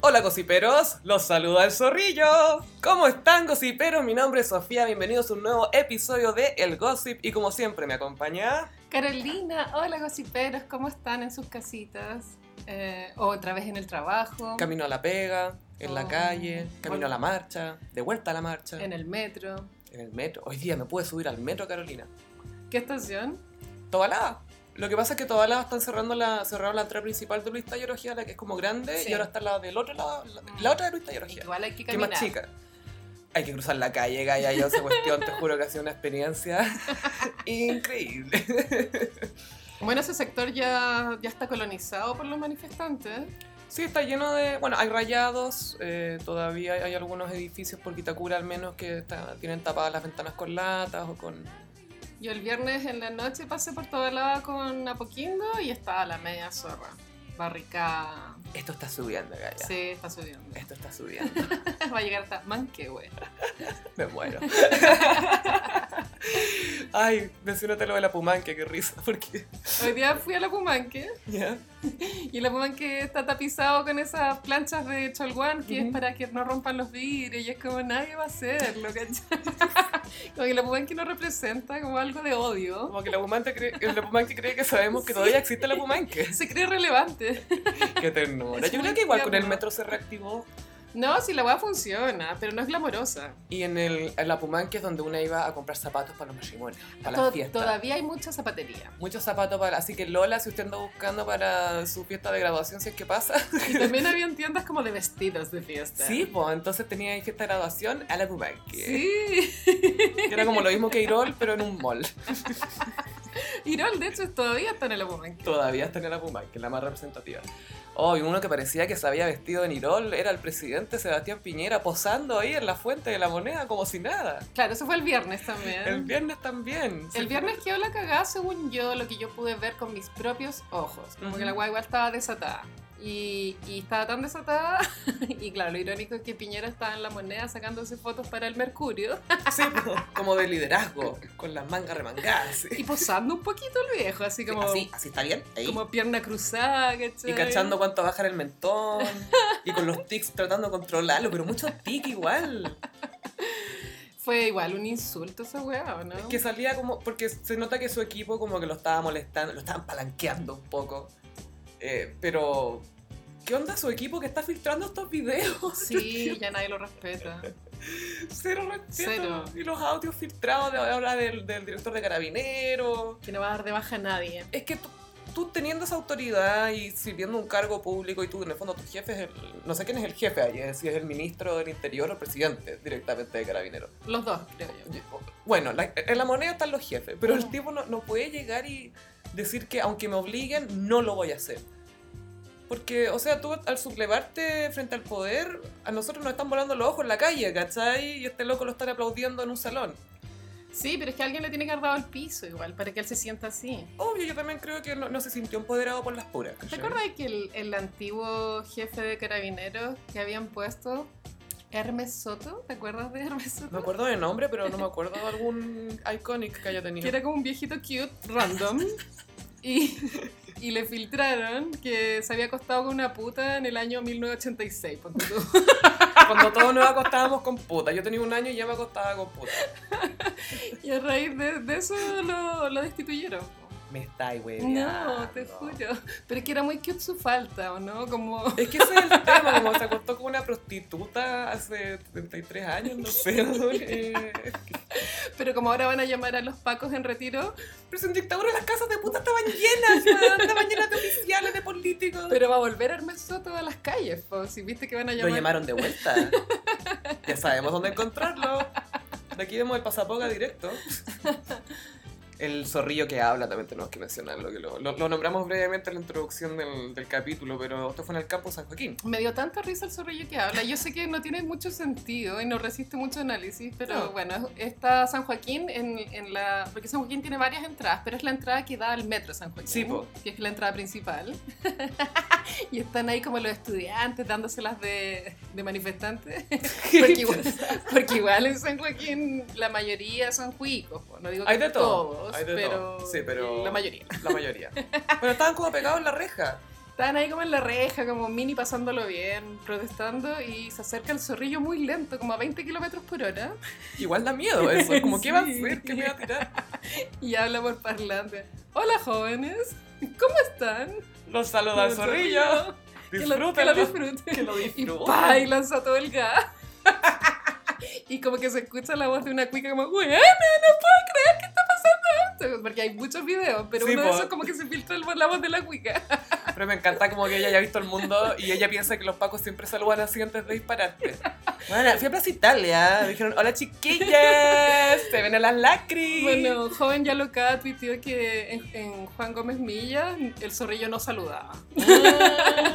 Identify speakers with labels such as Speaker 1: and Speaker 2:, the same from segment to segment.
Speaker 1: Hola gossiperos, los saluda el zorrillo. ¿Cómo están gossiperos? Mi nombre es Sofía, bienvenidos a un nuevo episodio de El Gossip y como siempre me acompaña...
Speaker 2: Carolina, hola gossiperos, ¿cómo están en sus casitas? Eh, otra vez en el trabajo,
Speaker 1: Camino a la pega, en la
Speaker 2: Oh.
Speaker 1: calle, camino a la marcha, de vuelta a la marcha,
Speaker 2: en el metro.
Speaker 1: en el metro. Hoy día me pude subir al metro, Carolina.
Speaker 2: ¿Qué estación?
Speaker 1: Tobalaba. Lo que pasa es que Tobalaba están cerrando la, cerraron la entrada principal de Luis Taller Ojeda, la que es como grande,
Speaker 2: Sí.
Speaker 1: y ahora está la del otro lado, la, la otra de Luis Taller Ojeda.
Speaker 2: Igual hay que
Speaker 1: que
Speaker 2: caminar.
Speaker 1: más chica. Hay que cruzar la calle, Gaya, yo esa cuestión, te juro que ha sido una experiencia increíble.
Speaker 2: Bueno, ese sector ya, ya está colonizado por los manifestantes.
Speaker 1: Sí, está lleno de... Bueno, hay rayados, eh, todavía hay algunos edificios por Quitakura al menos que está- tienen tapadas las ventanas con latas o con...
Speaker 2: Yo el viernes en la noche pasé por toda la con Apoquindo y estaba la media zorra. Barricada.
Speaker 1: Esto está subiendo, Gaya.
Speaker 2: Sí, está subiendo.
Speaker 1: Esto está subiendo.
Speaker 2: Va a llegar hasta Manquehue.
Speaker 1: Me muero. Ay, mencionate lo de la pumanque, qué risa, porque...
Speaker 2: Hoy día fui a la Pumanque
Speaker 1: ¿Ya?
Speaker 2: y la Pumanque está tapizado con esas planchas de cholguán que
Speaker 1: Ujú.
Speaker 2: es para que no rompan los vidrios y es como nadie va a hacerlo, ¿cachai? como que la Pumanque no representa como algo de odio.
Speaker 1: Como que la pumanque cree, la pumanque cree que sabemos que
Speaker 2: Sí.
Speaker 1: todavía existe la pumanque.
Speaker 2: Se cree relevante.
Speaker 1: Qué ternura.
Speaker 2: Es
Speaker 1: Yo
Speaker 2: muy
Speaker 1: creo que igual con el
Speaker 2: tierno.
Speaker 1: metro se reactivó.
Speaker 2: No, si la weá funciona, pero no es glamorosa.
Speaker 1: Y en, el, en la Pumanque es donde una iba a comprar zapatos para los matrimonios, para
Speaker 2: To-
Speaker 1: las fiestas.
Speaker 2: todavía hay mucha zapatería.
Speaker 1: Muchos zapatos para... Así que Lola, si usted anda buscando para su fiesta de graduación, si es que pasa.
Speaker 2: Y también habían tiendas como de vestidos de fiesta.
Speaker 1: Sí, pues entonces tenía ahí fiesta de graduación a la Pumanque.
Speaker 2: Sí.
Speaker 1: Que era como lo mismo que Irol, pero en un mall.
Speaker 2: Irol, de hecho, todavía está en la Pumanque.
Speaker 1: Todavía está en la Pumanque, la más representativa. Oh, y uno que parecía que se había vestido en Irol era el presidente Sebastián Piñera posando ahí en la fuente de la moneda como si nada.
Speaker 2: Claro, eso fue el viernes también.
Speaker 1: El viernes también.
Speaker 2: Ah. El viernes quedó la cagada, según yo, lo que yo pude ver con mis propios ojos. Como
Speaker 1: Ujú.
Speaker 2: que la guagua estaba desatada. Y, y estaba tan desatada. y claro, lo irónico es que Piñera estaba en la moneda sacándose fotos para el Mercurio.
Speaker 1: Sí, po, como de liderazgo, con las mangas remangadas. sí.
Speaker 2: Y posando un poquito el viejo, así como,
Speaker 1: así, así está bien. ahí.
Speaker 2: como pierna cruzada, ¿cachai?
Speaker 1: y cachando cuánto bajar el mentón. y con los tics tratando de controlarlo, pero muchos tics igual.
Speaker 2: Fue igual un insulto esa weá, ¿o ¿no?
Speaker 1: Es que salía como. Porque se nota que su equipo como que lo estaba molestando, lo estaban palanqueando un poco. Eh, pero. ¿Qué onda su equipo que está filtrando estos videos?
Speaker 2: Oh, Sí, ya nadie lo respeta.
Speaker 1: Cero respeto.
Speaker 2: Cero.
Speaker 1: Y los audios filtrados de ahora del, del director de Carabineros.
Speaker 2: Que no va a dar de baja a nadie.
Speaker 1: es que tú, tú teniendo esa autoridad y sirviendo un cargo público y tú en el fondo tu jefe es el, no sé quién es el jefe ahí, es si es el ministro del interior o el presidente directamente de carabineros.
Speaker 2: Los dos, creo yo.
Speaker 1: Bueno, la- en la moneda están los jefes, pero el tipo no, no puede llegar y decir que aunque me obliguen, no lo voy a hacer. Porque, o sea, tú al sublevarte frente al poder, a nosotros nos están volando los ojos en la calle, ¿cachai? Y este loco lo están aplaudiendo en un salón.
Speaker 2: Sí, pero es que alguien le tiene que haber dado el piso igual, para que él se sienta así.
Speaker 1: Obvio, yo también creo que no, no se sintió empoderado por las puras.
Speaker 2: ¿Te
Speaker 1: ¿cachai?
Speaker 2: acuerdas que el, el antiguo jefe de carabineros que habían puesto Hermes Soto? ¿Te acuerdas de Hermes
Speaker 1: Me
Speaker 2: Soto?
Speaker 1: acuerdo de nombre, pero no me acuerdo de algún iconic que haya tenido.
Speaker 2: Que era como un viejito cute, random. Y, y le filtraron que se había acostado con una puta en el año 1986. ponte tú.
Speaker 1: Cuando todos nos acostábamos con puta. Yo tenía un año y ya me acostaba con puta.
Speaker 2: Y a raíz de, de eso lo, lo destituyeron.
Speaker 1: Me estáis, güey.
Speaker 2: No, te juro. Pero es que era muy cute su falta, ¿o no? Como...
Speaker 1: Es que ese es el tema, como se acostó con una prostituta hace 73 años, no sé. ¿no? Eh,
Speaker 2: Pero como ahora van a llamar a los pacos en retiro, "Ah,
Speaker 1: pero si en dictadura las casas de puta estaban llenas, man, estaban llenas de oficiales, de políticos.
Speaker 2: Pero va a volver Hermes Soto a las calles, po. Si viste que van a
Speaker 1: Lo
Speaker 2: llamar.
Speaker 1: llamaron de vuelta. Ya sabemos dónde encontrarlo. De aquí vemos el pasapoga directo. El zorrillo que habla también tenemos que mencionarlo. Que lo, lo- lo nombramos brevemente en la introducción del, del capítulo, pero esto fue en el campo San Joaquín.
Speaker 2: Me dio tanta risa el zorrillo que habla. Yo sé que no tiene mucho sentido y no resiste mucho análisis, pero
Speaker 1: No.
Speaker 2: bueno, está San Joaquín en, en la. Porque San Joaquín tiene varias entradas, pero es la entrada que da al metro San Joaquín.
Speaker 1: Sí, po.
Speaker 2: Que es la entrada principal. y están ahí como los estudiantes dándoselas de, de manifestantes. porque, igual, porque igual en San Joaquín la mayoría son cuicos, po. No digo que
Speaker 1: Hay de todo,
Speaker 2: todos,
Speaker 1: hay de
Speaker 2: pero,
Speaker 1: todo. Sí, pero-
Speaker 2: la mayoría.
Speaker 1: La mayoría. Pero estaban como pegados en la reja.
Speaker 2: Estaban ahí como en la reja, como mini pasándolo bien, protestando, y se acerca el zorrillo muy lento, como a 20 kilómetros por hora,
Speaker 1: Igual da miedo eso, como qué va a
Speaker 2: Sí.
Speaker 1: hacer, qué me va a tirar.
Speaker 2: y habla por parlante. Hola jóvenes, ¿cómo están?
Speaker 1: Los saluda el zorrillo.
Speaker 2: Que lo, que
Speaker 1: Disfrútenlo.
Speaker 2: lo disfruten.
Speaker 1: Que lo
Speaker 2: Y
Speaker 1: disfruten.
Speaker 2: pa, y lanza todo el gas. y como que se escucha la voz de una cuica como, bueno, no puedo creer que está pasando esto. Porque hay muchos videos, pero
Speaker 1: Sí,
Speaker 2: uno
Speaker 1: po.
Speaker 2: de esos como que se filtra el- la voz de la cuica.
Speaker 1: Pero me encanta como que ella haya visto el mundo y ella piensa que los pacos siempre saludan así antes de dispararte. Bueno, fui a Plaza Italia, dijeron, hola chiquillas, se ven a las lacris.
Speaker 2: Bueno, joven ya loca tuiteó que en, en Juan Gómez Milla el zorrillo no saludaba.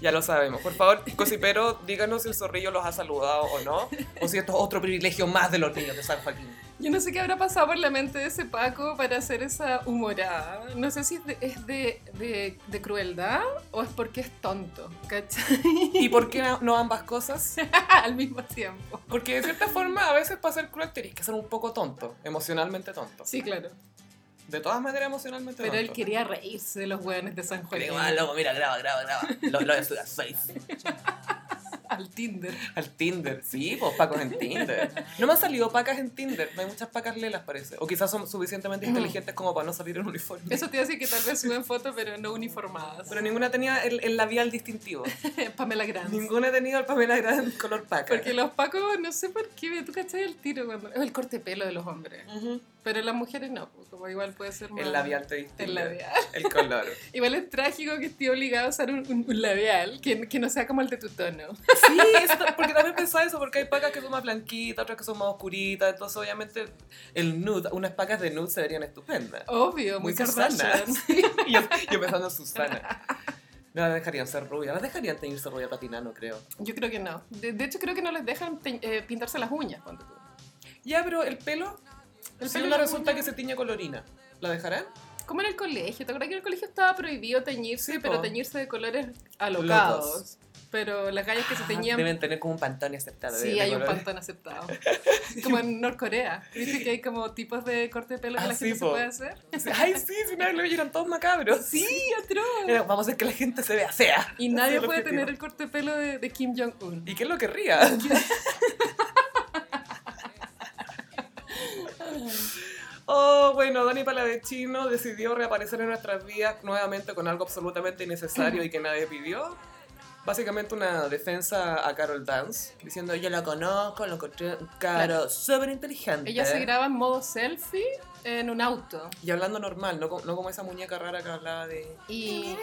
Speaker 1: Ya lo sabemos. Por favor, Cosipero, díganos si el zorrillo los ha saludado o no. O si esto es otro privilegio más de los niños de San Joaquín.
Speaker 2: Yo no sé qué habrá pasado por la mente de ese Paco para hacer esa humorada. No sé si es de, es de, de- de crueldad o es porque es tonto, ¿cachai?
Speaker 1: ¿Y por qué no ambas cosas?
Speaker 2: Al mismo tiempo.
Speaker 1: Porque de cierta forma, a veces para ser cruel tenés que ser un poco tonto, emocionalmente tonto.
Speaker 2: Sí, claro.
Speaker 1: De todas maneras, emocionalmente
Speaker 2: Pero
Speaker 1: tonto.
Speaker 2: él quería reírse de los hueones de San Juan.
Speaker 1: Creo, ah, loco, mira, graba, graba, graba. Lo, lo de las seis.
Speaker 2: Al Tinder.
Speaker 1: Al Tinder. Sí, pues pacos en Tinder. No me han salido pacas en Tinder. No hay muchas pacas lelas, parece. O quizás son suficientemente inteligentes como para no salir en uniforme.
Speaker 2: Eso te hace que tal vez suben fotos, pero no uniformadas.
Speaker 1: Pero ninguna tenía el, el labial distintivo.
Speaker 2: Pamela Grande.
Speaker 1: ninguna tenía el Pamela Gran color paca.
Speaker 2: Porque los pacos, no sé por qué, tú cachai el tiro cuando. Es el corte de pelo de los hombres.
Speaker 1: Ujú.
Speaker 2: Pero las mujeres no, pues, como igual puede ser más.
Speaker 1: El labial te distingue.
Speaker 2: El labial.
Speaker 1: El color.
Speaker 2: Igual es trágico que esté obligado a usar un, un- un labial que, que no sea como el de tu tono.
Speaker 1: Sí, eso ta- porque también pensaba eso, porque hay pacas que son más blanquitas, otras que son más oscuritas, entonces obviamente el nude, unas pacas de nude se verían estupendas.
Speaker 2: Obvio, muy,
Speaker 1: Susana.
Speaker 2: Kardashian.
Speaker 1: Sí, yo, yo pensando en Susana. No las dejarían ser rubias, las dejarían teñirse rubia patina, no creo.
Speaker 2: Yo creo que no. De, de hecho, creo que no les dejan te- eh, pintarse las uñas. ponte tú.
Speaker 1: Ya, pero el pelo,
Speaker 2: El
Speaker 1: si
Speaker 2: pelo
Speaker 1: uno
Speaker 2: y las
Speaker 1: resulta que
Speaker 2: uñas.
Speaker 1: se tiñe colorina, ¿la dejarán?
Speaker 2: Como en el colegio, ¿te acuerdas que en el colegio estaba prohibido teñirse,
Speaker 1: Sí, po.
Speaker 2: pero teñirse de colores alocados?
Speaker 1: Locos.
Speaker 2: Pero las gallas que se teñían...
Speaker 1: Ah, Deben tener como un pantón aceptado. de-
Speaker 2: Sí,
Speaker 1: de
Speaker 2: hay un
Speaker 1: colores.
Speaker 2: pantón aceptado. Como en Norcorea. ¿Viste que hay como tipos de corte de pelo que
Speaker 1: Ah,
Speaker 2: la
Speaker 1: sí,
Speaker 2: gente se
Speaker 1: po.
Speaker 2: puede hacer?
Speaker 1: Sí, Ay, sí, si una vez lo vieron todos macabros.
Speaker 2: Sí, atroz.
Speaker 1: Era, vamos a hacer que la gente se vea fea.
Speaker 2: Y
Speaker 1: Ese
Speaker 2: nadie
Speaker 1: es el
Speaker 2: puede
Speaker 1: objetivo.
Speaker 2: tener el corte de pelo de, de Kim Jong-un.
Speaker 1: ¿Y qué es lo que ría? Oh, bueno, Dani Paladechino decidió reaparecer en nuestras vidas nuevamente con algo absolutamente innecesario y que nadie pidió. Básicamente una defensa a Carol Dance, diciendo yo la conozco, lo encontré caro,
Speaker 2: Claro.
Speaker 1: súper inteligente.
Speaker 2: Ella Eh. se graba en modo selfie en un auto.
Speaker 1: Y hablando normal, no, co- no como esa muñeca rara que hablaba de...
Speaker 2: Y,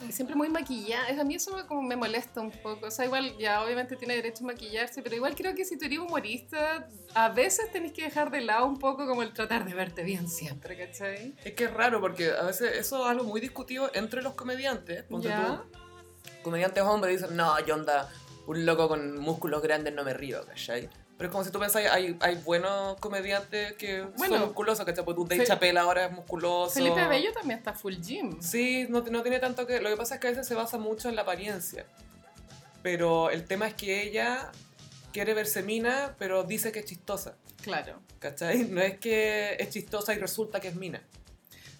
Speaker 2: y siempre muy maquillada. Es- A mí eso me- como me molesta un poco. O sea, igual ya obviamente tiene derecho a maquillarse, pero igual creo que si tú eres humorista, a veces tenés que dejar de lado un poco como el tratar de verte bien siempre, ¿cachai?
Speaker 1: Es que es raro porque a veces eso es algo muy discutido entre los comediantes. Ponte
Speaker 2: Ya.
Speaker 1: tú, comediantes hombres dicen, no, yo onda, un loco con músculos grandes no me río, ¿cachai? Pero es como si tú pensáis, hay, hay buenos comediantes que
Speaker 2: Bueno.
Speaker 1: son musculosos, ¿cachai? Porque un Dave
Speaker 2: Fel-
Speaker 1: Chappelle ahora es musculoso.
Speaker 2: Felipe Bello también está full gym.
Speaker 1: Sí, no, no tiene tanto que... Lo que pasa es que a veces se basa mucho en la apariencia. Pero el tema es que ella quiere verse mina, pero dice que es chistosa,
Speaker 2: Claro.
Speaker 1: ¿cachai? No es que es chistosa y resulta que es mina.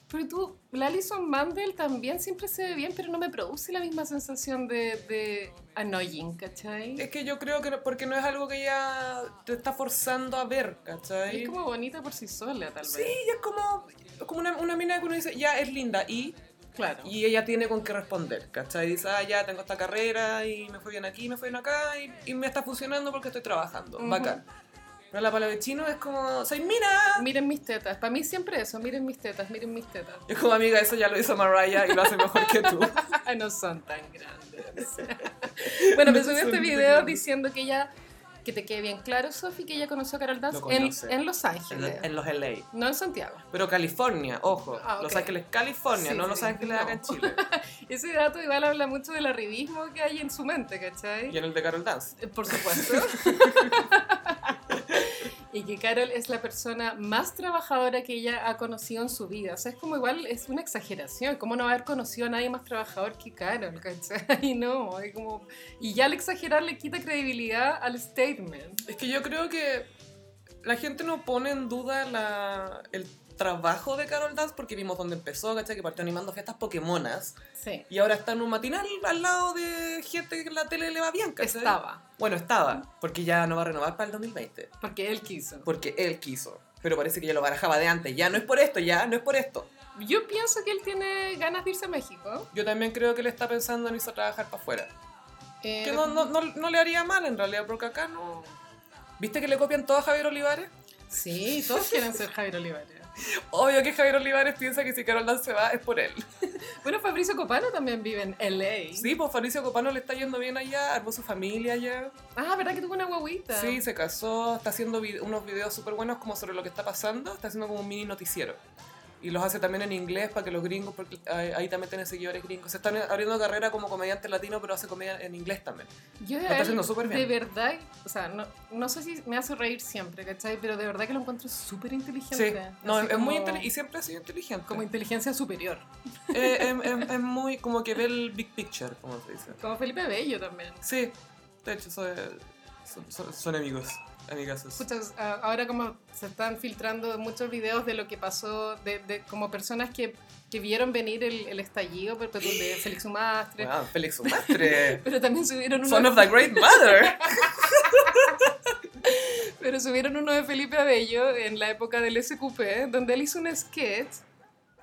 Speaker 2: Pero tú, la Alison Mandel también siempre se ve bien, pero no me produce la misma sensación de, de annoying, ¿cachai?
Speaker 1: Es que yo creo que no- porque no es algo que ella te está forzando a ver, ¿cachai?
Speaker 2: Y Es como bonita por sí sola, tal
Speaker 1: Sí,
Speaker 2: vez.
Speaker 1: y es como, como una, una mina que uno dice, ya es linda, y,
Speaker 2: Claro.
Speaker 1: y ella tiene con qué responder, ¿cachai? Dice, ah, ya tengo esta carrera, y me fue bien aquí, me fue bien acá, y, y me está funcionando porque estoy trabajando,
Speaker 2: Ujú.
Speaker 1: bacán. Pero la palabra de chino es como, soy mina.
Speaker 2: Miren mis tetas. Para mí siempre eso, miren mis tetas, miren mis tetas.
Speaker 1: Es como, amiga, eso ya lo hizo Mariah y lo hace mejor que tú.
Speaker 2: no son tan grandes. bueno, me
Speaker 1: No son
Speaker 2: subió este
Speaker 1: tan
Speaker 2: video
Speaker 1: grandes.
Speaker 2: diciendo que ella, que te quede bien claro, Sofi, que ella conoció a Carol Dance
Speaker 1: Lo
Speaker 2: en,
Speaker 1: conoce.
Speaker 2: en Los
Speaker 1: en,
Speaker 2: Ángeles,
Speaker 1: en los LA.
Speaker 2: no en Santiago.
Speaker 1: Pero California, ojo.
Speaker 2: Ah, ok.
Speaker 1: Los Ángeles, California,
Speaker 2: Sí,
Speaker 1: no
Speaker 2: sí,
Speaker 1: Los Ángeles
Speaker 2: no.
Speaker 1: acá en Chile.
Speaker 2: Ese dato igual habla mucho del arribismo que hay en su mente, ¿cachai?
Speaker 1: Y en el de Carol Dance.
Speaker 2: Eh, Por supuesto. y que Carol es la persona más trabajadora que ella ha conocido en su vida. O sea, es como igual, es una exageración. ¿Cómo no haber conocido a nadie más trabajador que Carol? ¿Cachai? No, es como... Y ya al exagerar le quita credibilidad al statement.
Speaker 1: Es que yo creo que la gente no pone en duda la, el trabajo de Carol Dance porque vimos dónde empezó, ¿cachai? Que partió animando fiestas Pokémonas.
Speaker 2: Sí.
Speaker 1: Y ahora está en un matinal al lado de gente que en la tele le va bien, ¿cachai?
Speaker 2: Estaba,
Speaker 1: Bueno, estaba, porque ya no va a renovar para el 2020.
Speaker 2: porque él quiso.
Speaker 1: Porque él quiso. Pero parece que ya lo barajaba de antes. Ya no es por esto, ya no es por esto.
Speaker 2: Yo pienso que él tiene ganas de irse a México.
Speaker 1: Yo también creo que él está pensando en irse a trabajar para afuera.
Speaker 2: Eh,
Speaker 1: Que no, no, no, no le haría mal en realidad, porque acá no. ¿Viste que le copian todo a Javier Olivares?
Speaker 2: Sí, todos quieren ser Javier Olivares.
Speaker 1: Obvio que Javier Olivares piensa que si Carol Dance se va es por él.
Speaker 2: Bueno, Fabricio Copano también vive en LA.
Speaker 1: Sí, pues Fabricio Copano le está yendo bien allá, armó su familia allá.
Speaker 2: Ah, ¿verdad que tuvo una guaguita?
Speaker 1: Sí, se casó, está haciendo vi- unos videos súper buenos como sobre lo que está pasando, está haciendo como un mini noticiero. Y los hace también en inglés para que los gringos, porque ahí, ahí también tiene seguidores gringos. Se están abriendo carrera como comediante latino, pero hace comedia en inglés también.
Speaker 2: Yo
Speaker 1: Lo
Speaker 2: de,
Speaker 1: está
Speaker 2: él,
Speaker 1: haciendo súper bien.
Speaker 2: de verdad, o sea, no, no sé si me hace reír siempre, ¿cachai? Pero de verdad que lo encuentro súper
Speaker 1: Sí,
Speaker 2: inteligente.
Speaker 1: no,
Speaker 2: Así
Speaker 1: es muy
Speaker 2: como-
Speaker 1: inteli- y siempre ha sido inteligente.
Speaker 2: Como inteligencia superior.
Speaker 1: Eh, em- em- es muy como que ve el big picture, como se dice.
Speaker 2: Como Felipe Bello también.
Speaker 1: Sí, de hecho soy- son, son- son amigos, amigazos.
Speaker 2: Pucha, a- ahora como se están filtrando muchos videos de lo que pasó, de, de como personas que, que vieron venir el, el estallido pero de Félix Sumastre,
Speaker 1: Wow, Félix Sumastre,
Speaker 2: pero también subieron uno,
Speaker 1: son of the great mother.
Speaker 2: pero subieron uno de Felipe Abello en la época del SQP, donde él hizo un sketch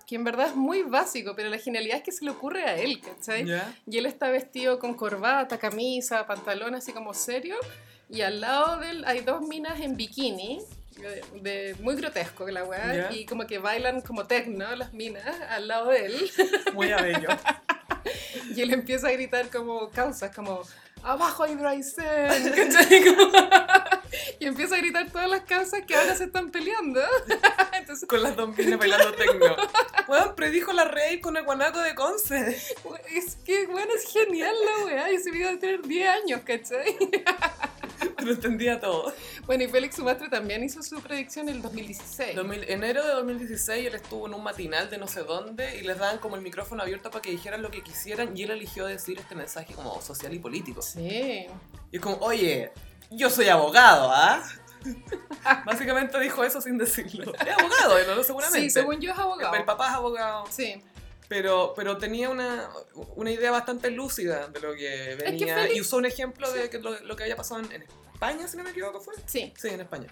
Speaker 2: que en verdad es muy básico, pero la genialidad es que se le ocurre a él, ¿cachai?
Speaker 1: Ya.
Speaker 2: Y él está vestido con corbata, camisa, pantalón, así como serio. Y al lado de él hay dos minas en bikini, de, de- muy grotesco la weá.
Speaker 1: Ya.
Speaker 2: Y como que bailan como tecno las minas al lado de él.
Speaker 1: Muy abello.
Speaker 2: Y él empieza a gritar como causas, como abajo hay Bryson. ¿cachai? Como- y empieza a gritar todas las causas que ahora se están peleando. Entonces,
Speaker 1: Con las dos minas bailando tecno. Weón, predijo la rey con el guanaco de Conce.
Speaker 2: es que bueno, es genial la weá. Y ese video debe tener 10 años, ¿cachai?
Speaker 1: Lo entendía todo.
Speaker 2: Bueno, y Félix Sumastre también hizo su predicción en el 2016.
Speaker 1: 2000 enero de 2016 él estuvo en un matinal de no sé dónde y les daban como el micrófono abierto para que dijeran lo que quisieran y él eligió decir este mensaje como social y político.
Speaker 2: Sí.
Speaker 1: Y es como, oye, yo soy abogado, ¿ah? Básicamente dijo eso sin decirlo. Es abogado, él, ¿no? Seguramente.
Speaker 2: Sí, según yo es abogado.
Speaker 1: El papá es abogado.
Speaker 2: Sí.
Speaker 1: Pero, pero tenía una, una idea bastante lúcida de lo que venía.
Speaker 2: Félix-
Speaker 1: Y usó un ejemplo de que lo, lo que había pasado en, en España, si no me equivoco, ¿fue?
Speaker 2: Sí,
Speaker 1: Sí, en España.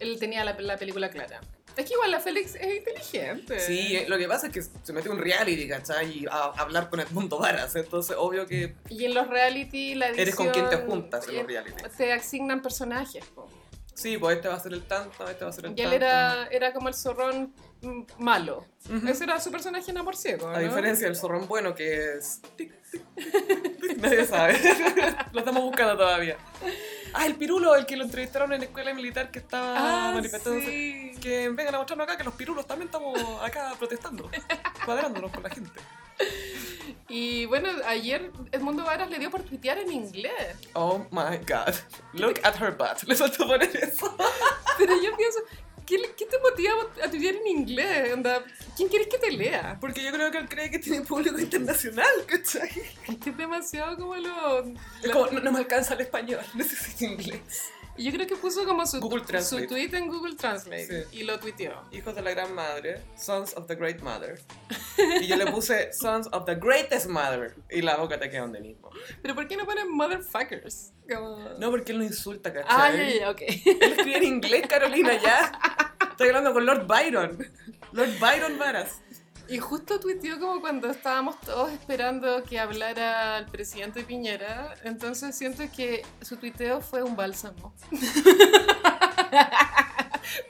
Speaker 2: él tenía la, la película clara. Es que igual la Félix es inteligente.
Speaker 1: Sí, eh, lo que pasa es que se metió un reality, ¿cachai? Y a, a hablar con Edmundo Varas. Entonces, obvio que
Speaker 2: Y en los reality la edición...
Speaker 1: eres con quien te juntas en
Speaker 2: eh,
Speaker 1: los reality.
Speaker 2: Te asignan personajes. po.
Speaker 1: Sí, pues este va a ser el tanto, este va a ser el
Speaker 2: Y él
Speaker 1: tanto.
Speaker 2: era, era como el zorrón mm, malo.
Speaker 1: Ujú.
Speaker 2: Ese era su personaje en Amor Ciego,
Speaker 1: A
Speaker 2: ¿no?
Speaker 1: diferencia del zorrón bueno que es... tic, tic, tic, Nadie sabe. lo estamos buscando todavía. Ah, el pirulo, el que lo entrevistaron en la escuela militar que estaba
Speaker 2: Ah,
Speaker 1: manifestándose.
Speaker 2: sí.
Speaker 1: Que vengan a mostrarnos acá que los pirulos también estamos acá protestando, cuadrándonos con la gente.
Speaker 2: Y bueno, ayer Edmundo Varas le dio por tuitear en inglés.
Speaker 1: Oh my god. Look at her butt. Le faltó poner eso.
Speaker 2: Pero yo pienso, ¿qué, le- qué te motiva a tuitear en inglés? Onda, ¿Quién quieres que te lea?
Speaker 1: Porque yo creo que él cree que tiene público internacional, ¿cachai?
Speaker 2: Es que es demasiado como lo...
Speaker 1: Es como, no, no me alcanza el español, necesito inglés.
Speaker 2: Y Yo creo que puso como su,
Speaker 1: Google Translate.
Speaker 2: su tweet en Google Translate
Speaker 1: Sí.
Speaker 2: y lo tuiteó.
Speaker 1: Hijos de la gran madre, Sons of the Great Mother. Y yo le puse Sons of the Greatest Mother. Y la boca te queda donde mismo.
Speaker 2: Pero ¿por qué no ponen motherfuckers? Como-
Speaker 1: No, porque él no insulta, ¿cachai?
Speaker 2: ah, ya, ya, ok.
Speaker 1: Él escribe en inglés, Carolina, ya. Estoy hablando con Lord Byron. Lord Byron Varas.
Speaker 2: Y justo tuiteó como cuando estábamos todos esperando que hablara el presidente Piñera. Entonces siento que su tuiteo fue un bálsamo.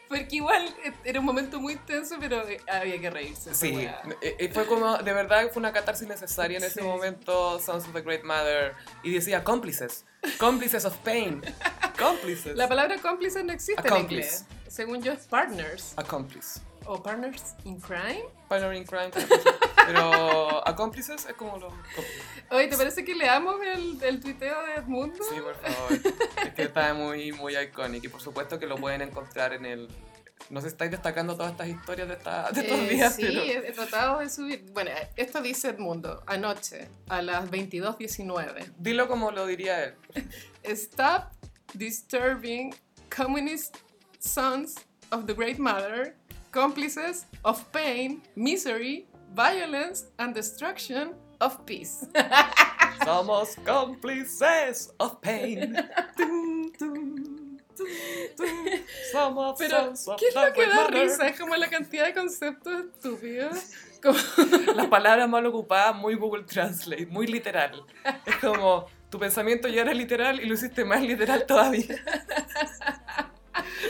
Speaker 2: Porque igual eh, era un momento muy tenso, pero eh, había que reírse. esa
Speaker 1: Sí,
Speaker 2: weá.
Speaker 1: eh, eh, fue como, de verdad fue una catarsis necesaria en ese
Speaker 2: Sí.
Speaker 1: momento, Sons of the Great Mother, y decía cómplices, cómplices of pain, cómplices.
Speaker 2: La palabra cómplice no existe
Speaker 1: Accomplice.
Speaker 2: en inglés. Según yo es partners
Speaker 1: Accomplice.
Speaker 2: o partners in crime.
Speaker 1: Partner in crime, cómplice. pero accomplices es como los cómplices.
Speaker 2: Oye, ¿te parece que leamos el, el tuiteo de Edmundo?
Speaker 1: Sí, por favor. Es que está muy, muy icónico, y por supuesto que lo pueden encontrar en el... No sé si estáis destacando todas estas historias de, esta, de estos
Speaker 2: Eh,
Speaker 1: días,
Speaker 2: sí,
Speaker 1: pero...
Speaker 2: he, he tratado de subir. Bueno, esto dice Edmundo, anoche, a las 22.19.
Speaker 1: Dilo como lo diría él.
Speaker 2: Stop disturbing communist sons of the great mother cómplices of pain, misery, violence and destruction of peace.
Speaker 1: Somos cómplices of pain. Tum, tum, tum, tum. Somos
Speaker 2: Pero,
Speaker 1: sons of
Speaker 2: ¿Qué es lo
Speaker 1: dark
Speaker 2: que da
Speaker 1: matter.
Speaker 2: risa? Es como la cantidad de conceptos estúpidos. Como,
Speaker 1: Las palabras mal ocupadas, muy Google Translate, muy literal. Es como tu pensamiento ya era literal y lo hiciste más literal todavía.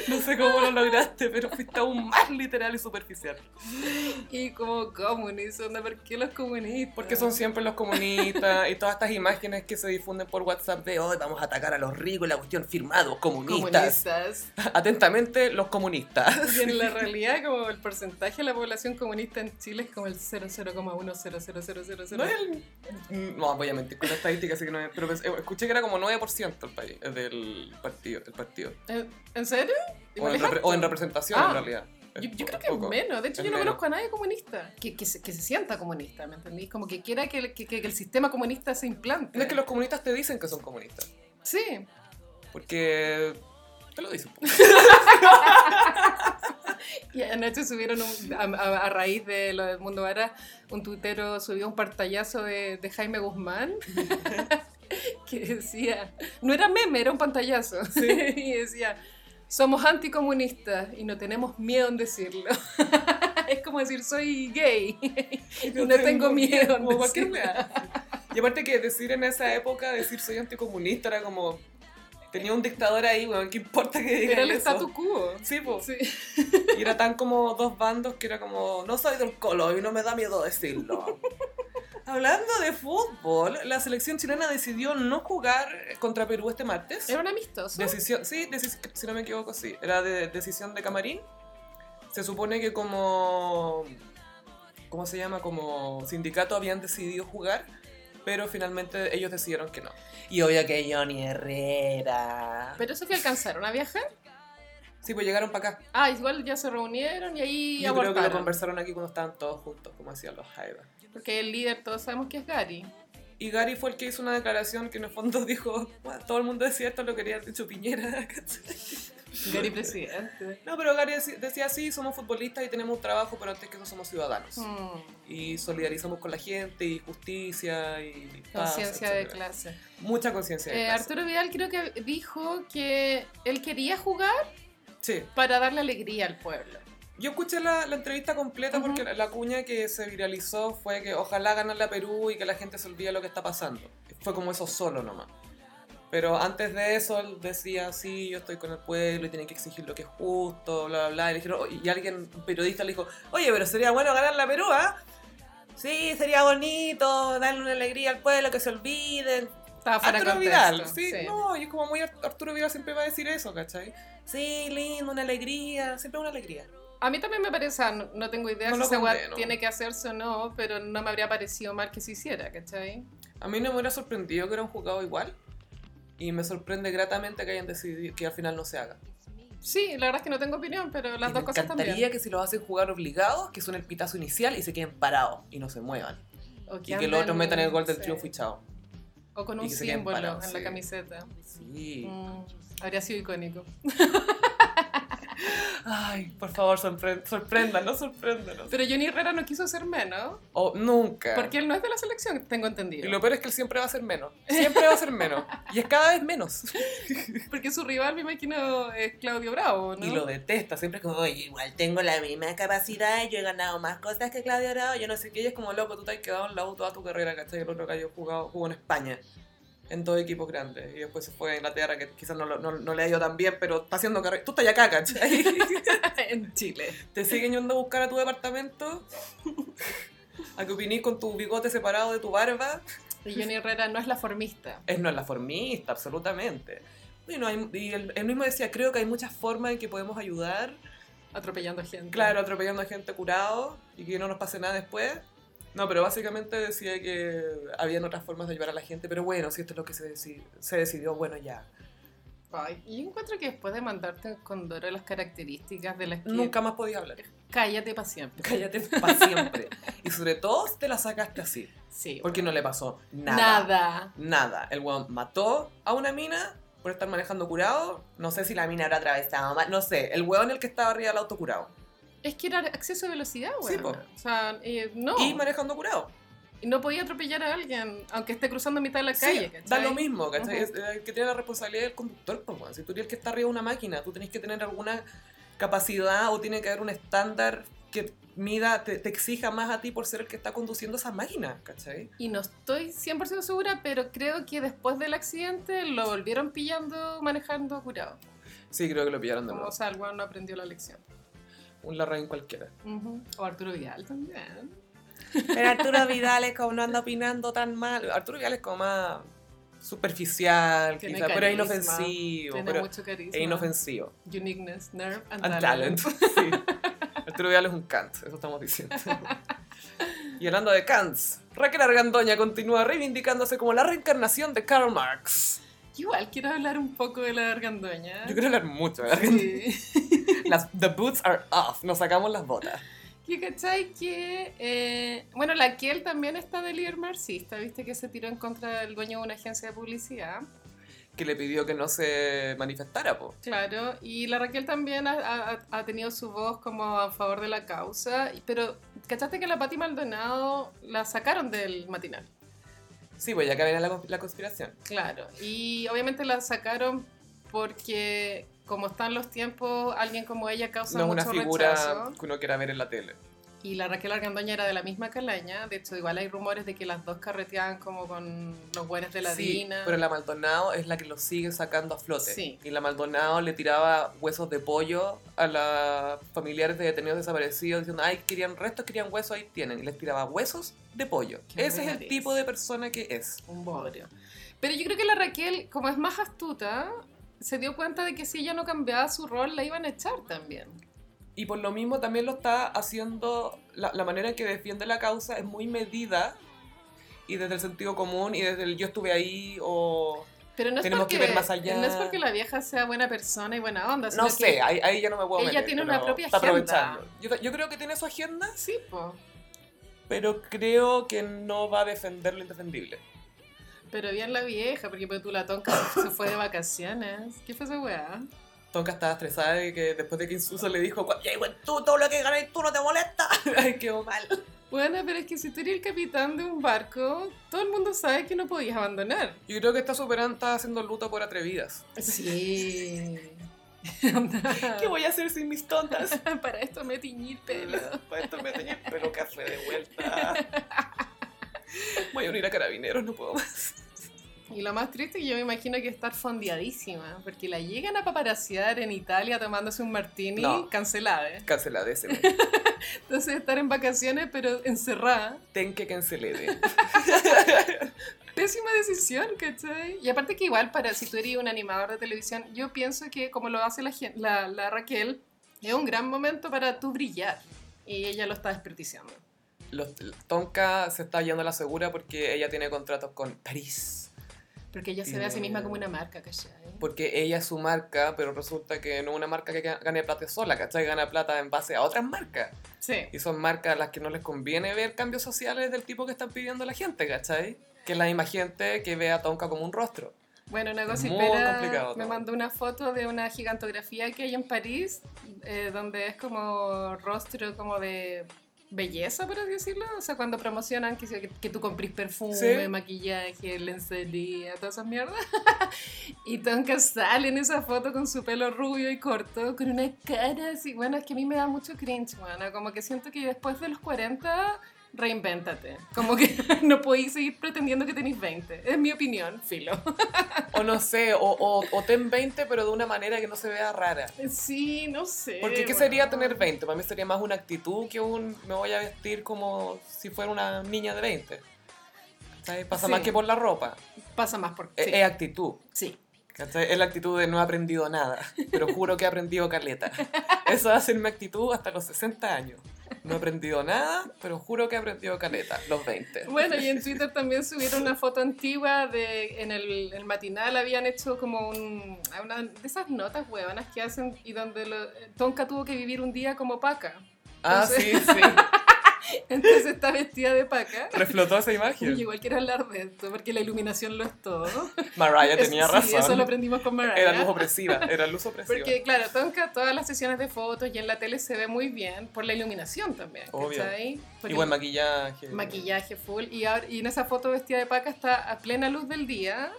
Speaker 1: No sé cómo lo lograste, pero fuiste aún más literal y superficial.
Speaker 2: y como comunistas, onda, ¿por qué los comunistas?
Speaker 1: Porque son siempre los comunistas y todas estas imágenes que se difunden por WhatsApp de hoy vamos a atacar a los ricos, la cuestión firmado, comunistas.
Speaker 2: comunistas.
Speaker 1: Atentamente, los comunistas.
Speaker 2: Y en la realidad, como el porcentaje de la población comunista en Chile es como el 0,1000000.
Speaker 1: No, es el- mm, no, voy a mentir con la estadística, así que no es- pero pensé- escuché que era como 9% el país, eh, del partido. El partido.
Speaker 2: ¿En- ¿En serio?
Speaker 1: O en,
Speaker 2: Igual es
Speaker 1: repre- o en representación,
Speaker 2: Ah.
Speaker 1: en realidad.
Speaker 2: Yo,
Speaker 1: Es
Speaker 2: yo creo que
Speaker 1: poco.
Speaker 2: es menos. De hecho,
Speaker 1: Es
Speaker 2: yo no
Speaker 1: menos.
Speaker 2: conozco a nadie comunista que, que, se, que se sienta comunista, ¿me entendís? Como que quiera que, el- que- que el sistema comunista se implante.
Speaker 1: No es que los comunistas te dicen que son comunistas.
Speaker 2: Sí.
Speaker 1: Porque te lo dicen. po.
Speaker 2: Y anoche subieron, un- a, a- a raíz de lo del Mundo Vara, un tuitero subió un pantallazo de, de Jaime Guzmán que decía, no era meme, era un pantallazo. y decía, somos anticomunistas y no tenemos miedo en decirlo. es como decir, soy gay.
Speaker 1: Y
Speaker 2: no tengo miedo,
Speaker 1: como cualquier
Speaker 2: sí.
Speaker 1: wea. Y aparte que decir en esa época, decir soy anticomunista era como... Tenía un dictador ahí, weón, ¿qué importa que diga
Speaker 2: era el
Speaker 1: eso?
Speaker 2: statu quo.
Speaker 1: Sí, po.
Speaker 2: Sí.
Speaker 1: Y era tan como dos bandos que era como, no soy del colo y no me da miedo decirlo. Hablando de fútbol, la selección chilena decidió no jugar contra Perú este martes.
Speaker 2: Era un amistoso.
Speaker 1: Decisión, sí, deci- si no me equivoco, sí. Era de decisión de camarín. Se supone que como... ¿Cómo se llama? Como sindicato habían decidido jugar, pero finalmente ellos decidieron que no. Y obvio que Johnny Herrera.
Speaker 2: Pero eso que alcanzaron a viajar.
Speaker 1: Sí, pues llegaron para acá.
Speaker 2: Ah, igual ya se reunieron y ahí
Speaker 1: Yo creo que lo
Speaker 2: abortaron.
Speaker 1: conversaron aquí cuando estaban todos juntos, como hacían los Jaivas.
Speaker 2: porque el líder todos sabemos que es Gary.
Speaker 1: Y Gary fue el que hizo una declaración que en el fondo dijo, "Bueno, todo el mundo decía esto, lo quería haber dicho Piñera. ¿cachai?
Speaker 2: Gary presidente.
Speaker 1: no, pero Gary deci- decía, sí, somos futbolistas y tenemos un trabajo, pero antes que eso somos ciudadanos.
Speaker 2: Hmm,
Speaker 1: Y solidarizamos con la gente, y justicia, y paz,
Speaker 2: Conciencia de
Speaker 1: Ah, etcétera.
Speaker 2: clase.
Speaker 1: Mucha conciencia de
Speaker 2: Eh,
Speaker 1: clase.
Speaker 2: Arturo Vidal creo que dijo que él quería jugar
Speaker 1: Sí.
Speaker 2: para darle alegría al pueblo.
Speaker 1: Yo escuché la, la entrevista completa
Speaker 2: Ujú.
Speaker 1: porque la, la cuña que se viralizó fue que ojalá ganara Perú y que la gente se olvide lo que está pasando. Fue como eso solo nomás. Pero antes de eso él decía, sí, yo estoy con el pueblo y tienen que exigir lo que es justo, bla, bla, bla. Y, le dijeron- "Oh", y alguien, un periodista, le dijo, oye, pero sería bueno ganar la Perú, ¿ah? Sí, sería bonito, darle una alegría al pueblo, que se olviden,
Speaker 2: Estaba fuera de
Speaker 1: Arturo
Speaker 2: contexto,
Speaker 1: Vidal, sí, no, y es como muy Art- Arturo Vidal siempre va a decir eso, ¿cachai? Sí, lindo, una alegría, siempre una alegría.
Speaker 2: A mí también me parece, ah, no, no tengo idea
Speaker 1: No
Speaker 2: si
Speaker 1: lo
Speaker 2: esa weá
Speaker 1: condeno.
Speaker 2: tiene que hacerse o no, pero no me habría parecido mal que se hiciera, ¿cachai?
Speaker 1: A mí no me hubiera sorprendido que hubieran jugado igual. Y me sorprende gratamente que hayan decidido que al final no se haga.
Speaker 2: Sí, la verdad es que no tengo opinión, pero las
Speaker 1: Y
Speaker 2: dos
Speaker 1: me
Speaker 2: cosas
Speaker 1: encantaría
Speaker 2: también.
Speaker 1: que si los hacen jugar obligados, que son el pitazo inicial y se queden parados y no se muevan.
Speaker 2: O
Speaker 1: y que los
Speaker 2: anden,
Speaker 1: otros metan el gol del
Speaker 2: sí.
Speaker 1: triunfo y chao.
Speaker 2: O con
Speaker 1: Y
Speaker 2: un
Speaker 1: que se queden
Speaker 2: símbolo
Speaker 1: parados,
Speaker 2: en la
Speaker 1: sí.
Speaker 2: camiseta.
Speaker 1: Sí.
Speaker 2: Mm, habría sido icónico.
Speaker 1: Ay, por favor, sorpre sorpréndanos, sorpréndanos.
Speaker 2: Pero Johnny Herrera no quiso ser menos,
Speaker 1: O nunca.
Speaker 2: porque él no es de la selección, tengo
Speaker 1: Y
Speaker 2: entendido.
Speaker 1: lo peor es que él siempre va a ser menos. Siempre va a ser menos. Y es cada vez menos.
Speaker 2: Porque su rival, me imagino, es Claudio Bravo, ¿no?
Speaker 1: Y lo detesta, siempre es como, oye, igual tengo la misma capacidad, yo he ganado más cosas que Claudio Bravo, yo no sé qué, y es como loco, tú te has quedado en la U toda tu carrera, ¿cachai? El otro que yo jugado, jugó en España, en dos equipos grandes, y después se fue a Inglaterra, que quizás no, lo- no, no le ha ido tan bien, pero está haciendo carrera, tú estás acá, ¿cachai?
Speaker 2: en Chile.
Speaker 1: te siguen yendo a buscar a tu departamento, a que opinís con tu bigote separado de tu barba,
Speaker 2: Y Johnny Herrera no es la formista.
Speaker 1: es no es la formista, absolutamente. Bueno, hay- y él, él mismo decía, creo que hay muchas formas en que podemos ayudar,
Speaker 2: Atropellando gente.
Speaker 1: Claro, atropellando a gente curado y que no nos pase nada después. No, pero básicamente decía que habían otras formas de ayudar a la gente, pero bueno, si esto es lo que se, deci- se decidió, bueno, ya.
Speaker 2: Ay, y yo encuentro que después de mandarte con Doro las características de las que...
Speaker 1: Nunca más podía hablar.
Speaker 2: Cállate para siempre.
Speaker 1: Cállate para siempre. Y sobre todo te la sacaste así,
Speaker 2: Sí.
Speaker 1: porque no le pasó nada.
Speaker 2: Nada.
Speaker 1: Nada. El weón mató a una mina por estar manejando curado. No sé si la mina habrá atravesado, ma- no sé. El weón el que estaba arriba del auto curado.
Speaker 2: Es que era acceso de velocidad,
Speaker 1: Sí,
Speaker 2: güey.
Speaker 1: po.
Speaker 2: o sea, eh, no.
Speaker 1: Y manejando curado.
Speaker 2: no podía atropellar a alguien, aunque esté cruzando en mitad de la calle.
Speaker 1: sí, da
Speaker 2: ¿cachai?
Speaker 1: lo mismo, ¿cachai?
Speaker 2: Ujú.
Speaker 1: Es, eh, El que tiene la responsabilidad del conductor, pues, weón. Si tú eres el que está arriba de una máquina, tú tenés que tener alguna capacidad o tiene que haber un estándar que mida, te, te exija más a ti por ser el que está conduciendo esa máquina, ¿cachai?
Speaker 2: Y no estoy 100% segura, pero creo que después del accidente lo volvieron pillando manejando curado.
Speaker 1: Sí, creo que lo pillaron de
Speaker 2: Como,
Speaker 1: nuevo.
Speaker 2: o sea, el weón no aprendió la lección.
Speaker 1: Un Larraín cualquiera.
Speaker 2: Ujú. O Arturo Vidal también.
Speaker 1: Pero Arturo Vidal es como no anda opinando tan mal. Arturo Vidal es como más superficial,
Speaker 2: Tiene
Speaker 1: quizá, pero es
Speaker 2: carisma,
Speaker 1: inofensivo.
Speaker 2: Tiene
Speaker 1: Pero
Speaker 2: mucho carisma.
Speaker 1: es inofensivo.
Speaker 2: Uniqueness, nerve and,
Speaker 1: And
Speaker 2: talent.
Speaker 1: talent. sí. Arturo Vidal es un Kant, eso estamos diciendo. Y hablando de Kants, Raquel Argandoña continúa reivindicándose como la reencarnación de Karl Marx.
Speaker 2: Igual quiero hablar un poco de la argandoña.
Speaker 1: Yo quiero hablar mucho, ¿verdad?
Speaker 2: Sí.
Speaker 1: Las, the boots are off, nos sacamos las botas.
Speaker 2: Que cachai que. eh, bueno, la Kiel también está de líder marxista, viste que se tiró en contra del dueño de una agencia de publicidad.
Speaker 1: Que le pidió que no se manifestara, po.
Speaker 2: Claro, y la Raquel también ha, ha- ha tenido su voz como a favor de la causa, y- pero ¿cachaste que la Pati Maldonado la sacaron del matinal?
Speaker 1: Sí, pues ya que viene la, cons- la conspiración.
Speaker 2: Claro, y obviamente la sacaron porque como están los tiempos, alguien como ella causa
Speaker 1: No es una
Speaker 2: mucho
Speaker 1: figura
Speaker 2: rechazo.
Speaker 1: que uno quiera ver en la tele.
Speaker 2: Y la Raquel Argandoña era de la misma calaña, de hecho igual hay rumores de que las dos carreteaban como con los buenos de la
Speaker 1: sí,
Speaker 2: Dina.
Speaker 1: pero la Maldonado es la que lo sigue sacando a flote.
Speaker 2: Sí.
Speaker 1: Y la Maldonado le tiraba huesos de pollo a los familiares de detenidos desaparecidos diciendo, ay, querían restos, querían huesos, ahí tienen. Y les tiraba huesos de pollo. Ese
Speaker 2: Qué
Speaker 1: es el
Speaker 2: ordinaria
Speaker 1: tipo
Speaker 2: es.
Speaker 1: de persona que es.
Speaker 2: un bodrio. Pero yo creo que la Raquel, como es más astuta, se dio cuenta de que si ella no cambiaba su rol, la iban a echar también.
Speaker 1: Y por lo mismo también lo está haciendo, la, la manera en que defiende la causa es muy medida y desde el sentido común y desde el yo estuve ahí o...
Speaker 2: Pero no es,
Speaker 1: Tenemos
Speaker 2: porque,
Speaker 1: que ver más allá.
Speaker 2: no es porque la vieja sea buena persona y buena onda.
Speaker 1: No
Speaker 2: sino que-
Speaker 1: sé, ahí, ahí ya no me puedo
Speaker 2: ella
Speaker 1: meter,
Speaker 2: tiene una
Speaker 1: pero
Speaker 2: propia
Speaker 1: está
Speaker 2: agenda.
Speaker 1: aprovechando. Yo, yo creo que tiene su agenda
Speaker 2: Sí, po.
Speaker 1: pero creo que no va a defender lo indefendible.
Speaker 2: Pero bien la vieja, porque pues, tú la tonca se fue de vacaciones. ¿Qué fue esa weá?
Speaker 1: Tonka estaba estresada de que después de que Insuso le dijo, "Cu- ya igual tú, todo lo que ganas tú no te molesta. Ay, quedó mal.
Speaker 2: Bueno, pero es que si tú eres el capitán de un barco, todo el mundo sabe que no podías abandonar.
Speaker 1: Yo creo que esta superanta está haciendo luto por atrevidas.
Speaker 2: Sí.
Speaker 1: ¿Qué voy a hacer sin mis tontas?
Speaker 2: Para esto me tiñí el pelo.
Speaker 1: Para esto me tenía el pelo café de vuelta. Voy a unir a carabineros, no puedo más.
Speaker 2: Y lo más triste, yo me imagino que estar fondeadísima, porque la llegan a paparaciar en Italia tomándose un martini
Speaker 1: No.
Speaker 2: cancelada. ¿eh?
Speaker 1: Cancelada ese. güey.
Speaker 2: Entonces estar en vacaciones pero encerrada.
Speaker 1: Ten que cancelede.
Speaker 2: Pésima decisión, ¿cachai? Y aparte que igual para si tú eres un animador de televisión, yo pienso que como lo hace la, gen- la, la Raquel, es un gran momento para tú brillar. Y ella lo está desperdiciando.
Speaker 1: Los, Tonka se está yendo a la segura porque ella tiene contratos con París.
Speaker 2: Porque ella se ve a sí misma como una marca, ¿cachai?
Speaker 1: Porque ella es su marca, pero resulta que no es una marca que gane plata sola, ¿cachai? Gana plata en base a otras marcas.
Speaker 2: Sí.
Speaker 1: Y son marcas a las que no les conviene ver cambios sociales del tipo que están pidiendo la gente, ¿cachai? Que es la misma gente que ve a Tonka como un rostro.
Speaker 2: Bueno, una
Speaker 1: Es
Speaker 2: cosa
Speaker 1: muy complicado
Speaker 2: me
Speaker 1: todo.
Speaker 2: mandó una foto de una gigantografía que hay en París, eh, donde es como rostro como de belleza, por así decirlo. O sea, cuando promocionan que, se- que tú comprís perfume,
Speaker 1: Sí.
Speaker 2: maquillaje, lencería, todas esas mierdas. y Tonka sale en esa foto con su pelo rubio y corto, con una cara así. Bueno, es que a mí me da mucho cringe, bueno, como que siento que después de los 40... Reinvéntate. Como que no podéis seguir pretendiendo que tenéis 20. Es mi opinión, filo.
Speaker 1: O no sé, o, o, o ten 20, pero de una manera que no se vea rara.
Speaker 2: Sí, no sé.
Speaker 1: Porque ¿qué
Speaker 2: bueno.
Speaker 1: sería tener 20? Para mí sería más una actitud que un me voy a vestir como si fuera una niña de 20. ¿Cachai? Pasa
Speaker 2: Sí.
Speaker 1: más que por la ropa. E,
Speaker 2: Pasa más por...
Speaker 1: Es-
Speaker 2: Sí.
Speaker 1: es actitud.
Speaker 2: sí.
Speaker 1: ¿Cachai? Es la actitud de no he aprendido nada, pero juro que he aprendido caleta. Eso va a ser mi actitud hasta los 60 años. No he aprendido nada, pero juro que he aprendido caleta, los 20.
Speaker 2: Bueno, y en Twitter también subieron una foto antigua de... En el, el matinal habían hecho como un, una de esas notas huevanas que hacen y donde lo- Tonka tuvo que vivir un día como paca.
Speaker 1: Ah, sí, sí.
Speaker 2: Entonces está vestida de paca.
Speaker 1: Reflotó esa
Speaker 2: Y
Speaker 1: imagen.
Speaker 2: igual quiero hablar de esto, porque la iluminación lo es todo.
Speaker 1: Mariah
Speaker 2: Es-
Speaker 1: tenía
Speaker 2: Sí, eso lo
Speaker 1: razón.
Speaker 2: aprendimos con Mariah.
Speaker 1: Era luz opresiva, era luz opresiva.
Speaker 2: Porque, claro, Tonka, todas las sesiones de fotos y en la tele se ve muy bien por la iluminación también.
Speaker 1: Obvio.
Speaker 2: ¿cachai? Por
Speaker 1: Y buen
Speaker 2: el
Speaker 1: maquillaje.
Speaker 2: maquillaje full. Y, ahora- y en esa foto vestida de paca está a plena luz del día.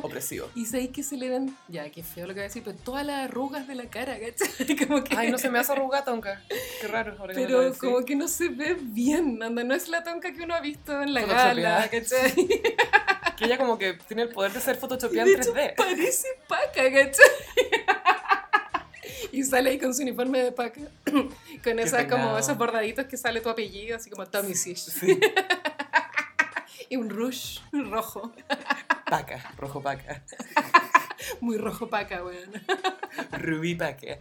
Speaker 1: Opresivo.
Speaker 2: Y sabéis que se le ven, ya, qué feo lo que voy a decir, pero todas las arrugas de la cara, ¿cachai? Como que,
Speaker 1: Ay, no se me hace arrugar, Tonka. Qué raro. ahora que me lo
Speaker 2: Pero
Speaker 1: decís.
Speaker 2: como que no se ve bien, anda, no es la tonca que uno ha visto en la
Speaker 1: Photoshopeada.
Speaker 2: gala, ¿cachai?
Speaker 1: Que ella como que tiene el poder de ser photoshopeada
Speaker 2: De
Speaker 1: en
Speaker 2: hecho,
Speaker 1: 3D.
Speaker 2: Parece paca, ¿cachai? Y sale ahí con su uniforme de paca, con esas, como
Speaker 1: peinado.
Speaker 2: esos bordaditos que sale tu apellido, así como Tommy Sish.
Speaker 1: Sí,
Speaker 2: Y un rush rojo,
Speaker 1: paca, rojo paca,
Speaker 2: muy rojo paca, weón.
Speaker 1: rubí paca.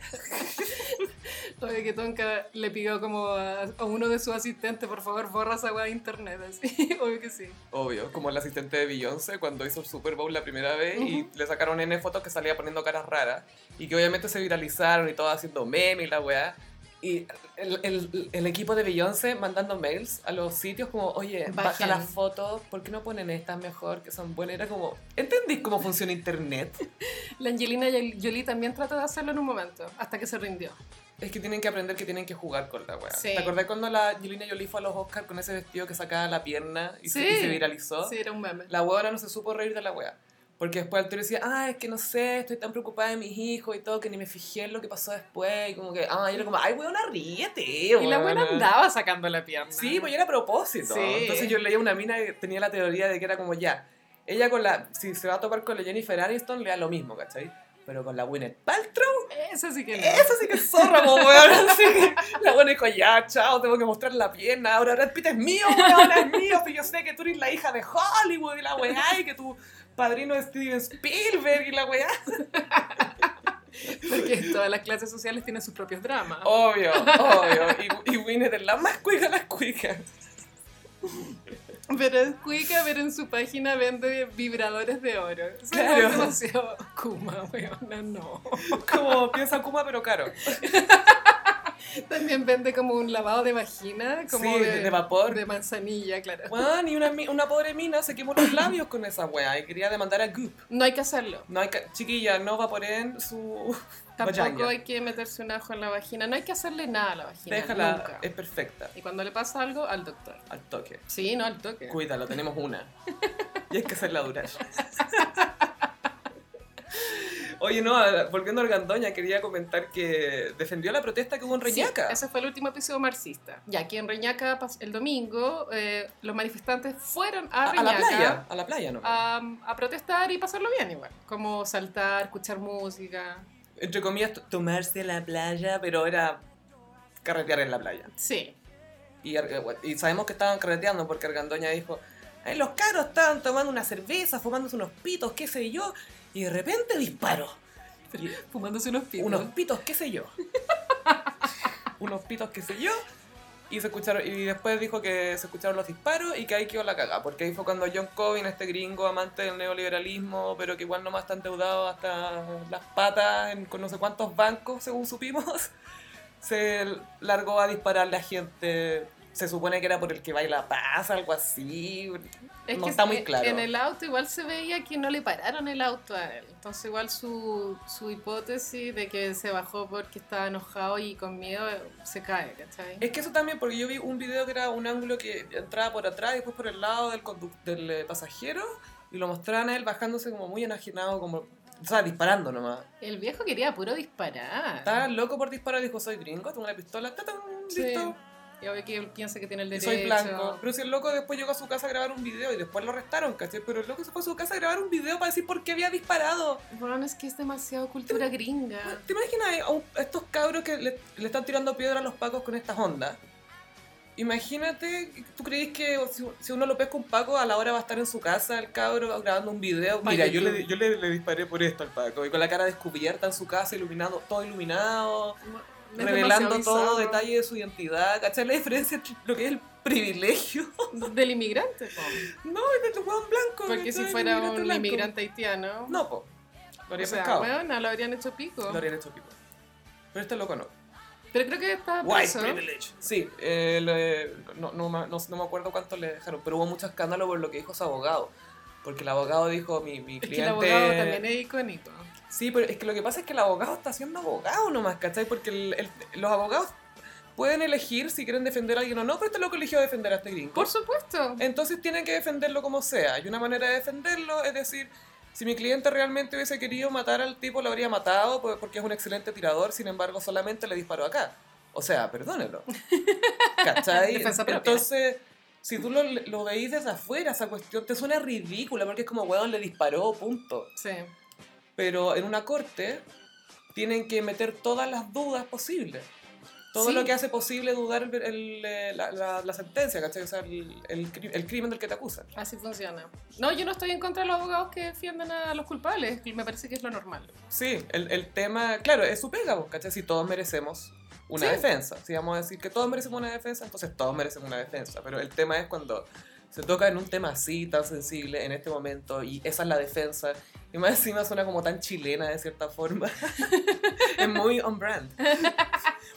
Speaker 2: Oye, que Tonka le pidió como a, a uno de sus asistentes, por favor, borra esa weá de internet, así. Obvio que sí.
Speaker 1: Obvio, como el asistente de Beyoncé cuando hizo el Super Bowl la primera vez y le sacaron N fotos que salía poniendo caras raras y que obviamente se viralizaron y todo haciendo meme y la weá. Y el, el- el equipo de Beyoncé mandando mails a los sitios como, oye, baja
Speaker 2: Bajen.
Speaker 1: las fotos, ¿por qué no ponen estas mejor que son buenas? Era como, ¿entendí cómo funciona internet?
Speaker 2: La Angelina Jol- Jolie también trató de hacerlo en un momento, hasta que se rindió.
Speaker 1: Es que tienen que aprender que tienen que jugar con la weá.
Speaker 2: Sí.
Speaker 1: ¿Te acordás cuando la Angelina Jolie fue a los Oscars con ese vestido que sacaba la pierna y, se, y
Speaker 2: Sí.
Speaker 1: se viralizó?
Speaker 2: Sí, era un meme.
Speaker 1: ¿Ah? La huevona no se supo reír de la wea. Porque después Arturo decía, ah, es que no sé, estoy tan preocupada de mis hijos y todo, que ni me fijé en lo que pasó después. Y como que, ah, yo era como, ay, weona, ríete.
Speaker 2: Y la buena andaba sacando la pierna.
Speaker 1: Sí, pues ya era a propósito.
Speaker 2: Sí.
Speaker 1: Entonces yo leía una mina que tenía la teoría de que era como ya. Ella con la. Si se va a topar con la Jennifer Aniston, le da lo mismo, ¿cachai? Pero con la Gwyneth Paltrow,
Speaker 2: Eso sí que no.
Speaker 1: eso sí que es zorra, po, weón. Así que la buena dijo, ya, chao, tengo que mostrar la pierna. Ahora Brad Pitt es mío, weón, es mío. Y yo sé que tú eres la hija de Hollywood y la weá, y que tu padrino es Steven Spielberg y la weá.
Speaker 2: Porque todas las clases sociales tienen sus propios dramas.
Speaker 1: Obvio, obvio. Y, y Winnet es la más cuica de las cuicas.
Speaker 2: Pero es cuica, pero en su página vende vibradores de oro. Eso es
Speaker 1: Claro.
Speaker 2: demasiado kuma, weona, no.
Speaker 1: Como piensa Kuma, pero caro.
Speaker 2: También vende como un lavado de vagina, como
Speaker 1: Sí, de vapor.
Speaker 2: De manzanilla, claro.
Speaker 1: Weón, y una, mi- una pobre mina se quemó los labios con esa weá y quería demandar a Goop.
Speaker 2: No hay que hacerlo.
Speaker 1: No hay ca- chiquilla, no vaporen su.
Speaker 2: Tampoco
Speaker 1: vagina.
Speaker 2: hay que meterse un ajo en la vagina. No hay que hacerle nada a la vagina.
Speaker 1: Déjala,
Speaker 2: Nunca.
Speaker 1: es perfecta.
Speaker 2: Y cuando le pasa algo, al doctor.
Speaker 1: Al toque.
Speaker 2: Sí, no, al toque.
Speaker 1: Cuídalo, tenemos una. Y hay que hacerla durar. Oye, no, volviendo al Gandoña, quería comentar que defendió la protesta que hubo en Reñaca.
Speaker 2: Sí, ese fue el último episodio marxista. Y aquí en Reñaca, pas- el domingo, eh, los manifestantes fueron a
Speaker 1: a, a
Speaker 2: Reñaca Ah.
Speaker 1: la playa, a la playa, ¿no?
Speaker 2: a, a protestar y pasarlo bien igual. Como saltar, escuchar música.
Speaker 1: Entre comillas, to- tomarse la playa, pero era carretear en la playa.
Speaker 2: Sí.
Speaker 1: Y, Ar- eh, y sabemos que estaban carreteando porque Argandoña dijo, "Ay, los caros estaban tomando una cerveza, fumándose unos pitos, qué sé yo, y de repente disparo. Y
Speaker 2: Fumándose unos pitos.
Speaker 1: unos pitos, qué sé yo. unos pitos, qué sé yo. Y, se escucharon, y después dijo que se escucharon los disparos y que ahí quedó la cagada. Porque ahí fue cuando John Cobin, este gringo amante del neoliberalismo, pero que igual nomás está endeudado hasta las patas en- con no sé cuántos bancos, según supimos, se largó a dispararle a gente. Se supone que era por el que baila paz, algo así. no está muy
Speaker 2: en-
Speaker 1: claro.
Speaker 2: En el auto igual se veía que no le pararon el auto a él. Entonces igual su, su hipótesis de que se bajó porque estaba enojado y con miedo eh, se cae, ¿cachai?
Speaker 1: Es que eso también, porque yo vi un video que era un ángulo que entraba por atrás y después por el lado del, condu- del eh, pasajero y lo mostraban a él bajándose como muy enajenado, como, o sea, disparando nomás.
Speaker 2: El viejo quería puro disparar.
Speaker 1: Estaba loco por disparar, dijo, soy gringo, tengo una pistola, tatán,
Speaker 2: Sí.
Speaker 1: listo,
Speaker 2: Y obvio que él piensa que tiene el
Speaker 1: y
Speaker 2: derecho.
Speaker 1: soy blanco. Pero si el loco después llegó a su casa a grabar un video y después lo arrestaron, ¿cachai? Pero el loco se fue a su casa a grabar un video para decir por qué había disparado.
Speaker 2: Bueno, es que es demasiado cultura gringa.
Speaker 1: ¿Te imaginas a un- a estos cabros que le, le están tirando piedra a los pacos con estas ondas? Imagínate, ¿tú crees que si, si uno lo pesca un paco, a la hora va a estar en su casa el cabro grabando un video?
Speaker 2: Pa'
Speaker 1: Mira, yo
Speaker 2: YouTube.
Speaker 1: le, yo le, le disparé por esto al paco, y con la cara descubierta en su casa, iluminado, todo iluminado,
Speaker 2: Es
Speaker 1: revelando
Speaker 2: demasiado
Speaker 1: todo
Speaker 2: bizarro.
Speaker 1: detalle de su identidad. ¿Cachai la diferencia entre lo que es el privilegio?
Speaker 2: Del inmigrante, po.
Speaker 1: No, es de hueón blanco.
Speaker 2: Porque si
Speaker 1: ¿cachai?
Speaker 2: fuera un
Speaker 1: blanco.
Speaker 2: inmigrante haitiano.
Speaker 1: No, po. Lo
Speaker 2: o
Speaker 1: haría
Speaker 2: sea,
Speaker 1: pescado.
Speaker 2: bueno, lo habrían hecho pico.
Speaker 1: Lo harían estos tipos. Pero este loco no.
Speaker 2: Pero creo que está
Speaker 1: White
Speaker 2: preso.
Speaker 1: privilege. Sí, eh, le- no, no, me- no, no me acuerdo cuánto le dejaron, pero hubo mucho escándalo por lo que dijo su abogado. Porque el abogado dijo, mi, mi
Speaker 2: Es
Speaker 1: cliente...
Speaker 2: que el abogado también es icónico.
Speaker 1: Sí, pero es que lo que pasa es que el abogado está siendo abogado nomás, ¿cachai? Porque el- el- los abogados pueden elegir si quieren defender a alguien o no, pero este loco eligió defender a este gringo.
Speaker 2: Por supuesto.
Speaker 1: Entonces tienen que defenderlo como sea. Y una manera de defenderlo es decir, si mi cliente realmente hubiese querido matar al tipo, lo habría matado po- porque es un excelente tirador, sin embargo, solamente le disparó acá. O sea, perdónenlo. ¿Cachai?
Speaker 2: Defensa propia.
Speaker 1: Entonces, si tú lo, lo veís desde afuera, esa cuestión te suena ridícula porque es como, weón, le disparó, punto
Speaker 2: Sí.
Speaker 1: pero en una corte tienen que meter todas las dudas posibles. Todo
Speaker 2: Sí.
Speaker 1: lo que hace posible dudar el- el, eh, la, la- la sentencia, ¿cachai? O sea, el, el cri- el crimen del que te acusan.
Speaker 2: Así funciona. No, yo no estoy en contra de los abogados que defienden a los culpables. Me parece que es lo normal.
Speaker 1: Sí, el, el tema, claro, es su pega, po, ¿cachai? Si todos merecemos una
Speaker 2: Sí.
Speaker 1: defensa. Si vamos a decir que todos merecemos una defensa, entonces todos merecen una defensa. Pero el tema es cuando se toca en un tema así, tan sensible, en este momento, y esa es la defensa. Y más encima suena como tan chilena de cierta forma. es muy on brand.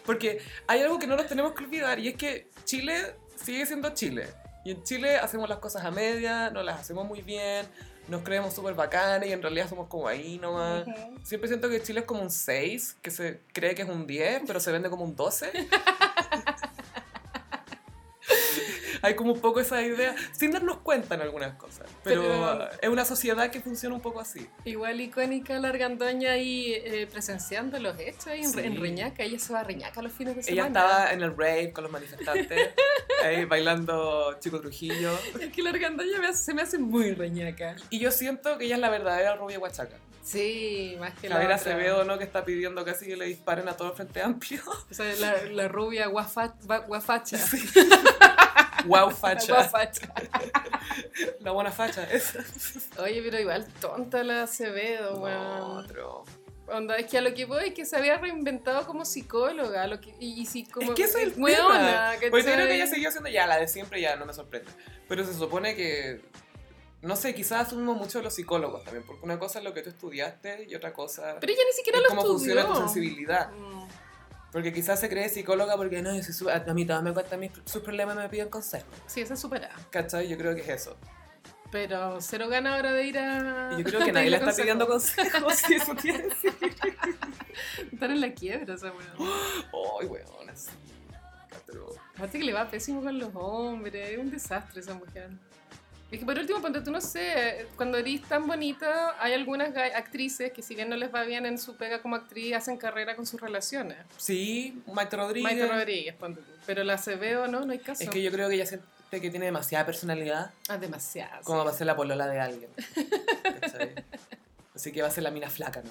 Speaker 1: Porque hay algo que no nos tenemos que olvidar y es que Chile sigue siendo Chile. Y en Chile hacemos las cosas a media, no las hacemos muy bien, nos creemos súper bacanes y en realidad somos como ahí nomás.
Speaker 2: Ujú.
Speaker 1: Siempre siento que Chile es como un 6, que se cree que es un 10, pero se vende como un 12. Hay como un poco esa idea, sin darnos cuenta en algunas cosas. Pero,
Speaker 2: Pero-
Speaker 1: es una sociedad que funciona un poco así.
Speaker 2: Igual icónica la argandoña ahí eh, presenciando los hechos ahí en,
Speaker 1: Sí.
Speaker 2: en Reñaca. Ella se va a Reñaca los fines de
Speaker 1: Ella
Speaker 2: semana.
Speaker 1: estaba en el rave con los manifestantes, ahí bailando Chico Trujillo.
Speaker 2: Es que la argandoña me hace- se me hace muy Reñaca.
Speaker 1: Y yo siento que ella es la verdadera rubia huachaca.
Speaker 2: Sí, más que la
Speaker 1: Javier
Speaker 2: otra.
Speaker 1: Acevedo, ¿no? Que está pidiendo casi que le disparen a todo el Frente Amplio.
Speaker 2: O sea, la, la rubia guafa- va- guafacha.
Speaker 1: wow,
Speaker 2: La
Speaker 1: facha.
Speaker 2: guafacha.
Speaker 1: la buena facha. Es
Speaker 2: Oye, pero igual tonta la Acevedo, weón.
Speaker 1: otro.
Speaker 2: Onda, es que a lo que voy es que se había reinventado como psicóloga. a Lo que, y, y sí, como.
Speaker 1: es que eso es el
Speaker 2: weona,
Speaker 1: tema. Porque Pues, yo creo que
Speaker 2: ¿cachai?
Speaker 1: ella siguió siendo ya la de siempre, ya no me sorprende. Pero se supone que, no sé, quizás asumimos mucho de los psicólogos también, porque una cosa es lo que tú estudiaste y otra cosa
Speaker 2: Pero ella ni siquiera
Speaker 1: es
Speaker 2: lo
Speaker 1: cómo
Speaker 2: estudió.
Speaker 1: funciona tu sensibilidad.
Speaker 2: Mm.
Speaker 1: Porque quizás se cree psicóloga porque no, yo soy su- a mí todos me cuentan mis- sus problemas y me piden consejo.
Speaker 2: Sí, esa es superada.
Speaker 1: ¿Cachai? Yo creo que es eso.
Speaker 2: Pero cero gana ahora de ir a.
Speaker 1: Y yo creo que
Speaker 2: de
Speaker 1: nadie
Speaker 2: ir
Speaker 1: le
Speaker 2: a
Speaker 1: está
Speaker 2: Ah, consejo.
Speaker 1: pidiendo consejos, si eso quiere decir.
Speaker 2: Están en la quiebra esa weón.
Speaker 1: Ay, weón, así. Catro.
Speaker 2: Aparte que le va pésimo con los hombres. Es un desastre esa mujer. Es que por último, ponte tú, no sé, cuando eres tan bonita, hay algunas ga- actrices que si bien no les va bien en su pega como actriz, hacen carrera con sus relaciones.
Speaker 1: Sí, Maite Rodríguez.
Speaker 2: Maite Rodríguez, ponte tú. Pero la CBO no, no hay caso.
Speaker 1: Es que yo creo que ella siente que tiene demasiada personalidad
Speaker 2: Ah, demasiado. sí.
Speaker 1: como para ser la polola de alguien. ¿Cachai? Así que va a ser la mina flaca, ¿no?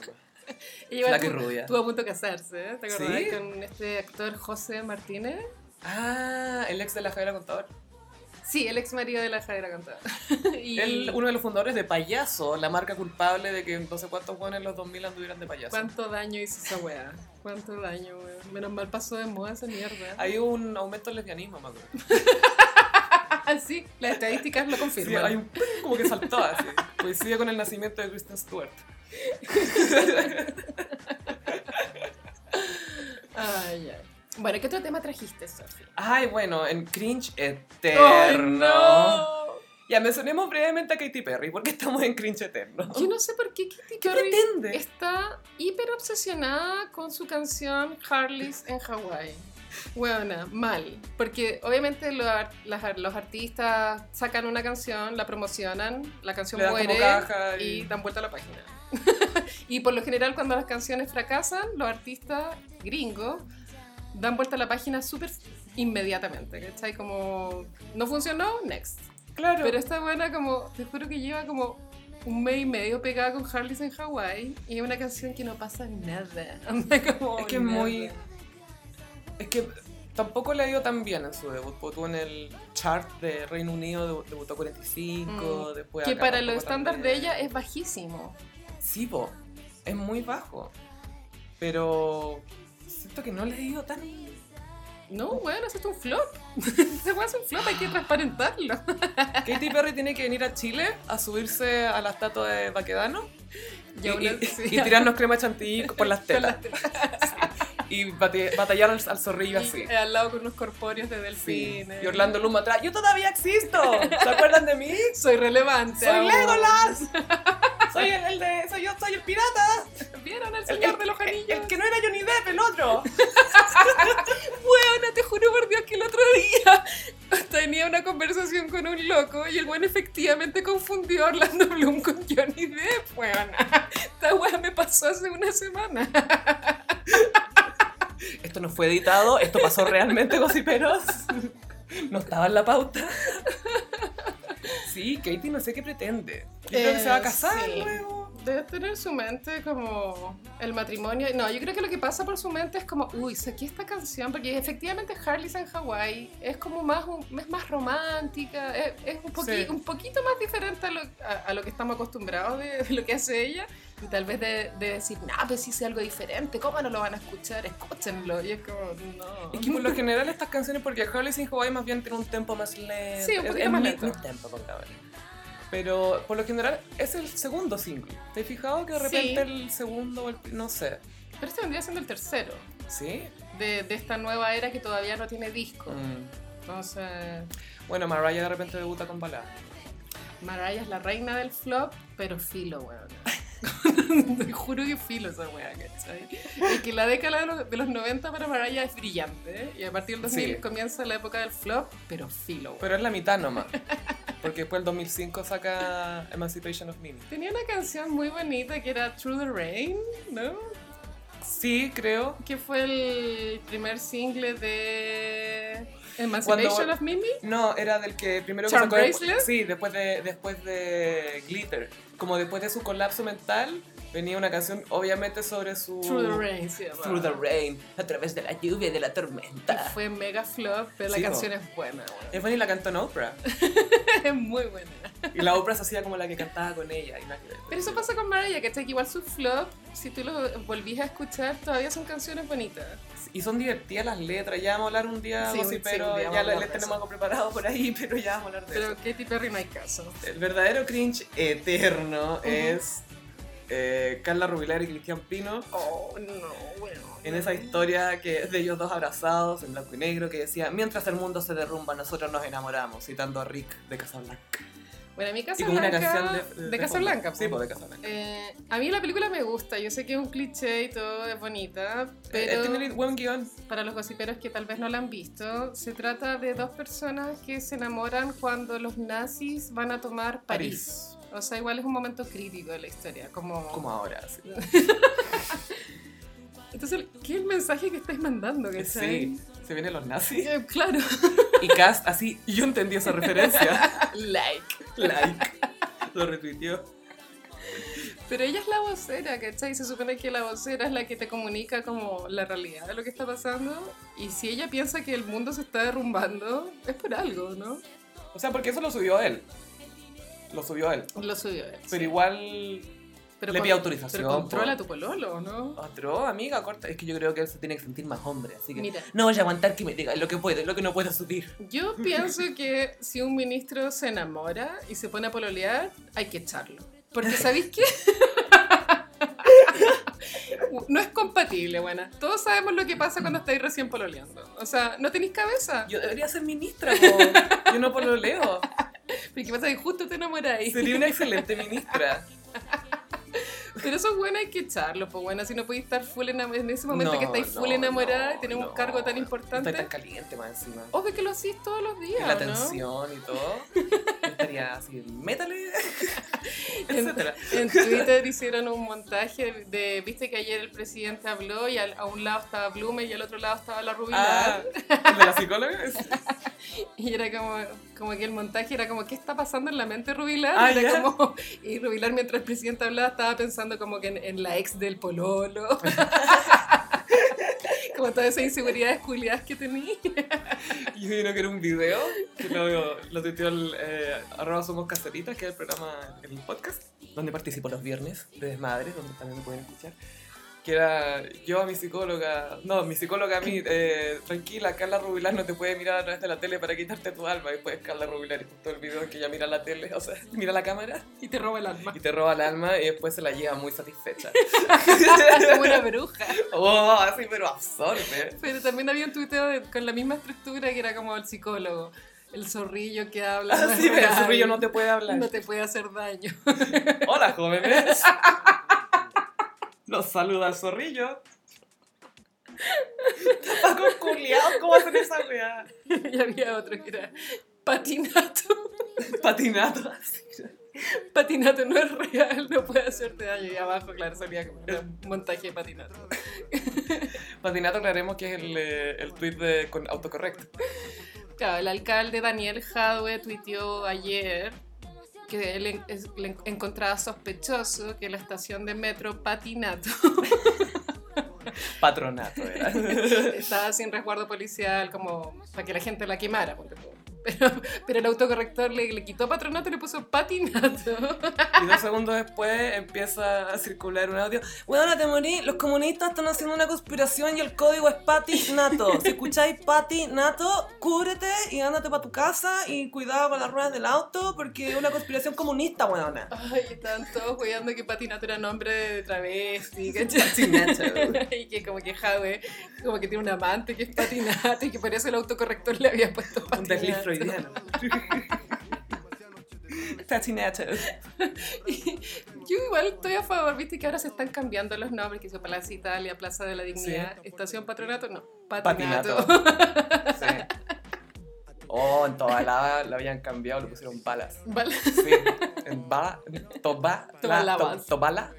Speaker 2: Ella
Speaker 1: Flaca y
Speaker 2: estuvo,
Speaker 1: rubia.
Speaker 2: estuvo a punto de casarse, ¿eh? ¿te acordás?
Speaker 1: Sí.
Speaker 2: Con este actor José Martínez.
Speaker 1: Ah, el ex de la Javiera Contador.
Speaker 2: Sí, el ex marido de la Jaira Cantaba. y
Speaker 1: Él, uno de los fundadores de Payaso, la marca culpable de que no sé cuántos buenos en los 2000 anduvieran de payaso.
Speaker 2: cuánto daño hizo esa weá. Cuánto daño, weón. Menos mal pasó de moda esa mierda.
Speaker 1: Hay un aumento del lesbianismo, me acuerdo.
Speaker 2: Ah, sí, las estadísticas lo
Speaker 1: Sí, hay
Speaker 2: confirman.
Speaker 1: un ¡pum! como que saltó así. Coincide con el nacimiento de Kristen Stewart.
Speaker 2: Ay, ay. Bueno, ¿qué otro tema trajiste, Sofía?
Speaker 1: Ay, bueno, en cringe
Speaker 2: ¡Ay,
Speaker 1: eterno.
Speaker 2: no!
Speaker 1: Ya mencionemos brevemente a Katy Perry porque estamos en cringe eterno.
Speaker 2: Yo no sé por qué Katy
Speaker 1: ¿Qué
Speaker 2: Perry
Speaker 1: pretende?
Speaker 2: está hiper obsesionada con su canción Harleys en Hawái. Buena, mal. Porque obviamente lo ar- las ar- los artistas sacan una canción, la promocionan, la canción
Speaker 1: Le dan como
Speaker 2: muere
Speaker 1: caja
Speaker 2: y...
Speaker 1: y-
Speaker 2: dan vuelta a la página. y por lo general cuando las canciones fracasan, los artistas gringos dan vuelta a la página súper inmediatamente. ¿Cachai? Como no funcionó, next.
Speaker 1: Claro.
Speaker 2: Pero esta buena como, te juro que lleva como un mes y medio pegada con Harley's en Hawái y es una canción que no pasa nada. Anda como
Speaker 1: Es que es
Speaker 2: nada.
Speaker 1: muy- Es que tampoco le ha ido tan bien en su debut. porque Tuvo en el chart de Reino Unido, debu- debutó 45,
Speaker 2: Mm.
Speaker 1: después...
Speaker 2: Que
Speaker 1: acá
Speaker 2: para
Speaker 1: tampoco
Speaker 2: los estándares de
Speaker 1: también.
Speaker 2: ella es bajísimo.
Speaker 1: Sí, po, es muy bajo. Pero siento que no le ha ido tan...
Speaker 2: No, bueno, es un flop. Se fue un flop, hay que transparentarlo.
Speaker 1: Katy Perry tiene que venir a Chile a subirse a la estatua de Baquedano y,
Speaker 2: aún
Speaker 1: y-
Speaker 2: así-
Speaker 1: y tirarnos crema chantilly por las
Speaker 2: con
Speaker 1: telas.
Speaker 2: las tetas.
Speaker 1: y bate- batallar al, al zorrillo así.
Speaker 2: Y, eh, al lado con unos corpóreos de
Speaker 1: Sí.
Speaker 2: delfines.
Speaker 1: Y Orlando Bloom atrás, yo todavía existo, ¿se acuerdan de mí?
Speaker 2: Soy relevante.
Speaker 1: ¡Soy
Speaker 2: aún.
Speaker 1: Legolas! ¡Soy el, el de, soy yo, soy el pirata!
Speaker 2: ¿Vieron al señor de los
Speaker 1: el-
Speaker 2: anillos?
Speaker 1: el que no era Johnny Depp, el otro.
Speaker 2: Weona, te juro por Dios que el otro día tenía una conversación con un loco y el weón efectivamente confundió a Orlando Bloom con Johnny Depp, weona. Esta wea me pasó hace una semana.
Speaker 1: Esto no fue editado, esto pasó realmente, gossiperos. No estaba en la pauta. Sí, Katie no sé qué pretende. Yo creo que se va a
Speaker 2: Eh,
Speaker 1: casar
Speaker 2: sí.
Speaker 1: luego.
Speaker 2: Debe tener en su mente como el matrimonio. No, yo creo que lo que pasa por su mente es como, uy, saqué esta canción porque efectivamente Harley's en Hawái es como más, un- es más romántica, es, es un, poqui-
Speaker 1: Sí.
Speaker 2: un poquito más diferente a lo, a, a lo que estamos acostumbrados de, de lo que hace ella. Y tal vez de, de decir, no, pues hice algo diferente, ¿cómo no lo van a escuchar? Escúchenlo. Y es como, no.
Speaker 1: Es que por lo general estas canciones, porque Harley sin Hawaii más bien tiene un tempo más lento.
Speaker 2: Sí, un
Speaker 1: Es-
Speaker 2: poquito
Speaker 1: es
Speaker 2: más
Speaker 1: mid-
Speaker 2: lento.
Speaker 1: mid tempo, pongámosle. Pero por lo general es el segundo single. ¿Te has fijado que de
Speaker 2: Sí.
Speaker 1: repente el segundo, o el, pri- no sé?
Speaker 2: Pero este vendría siendo el tercero
Speaker 1: ¿Sí?
Speaker 2: de, de esta nueva era que todavía no tiene disco.
Speaker 1: Mm.
Speaker 2: Entonces...
Speaker 1: Bueno, Mariah de repente debuta con balada.
Speaker 2: Mariah es la reina del flop, pero filo, weón. Te juro que filo esa weá, ¿cachai? Es que la década de los, de los 90 para Mariah es brillante, ¿eh? Y a partir del
Speaker 1: Sí.
Speaker 2: 2000 comienza la época del flop, pero filo, weón.
Speaker 1: Pero es la mitad nomás. Porque después el 2005 saca Emancipation of Mimi.
Speaker 2: Tenía una canción muy bonita que era Through the Rain, ¿no?
Speaker 1: Sí, creo.
Speaker 2: Que fue el primer single de Emancipation
Speaker 1: Cuando-
Speaker 2: of Mimi.
Speaker 1: No, era del que primero que
Speaker 2: ¿Charm
Speaker 1: sacó despu-
Speaker 2: Bracelet?
Speaker 1: sí, después de, después de Glitter. Como después de su colapso mental, venía una canción obviamente sobre su...
Speaker 2: Through the Rain, sí,
Speaker 1: Uh, Through the rain, a través de la lluvia y de la tormenta.
Speaker 2: Fue mega flop, pero
Speaker 1: Sí,
Speaker 2: la
Speaker 1: po.
Speaker 2: canción es buena, weón.
Speaker 1: Es buena y la cantó en Oprah.
Speaker 2: Es muy buena.
Speaker 1: Y la Oprah se hacía como la que cantaba con ella. y nada que ver.
Speaker 2: Pero eso pasa con Mariah, ¿cachai? Que igual sus flop, si tú los volvís a escuchar, todavía son canciones bonitas.
Speaker 1: Y son divertidas las letras. Ya vamos a hablar un día,
Speaker 2: Sí, un- sí,
Speaker 1: pero
Speaker 2: un día vamos a
Speaker 1: ya le,
Speaker 2: hablar
Speaker 1: le
Speaker 2: de
Speaker 1: tenemos
Speaker 2: eso.
Speaker 1: algo preparado por ahí, pero ya vamos a hablar de eso.
Speaker 2: Pero Katy Perry no hay caso.
Speaker 1: El verdadero cringe eterno es eh, Carla Rubilar y Cristian Pino
Speaker 2: Oh, no, bueno.
Speaker 1: en esa historia que de ellos dos abrazados en blanco y negro que decía mientras el mundo se derrumba nosotros nos enamoramos citando a Rick de Casablanca
Speaker 2: Bueno, a mí
Speaker 1: y con una
Speaker 2: Casablanca...
Speaker 1: canción de,
Speaker 2: de,
Speaker 1: de
Speaker 2: Casablanca.
Speaker 1: fondo. sí
Speaker 2: po.
Speaker 1: pues de Casablanca
Speaker 2: Eh, a mí la película me gusta, yo sé que es un cliché y todo, es bonita,
Speaker 1: Eh,
Speaker 2: pero
Speaker 1: tiene buen guión
Speaker 2: para los gossiperos que tal vez no la han visto, se trata de dos personas que se enamoran cuando los nazis van a tomar París. O sea, igual es un momento crítico de la historia,
Speaker 1: como ahora sí.
Speaker 2: Entonces, ¿qué es el mensaje que estáis mandando? ¿cachai?
Speaker 1: Sí, se vienen los nazis
Speaker 2: Eh, claro.
Speaker 1: y Cast así yo entendí esa referencia
Speaker 2: Like.
Speaker 1: like lo retuiteó
Speaker 2: Pero ella es la vocera, ¿cachai? Se supone que la vocera es la que te comunica como la realidad de lo que está pasando. Y si ella piensa que el mundo se está derrumbando, es por algo, ¿no?
Speaker 1: o sea porque eso lo subió él lo subió él
Speaker 2: Lo subió él.
Speaker 1: pero igual
Speaker 2: Pero
Speaker 1: le
Speaker 2: con-
Speaker 1: pide autorización,
Speaker 2: Pero controla
Speaker 1: po.
Speaker 2: tu pololo, ¿no?
Speaker 1: Otro, amiga, corta. Es que yo creo que él se tiene que sentir más hombre, así que
Speaker 2: Mira.
Speaker 1: no voy a aguantar que me diga lo que puede, lo que no puedo subir.
Speaker 2: Yo pienso que si un ministro se enamora y se pone a pololear, hay que echarlo. Porque ¿sabéis qué? No es compatible, buena. Todos sabemos lo que pasa cuando estáis recién pololeando. O sea, no tenéis cabeza.
Speaker 1: Yo debería ser ministra, po. yo no por lo leo.
Speaker 2: Pero ¿qué pasa? Que justo te enamoráis.
Speaker 1: Sería una excelente ministra.
Speaker 2: Pero eso es bueno, hay que echarlo, pues bueno. Si no podéis estar full enamorada, en ese momento
Speaker 1: No,
Speaker 2: que estáis full
Speaker 1: no,
Speaker 2: enamorada
Speaker 1: no,
Speaker 2: y tenéis
Speaker 1: no.
Speaker 2: un cargo tan
Speaker 1: Estoy tan
Speaker 2: importante,
Speaker 1: caliente más encima.
Speaker 2: obvio que lo hacís todos los días,
Speaker 1: la
Speaker 2: ¿o ¿no?
Speaker 1: tensión y todo. Yo Estaría así, métale, etcétera.
Speaker 2: En Twitter hicieron un montaje de, viste que ayer el presidente habló y al- a, un lado estaba Blume y al otro lado estaba la
Speaker 1: Ah,
Speaker 2: Rubilar.
Speaker 1: ¿el de la psicóloga?
Speaker 2: Y era como, como que el montaje era como, ¿qué está pasando en la mente de Rubilar?
Speaker 1: Ah,
Speaker 2: Y era
Speaker 1: ya.
Speaker 2: como- y Rubilar mientras el presidente hablaba estaba pensando como que en, en la ex del Pololo. como todas esas inseguridades culiadas que tenía.
Speaker 1: Yo vino que era un video que lo, lo tuiteó el eh, arroba somos caseritas, que es el programa, el podcast, donde participo los viernes de Desmadre, donde también me pueden escuchar. que era yo a mi psicóloga, no, mi psicóloga a mí, eh, tranquila, Carla Rubilar no te puede mirar a través de la tele para quitarte tu alma. Y después Carla Rubilar y todo el video en que ella mira la tele, o sea, mira la cámara
Speaker 2: Y te roba el alma.
Speaker 1: y te roba el alma y después se la lleva muy satisfecha.
Speaker 2: Como una bruja.
Speaker 1: ¡Oh! Así, pero absorbe.
Speaker 2: Pero también había un tuiteo de- con la misma estructura que era como el psicólogo. El zorrillo que habla. no es
Speaker 1: Así, pero Ah, pues, el
Speaker 2: real,
Speaker 1: zorrillo no te puede hablar.
Speaker 2: no te puede hacer daño.
Speaker 1: Hola, jóvenes. Los saluda el zorrillo. Paco culiao, ¿cómo hacen esa weá?
Speaker 2: y había otro que era patinato.
Speaker 1: Patinato.
Speaker 2: Patinato no es real, no puede hacerte daño. Y abajo, claro, salía como un montaje de patinato.
Speaker 1: Patinato aclaremos que es el, eh, el tweet de, con autocorrecto.
Speaker 2: Claro, el alcalde Daniel Jadwe tuiteó ayer que él en- es- le en- encontraba sospechoso que la estación de metro Patinato
Speaker 1: Patronato, era.
Speaker 2: estaba sin resguardo policial, como para que la gente la quemara. ponte tú. Pero, pero el autocorrector le, le quitó patronato y le puso patinato.
Speaker 1: Y dos segundos después empieza a circular un audio. Bueno, te morí, los comunistas están haciendo una conspiración y el código es patinato. Si escucháis patinato, cúbrete y ándate para tu casa y cuidado con las ruedas del auto porque es una conspiración comunista, weona.
Speaker 2: Ay, estaban todos cuidando que patinato era nombre de travesti, ¿cachai?
Speaker 1: Patinato.
Speaker 2: Y que como que Jadwe, como que tiene un amante que es patinato y que por eso el autocorrector le había puesto patinato.
Speaker 1: Un desliz freudiano. Patinato.
Speaker 2: Yo igual estoy a favor, viste que ahora se están cambiando los nombres, que son Plaza Italia, Plaza de la Dignidad, Estación Patronato, no, Patinato.
Speaker 1: Patinato. Sí. Oh, en Tobalaba lo habían cambiado, le pusieron balas.
Speaker 2: Vale.
Speaker 1: Sí, en bala, en toba, la,
Speaker 2: Tobalabas.
Speaker 1: to- tobala,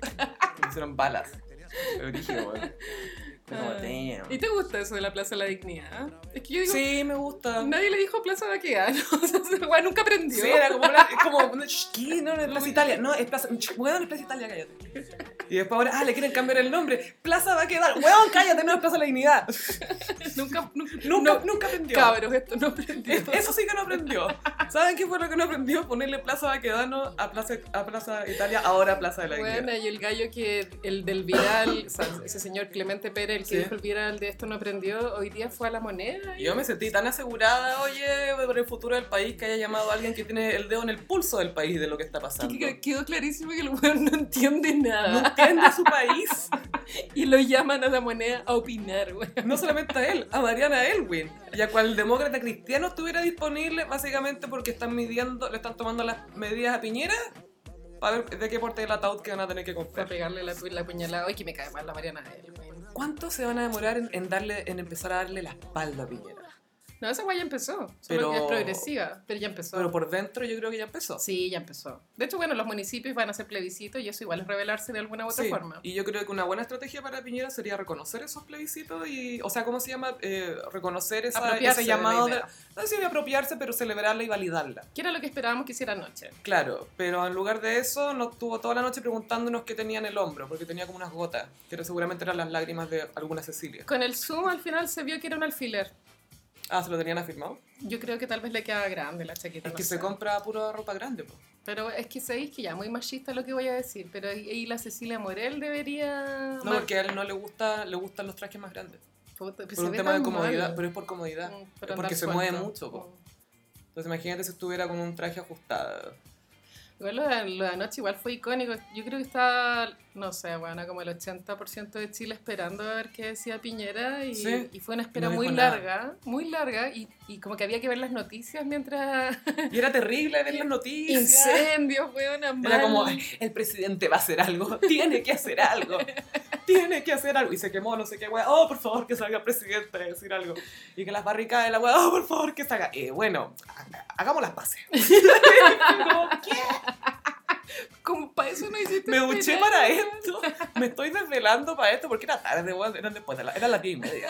Speaker 1: me hicieron balas. Qué brígido, güey. Fue como,
Speaker 2: Ah.
Speaker 1: damn.
Speaker 2: ¿Y te gusta eso de la Plaza de la Dignidad? Es que yo digo,
Speaker 1: Sí, me gusta.
Speaker 2: nadie le dijo Plaza Baquea, ¿no? O sea, ese weón nunca aprendió.
Speaker 1: Sí, era como, pla- es como no, sh- ¿qué? No, no, es Plaza Italia. No, es Plaza, ch- weón, es Plaza Italia, cállate. Y después ahora, ah, le quieren cambiar el nombre. Plaza va a quedar, weón, cállate, no es Plaza la Dignidad.
Speaker 2: Nunca, nunca,
Speaker 1: Nunca,
Speaker 2: no,
Speaker 1: nunca aprendió.
Speaker 2: cabros, esto no aprendió.
Speaker 1: Es- Eso sí que no aprendió. ¿Saben qué fue lo que no aprendió? Ponerle Plaza Baquedano a Plaza, a Plaza Italia, ahora Plaza de la Dignidad.
Speaker 2: Bueno, y el gallo que, el del viral, o sea, ese señor Clemente Pérez, el que
Speaker 1: Sí.
Speaker 2: dijo el viral de esto no aprendió, hoy día fue a la moneda.
Speaker 1: Y Yo me sentí tan asegurada, oye, por el futuro del país que haya llamado a alguien que tiene el dedo en el pulso del país de lo que está pasando.
Speaker 2: Que- que- Quedó clarísimo que el weón no entiende nada.
Speaker 1: Ah, No entiende a su país.
Speaker 2: Y lo llaman a la moneda a opinar, güey.
Speaker 1: No solamente a él, a Mariana Elwin. Y a cual demócrata cristiano estuviera disponible, básicamente porque están midiendo, le están tomando las medidas a Piñera para ver de qué porte del ataúd que van a tener que
Speaker 2: Para
Speaker 1: comprar.
Speaker 2: pegarle la, pu- la puñalada. Ay, que me cae mal la Mariana eh, él, güey.
Speaker 1: ¿Cuánto se van a demorar en, en darle, en empezar a darle la espalda a Piñera?
Speaker 2: No, esa güey ya empezó. Solo
Speaker 1: Pero-
Speaker 2: que es progresiva, pero ya empezó.
Speaker 1: Pero por dentro yo creo que ya empezó.
Speaker 2: Sí, ya empezó. De hecho, bueno, los municipios van a hacer plebiscitos y eso igual es revelarse de alguna u otra
Speaker 1: Sí,
Speaker 2: forma.
Speaker 1: Y yo creo que una buena estrategia para Piñera sería reconocer esos plebiscitos y, o sea, ¿cómo se llama? Eh, reconocer esa, ese
Speaker 2: Apropiarse de la
Speaker 1: llamado. De
Speaker 2: idea.
Speaker 1: no sé si de apropiarse, pero celebrarla y validarla.
Speaker 2: Que era lo que esperábamos que hiciera anoche.
Speaker 1: Claro, pero en lugar de eso nos tuvo toda la noche preguntándonos qué tenía en el hombro, porque tenía como unas gotas, que era- seguramente eran las lágrimas de alguna Cecilia.
Speaker 2: Con el zoom al final se vio que era un alfiler.
Speaker 1: Ah, ¿se lo tenían afirmado?
Speaker 2: Yo creo que tal vez le quedaba grande la chaqueta.
Speaker 1: Es
Speaker 2: no
Speaker 1: que se
Speaker 2: sé.
Speaker 1: compra pura ropa grande, po.
Speaker 2: Pero es que sabéis que ya, muy machista lo que voy a decir. Pero ahí ahí la Cecilia Morel debería.
Speaker 1: No, porque a él no le gusta, le gustan los trajes más grandes.
Speaker 2: Puta, pues
Speaker 1: Por
Speaker 2: se
Speaker 1: un
Speaker 2: ve
Speaker 1: tema de
Speaker 2: tan
Speaker 1: comodidad,
Speaker 2: mal.
Speaker 1: pero es por comodidad.
Speaker 2: Mm,
Speaker 1: es
Speaker 2: pero
Speaker 1: porque
Speaker 2: andar
Speaker 1: se mueve
Speaker 2: suelto.
Speaker 1: mucho, po.
Speaker 2: Mm.
Speaker 1: Entonces imagínate si estuviera con un traje ajustado.
Speaker 2: Igual lo de, lo de anoche igual fue icónico. Yo creo que estaba, no sé, bueno, como el 80% de Chile esperando a ver qué decía Piñera y,
Speaker 1: Sí.
Speaker 2: y fue una espera
Speaker 1: No
Speaker 2: muy
Speaker 1: dijo nada.
Speaker 2: larga, muy larga y, y como que había que ver las noticias mientras...
Speaker 1: Y era terrible ver las noticias.
Speaker 2: Incendios, weón,
Speaker 1: Era como, el presidente va a hacer algo, tiene que hacer algo, tiene que hacer algo. Y se quemó, no sé qué, weá, oh, por favor, que salga el presidente a decir algo. Y que las barricadas de la weá, oh, por favor, que salga. Eh, bueno, ha- hagamos las paces. Como, ¿qué?
Speaker 2: Como para eso no hiciste
Speaker 1: Me
Speaker 2: esperar.
Speaker 1: duché para esto, me estoy desvelando para esto, porque era tarde, weón, eran después, de la, eran las diez y media.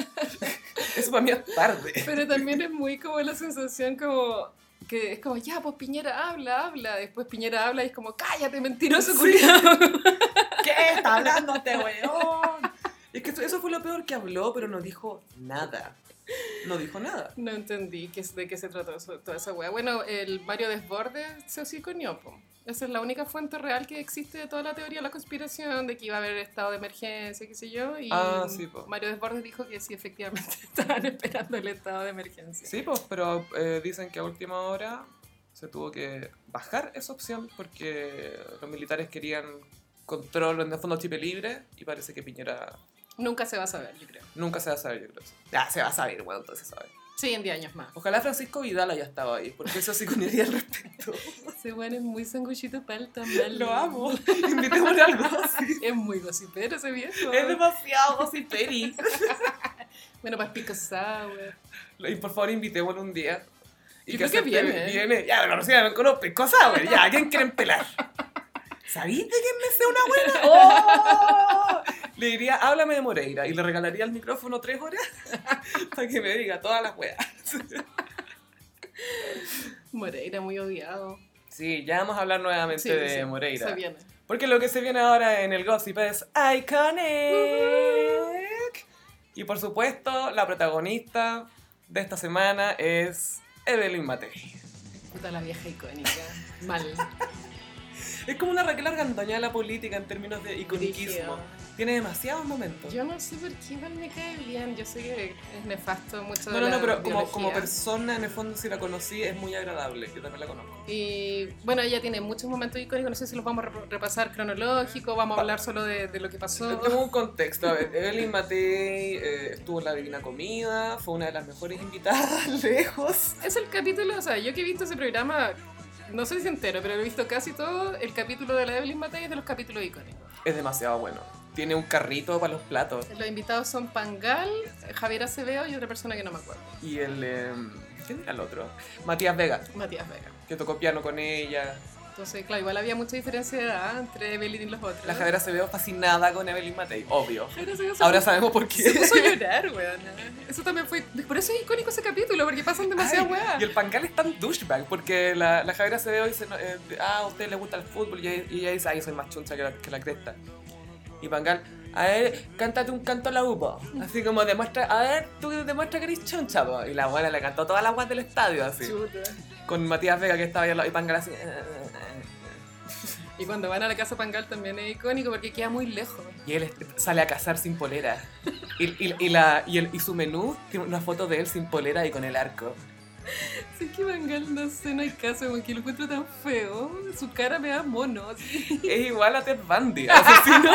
Speaker 1: Eso para mí es tarde.
Speaker 2: Pero también es muy como la sensación como... Que es como, ya, pues Piñera habla, habla. Después Piñera habla y es como, cállate, mentiroso,
Speaker 1: Sí.
Speaker 2: culiao".
Speaker 1: ¿Qué está hablando este weón? Es que esto- eso fue lo peor que habló, pero no dijo nada. No dijo nada.
Speaker 2: No entendí qué, es- de qué se trató eso- toda esa wea. Bueno, el Mario Desbordes se hociconeó, po. Esa es la única fuente real que existe de toda la teoría de la conspiración, de que iba a haber estado de emergencia, qué sé yo. Y
Speaker 1: Ah, sí, po.
Speaker 2: Mario Desbordes dijo que sí, efectivamente, estaban esperando el estado de emergencia.
Speaker 1: Sí, pues, pero eh, dicen que a última hora se tuvo que bajar esa opción porque los militares querían control en el fondo Chile libre y parece que Piñera
Speaker 2: Nunca se va a saber, yo creo.
Speaker 1: nunca se va a saber, yo creo. Ah, se va a saber, bueno, entonces se sabe.
Speaker 2: Sí, en 10 años más.
Speaker 1: Ojalá Francisco Vidal haya estado ahí, porque eso sí con idea al respecto.
Speaker 2: Ese weón es muy sanguchito para el
Speaker 1: Lo amo, invitémosle algo así.
Speaker 2: Es muy gocipero ese viejo.
Speaker 1: Es demasiado gossiperi.
Speaker 2: Bueno, para pico sour.
Speaker 1: Y por favor, invitémoslo un día.
Speaker 2: Yo creo que
Speaker 1: acepte-
Speaker 2: viene, ¿eh?
Speaker 1: Viene, ya, la Rocío me conoce, cosa, güey, ya, ¿a quién quieren pelar? ¿Sabís de quién me sé una buena? ¡Oh! Le diría, háblame de Moreira, y le regalaría el micrófono tres horas para que me diga todas las weas.
Speaker 2: Moreira, muy odiado.
Speaker 1: Sí, ya vamos a hablar nuevamente de
Speaker 2: sí,
Speaker 1: Moreira.
Speaker 2: Se viene.
Speaker 1: Porque lo que se viene ahora en el gossip es Iconic. Y por supuesto, la protagonista de esta semana es Evelyn Matei.
Speaker 2: Puta la vieja icónica. Mal.
Speaker 1: Es como una Raquel Argandoña de la política en términos de iconiquismo. Tiene demasiados momentos.
Speaker 2: Yo no sé por qué igual me cae bien. Yo sé que es nefasto mucho
Speaker 1: No,
Speaker 2: de
Speaker 1: no,
Speaker 2: la
Speaker 1: no, pero como,
Speaker 2: biología.
Speaker 1: como persona, en el fondo, si la conocí, es muy agradable. Yo también la conozco.
Speaker 2: Y bueno, ella tiene muchos momentos icónicos. No sé si los vamos a re- repasar cronológico. Vamos a hablar solo de, de lo que pasó.
Speaker 1: Tengo un contexto. A ver, Evelyn Matei eh, estuvo en La Divina Comida, fue una de las mejores invitadas, lejos.
Speaker 2: Es el capítulo, o sea, yo que he visto ese programa, no sé si entero, pero lo he visto casi todo. El capítulo de la Evelyn Matei es de los capítulos icónicos.
Speaker 1: Es demasiado bueno. Tiene un carrito para los platos.
Speaker 2: Los invitados son Pangal, Javier Acevedo y otra persona que no me acuerdo.
Speaker 1: Y el... eh, ¿Quién era el otro? Matías Vega,
Speaker 2: Matías Vega.
Speaker 1: que tocó piano con ella.
Speaker 2: Entonces, claro, igual había mucha diferencia de edad entre Evelyn y los otros.
Speaker 1: La Javiera se veo fascinada con Evelyn Matei, obvio.
Speaker 2: Javier Acevedo se
Speaker 1: Ahora
Speaker 2: puso-
Speaker 1: sabemos por
Speaker 2: se
Speaker 1: qué.
Speaker 2: puso a llorar, weón. Eso también fue. Por eso es icónico ese capítulo, porque pasan demasiadas
Speaker 1: Ay,
Speaker 2: weas.
Speaker 1: Y el pancal es tan douchebag porque la, la Javiera se ve dice, no, eh, ah, a usted le gusta el fútbol y ella, y ella dice, ay, soy más chuncha que la, que la cresta. Y pancal, a ver, cántate un canto a la UPA. Así como demuestra, a ver, tú demuestra que eres chuncha. po. Y la buena le cantó todas las guas del estadio así.
Speaker 2: Chuta.
Speaker 1: Con Matías Vega que estaba ahí al lado y pancal así. "Eh, eh, eh".
Speaker 2: Y cuando van a la casa Pangal también es icónico porque queda muy lejos.
Speaker 1: Y él este, sale a cazar sin polera. Y, y- y la, y, el- y su menú tiene una foto de él sin polera y con el arco.
Speaker 2: Sí, que Bangal no sé, no hay caso, porque lo encuentro tan feo. Su cara me da mono. así.
Speaker 1: Es igual a Ted Bundy, asesino.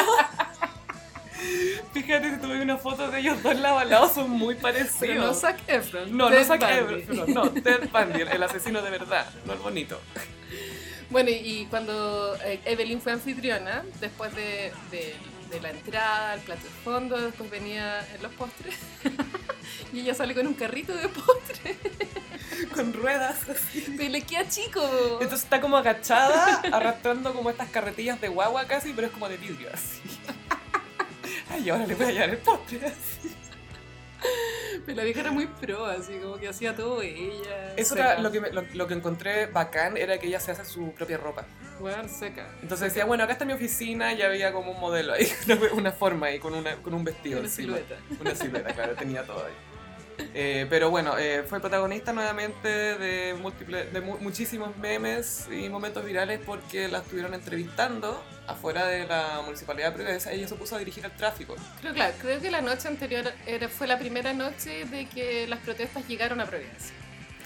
Speaker 1: Fíjate si tuve una foto de ellos dos lado a lado, son muy parecidos.
Speaker 2: Pero no Zac Efron.
Speaker 1: no, no
Speaker 2: Ted
Speaker 1: Zac
Speaker 2: Bundy.
Speaker 1: Efron, no, Ted Bundy, el, el asesino de verdad, no el bonito.
Speaker 2: Bueno, y- y cuando eh, Evelyn fue anfitriona, después de, de- de la entrada, el plato de fondo, después venía eh, los postres. y ella sale con un carrito de postres.
Speaker 1: Con ruedas.
Speaker 2: Pero le queda chico.
Speaker 1: Entonces está como agachada, arrastrando como estas carretillas de guagua casi, pero es como de vidrio así. Ay, ahora le voy a llevar el postre.
Speaker 2: Pero la vieja era muy pro, así como que hacía todo ella.
Speaker 1: Eso
Speaker 2: Seca.
Speaker 1: era lo que, me- lo- lo que encontré bacán, era que ella se hace su propia ropa.
Speaker 2: Bueno, seca.
Speaker 1: Entonces decía, bueno, acá está mi oficina y había como un modelo ahí, una, una forma ahí con, una, con un vestido
Speaker 2: Una
Speaker 1: encima.
Speaker 2: silueta.
Speaker 1: Una silueta, claro, tenía todo ahí. Eh, pero bueno, eh, fue protagonista nuevamente de, múltiple- de mu- muchísimos memes y momentos virales porque la estuvieron entrevistando afuera de la municipalidad de Providencia y ella se puso a dirigir el tráfico.
Speaker 2: Creo, claro, creo que la noche anterior era, fue la primera noche de que las protestas llegaron a Providencia.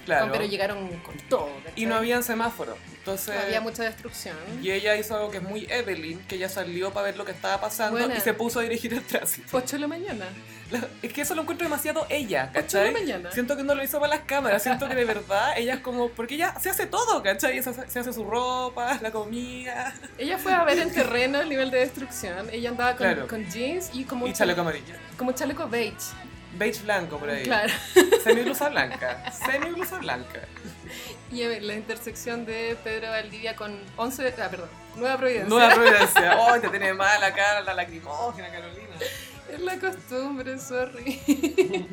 Speaker 1: Claro.
Speaker 2: Pero llegaron con todo.
Speaker 1: Y
Speaker 2: ¿cachai?
Speaker 1: no habían semáforos. Entonces,
Speaker 2: Había mucha destrucción.
Speaker 1: y ella hizo algo que es muy Evelyn, que ella salió para ver lo que estaba pasando
Speaker 2: Buena.
Speaker 1: y se puso a dirigir el tráfico.
Speaker 2: 8 de la mañana.
Speaker 1: La- es que eso lo encuentro demasiado ella,
Speaker 2: 8 de
Speaker 1: ¿cachai?
Speaker 2: la mañana.
Speaker 1: Siento que no lo hizo para las cámaras, siento que de verdad ella es como, porque ella se hace todo, ¿cachai? Se hace, se hace su ropa, la comida
Speaker 2: Ella fue a ver en terreno el nivel de destrucción. Ella andaba con,
Speaker 1: Claro.
Speaker 2: con jeans y como
Speaker 1: y chaleco amarillo.
Speaker 2: como un chaleco beige.
Speaker 1: Beige blanco por ahí.
Speaker 2: Claro.
Speaker 1: Semi blusa blanca. Semi blusa blanca.
Speaker 2: Y en la intersección de Pedro Valdivia con 11. Ah, perdón. Nueva Providencia.
Speaker 1: Nueva Providencia. Oh, te tiene mala cara, la lacrimógena, Carolina.
Speaker 2: Es la costumbre, sorry.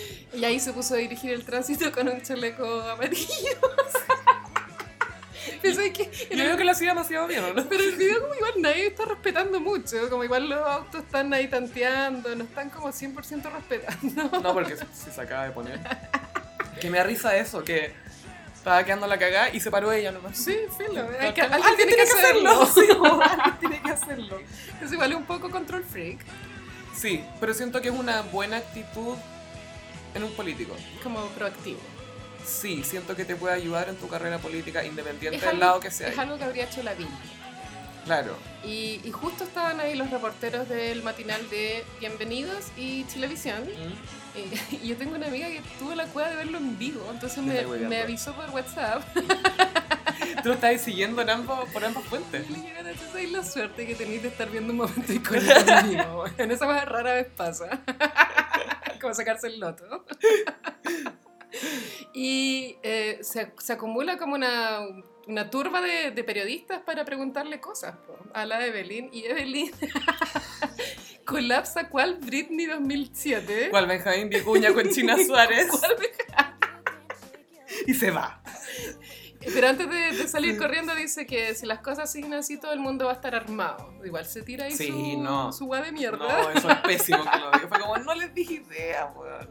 Speaker 2: y ahí se puso a dirigir el tránsito con un chaleco amarillo. Pensáis que en
Speaker 1: Yo
Speaker 2: el-
Speaker 1: creo que lo hacía demasiado bien, ¿o ¿no?
Speaker 2: Pero el video como igual nadie está respetando mucho, como igual los autos están ahí tanteando, no están como 100% respetando.
Speaker 1: No, porque se, se acaba de poner. Que me da risa eso, que estaba quedando la cagada y se paró ella nomás.
Speaker 2: Sí, filo, hay que-
Speaker 1: Alguien
Speaker 2: alguien tiene que hacerlo.
Speaker 1: Sí, como alguien tiene que hacerlo.
Speaker 2: Es igual un poco control freak,
Speaker 1: Sí, pero siento que es una buena actitud en un político.
Speaker 2: como proactivo.
Speaker 1: Sí, siento que te puede ayudar en tu carrera política independiente
Speaker 2: Es
Speaker 1: del
Speaker 2: algo-
Speaker 1: lado que sea.
Speaker 2: Es algo que habría hecho la Lavín.
Speaker 1: Claro.
Speaker 2: Y, y justo estaban ahí los reporteros del matinal de Bienvenidos y Televisión. Y, y yo tengo una amiga que tuvo la cueva de verlo en vivo, entonces
Speaker 1: Me
Speaker 2: me,
Speaker 1: está hueveando.
Speaker 2: me avisó por WhatsApp.
Speaker 1: Tú lo estás siguiendo en ambos, por ambas
Speaker 2: Y
Speaker 1: fuentes.
Speaker 2: le dije, "Bueno, esa es la suerte que tenéis de estar viendo un momento icónico en vivo. En esa más rara vez pasa. Como sacarse el loto. Y eh, se, se acumula como una, una turba de, de periodistas para preguntarle cosas po, a la Evelyn. Y Evelyn colapsa cual Britney 2007.
Speaker 1: ¿Cuál Benjamín Vicuña con China Suárez? Y se va.
Speaker 2: Pero antes de, de salir corriendo dice que si las cosas siguen así todo el mundo va a estar armado. Igual se tira ahí
Speaker 1: Sí,
Speaker 2: su,
Speaker 1: no.
Speaker 2: su guá de mierda.
Speaker 1: No, eso es pésimo que lo diga. Fue como, no les dije idea, weón.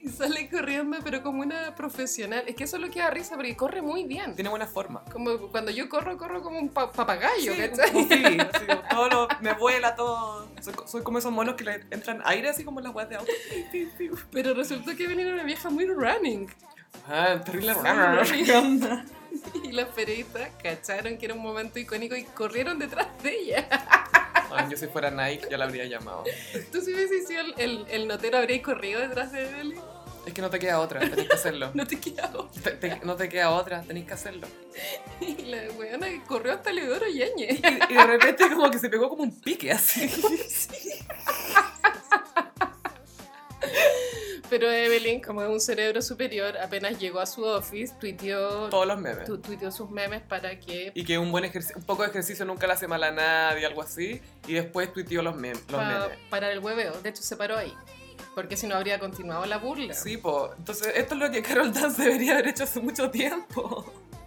Speaker 2: Y sale corriendo, pero como una profesional. Es que eso es lo que da risa, porque corre muy bien.
Speaker 1: Tiene buena forma.
Speaker 2: Como cuando yo corro, corro como un pa- papagayo,
Speaker 1: Sí,
Speaker 2: ¿cachai?
Speaker 1: como- sí, así como todo lo- me vuela todo. Soy, co- soy como esos monos que le entran aire así como en las weas de auto.
Speaker 2: Pero resultó que venía una vieja muy running.
Speaker 1: Ah, terrible
Speaker 2: runner.
Speaker 1: ¿Qué onda?
Speaker 2: Y las periodistas cacharon que era un momento icónico y corrieron detrás de ella.
Speaker 1: Bueno, yo si fuera Nike ya la habría llamado.
Speaker 2: ¿Tú si hubiese sido el, el, el notero habríais corrido detrás de él?
Speaker 1: Es que no te queda otra, tenés que hacerlo.
Speaker 2: No te queda otra.
Speaker 1: Te- te- no te queda otra, tenés que hacerlo.
Speaker 2: Y la weona corrió hasta Leodoro Yañez.
Speaker 1: Y, y de repente como que se pegó como un pique así.
Speaker 2: Pero Evelyn, como es un cerebro superior, apenas llegó a su office, tuiteó,
Speaker 1: Todos los memes.
Speaker 2: tu- tuiteó sus memes para que
Speaker 1: Y que un buen ejercicio, un poco de ejercicio nunca le hace mal a nadie, algo así. Y después tuiteó los, mem- los
Speaker 2: pa-
Speaker 1: memes.
Speaker 2: parar el hueveo. De hecho, se paró ahí. Porque si no habría continuado la burla.
Speaker 1: Sí, po. Entonces, esto es lo que Carol Dance debería haber hecho hace mucho tiempo.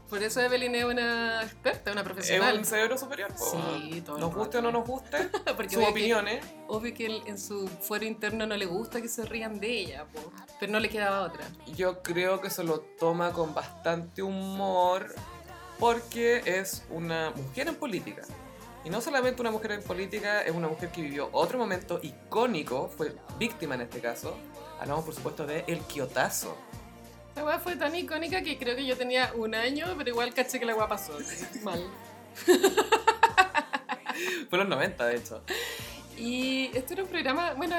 Speaker 2: Por eso Evelyn es una experta, una
Speaker 1: Es
Speaker 2: profesional.
Speaker 1: un cerebro superior, po.
Speaker 2: Sí, todo el
Speaker 1: Nos guste o
Speaker 2: rato.
Speaker 1: no nos guste,
Speaker 2: Porque
Speaker 1: sus
Speaker 2: obvio
Speaker 1: opiniones.
Speaker 2: Que, obvio que él en su fuero interno no le gusta que se rían de ella, po. pero no le quedaba otra.
Speaker 1: Yo creo que se lo toma con bastante humor porque es una mujer en política. Y no solamente una mujer en política, es una mujer que vivió otro momento icónico, fue víctima en este caso. Hablamos, por supuesto, de El Quiotazo.
Speaker 2: La weá fue tan icónica que creo que yo tenía un año, pero igual caché que la weá pasó. así, Mal.
Speaker 1: Fue en los 90, de hecho.
Speaker 2: Y esto era un programa, bueno,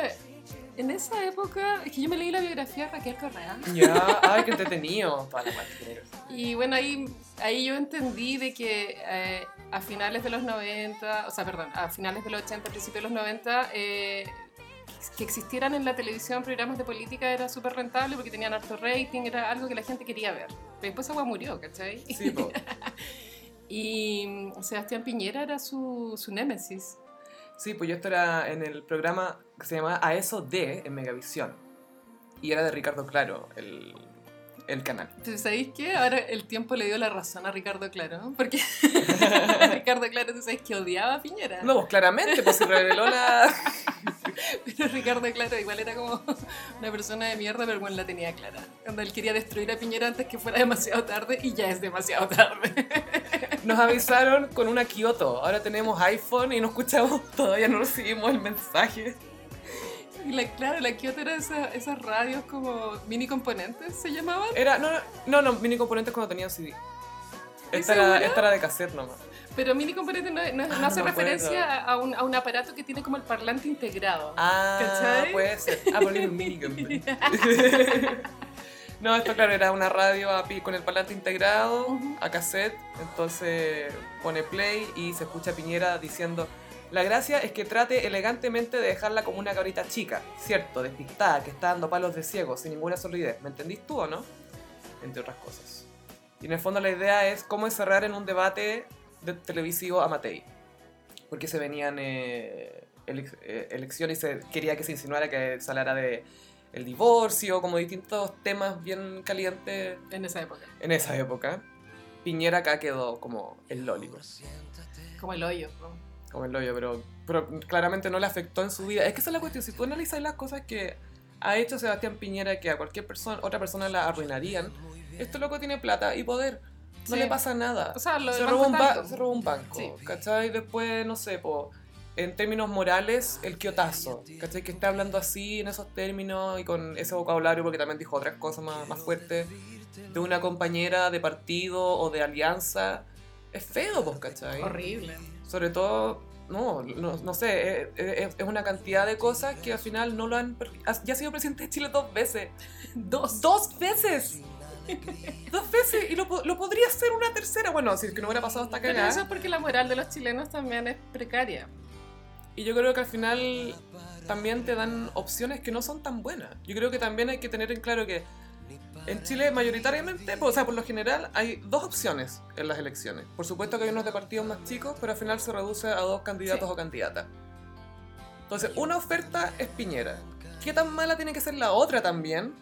Speaker 2: en esa época, es que yo me leí la biografía de Raquel Correa.
Speaker 1: Ya, ay, qué entretenido. Toda la parte que era.
Speaker 2: Y bueno, ahí, ahí yo entendí de que eh, a finales de los 90, o sea, perdón, a finales de los 80, principios de los 90, eh, que existieran en la televisión programas de política era súper rentable porque tenían harto rating, era algo que la gente quería ver. Pero después agua murió, ¿cachai?
Speaker 1: Sí, po.
Speaker 2: Y mm, Sebastián Piñera era su, su némesis.
Speaker 1: Sí, pues yo esto era en el programa que se llamaba A eso de en Megavisión. Y era de Ricardo Claro, el, el canal.
Speaker 2: Entonces, ¿sabéis qué? Ahora el tiempo le dio la razón a Ricardo Claro, porque Ricardo Claro, tú sabes que odiaba a Piñera.
Speaker 1: No, pues claramente, pues se reveló la...
Speaker 2: Pero Ricardo, claro, igual era como una persona de mierda, pero bueno, la tenía clara. Cuando él quería destruir a Piñera antes que fuera demasiado tarde, y ya es demasiado tarde.
Speaker 1: Nos avisaron con una Kioto. Ahora tenemos iPhone y no escuchamos, todavía no recibimos el mensaje.
Speaker 2: Y la, claro, la Kyoto era esa- esas radios como mini componentes, se llamaban.
Speaker 1: Era, no, no, no, mini componentes cuando tenían CD. Esta
Speaker 2: ¿Estás
Speaker 1: era,
Speaker 2: segura?
Speaker 1: esta era de cassette nomás.
Speaker 2: Pero mini componentes no, no- no
Speaker 1: Ah,
Speaker 2: hace
Speaker 1: no me acuerdo.
Speaker 2: referencia a un, a un aparato que tiene como el parlante integrado.
Speaker 1: Ah,
Speaker 2: ¿Cachai?
Speaker 1: puede ser. Ah, por un mini componente. pues. No, esto claro, era una radio a pi- con el parlante integrado,
Speaker 2: Ujú.
Speaker 1: a cassette, entonces pone play y se escucha a Piñera diciendo, la gracia es que trate elegantemente de dejarla como una cabrita chica, cierto, despistada, que está dando palos de ciego, sin ninguna solidez, ¿me entendís tú o no? Entre otras cosas. Y en el fondo la idea es cómo encerrar en un debate de televisivo a Matei, porque se venían eh, elec- eh, elecciones y se quería que se insinuara que se hablara de el divorcio, como distintos temas bien calientes
Speaker 2: En esa época.
Speaker 1: en esa época. Piñera acá quedó como el lólico,
Speaker 2: Como el hoyo. ¿no?
Speaker 1: como el hoyo, pero, pero claramente no le afectó en su vida. Es que esa es la cuestión, si tú analizas las cosas que ha hecho Sebastián Piñera que a cualquier persona, otra persona la arruinarían, este loco tiene plata y poder, no
Speaker 2: Sí.
Speaker 1: le pasa nada.
Speaker 2: O sea, lo
Speaker 1: se,
Speaker 2: del
Speaker 1: robó
Speaker 2: Banco
Speaker 1: un ba-
Speaker 2: Tanco.
Speaker 1: se robó un banco,
Speaker 2: Sí.
Speaker 1: ¿cachai? Después, no sé, po, en términos morales, el quiotazo, ¿cachai? Que está hablando así, en esos términos y con ese vocabulario, porque también dijo otras cosas más, más fuertes, de una compañera de partido o de alianza. Es feo, pues, ¿cachai?
Speaker 2: Horrible.
Speaker 1: Sobre todo, no, no, no sé, es, es- es una cantidad de cosas que al final no lo han... per- ha- Ya ha sido presidente de Chile dos veces.
Speaker 2: Dos.
Speaker 1: ¡Dos veces! Dos veces, y lo, po- lo podría hacer una tercera. Bueno, si es que no hubiera pasado esta
Speaker 2: Pero eso
Speaker 1: cagada.
Speaker 2: es porque la moral de los chilenos también es precaria.
Speaker 1: Y yo creo que al final también te dan opciones que no son tan buenas. Yo creo que también hay que tener en claro que en Chile mayoritariamente, po- o sea, por lo general, hay dos opciones en las elecciones. Por supuesto que hay unos de partidos más chicos, pero al final se reduce a dos candidatos
Speaker 2: Sí.
Speaker 1: o candidatas. Entonces, una oferta es Piñera. ¿Qué tan mala tiene que ser la otra también?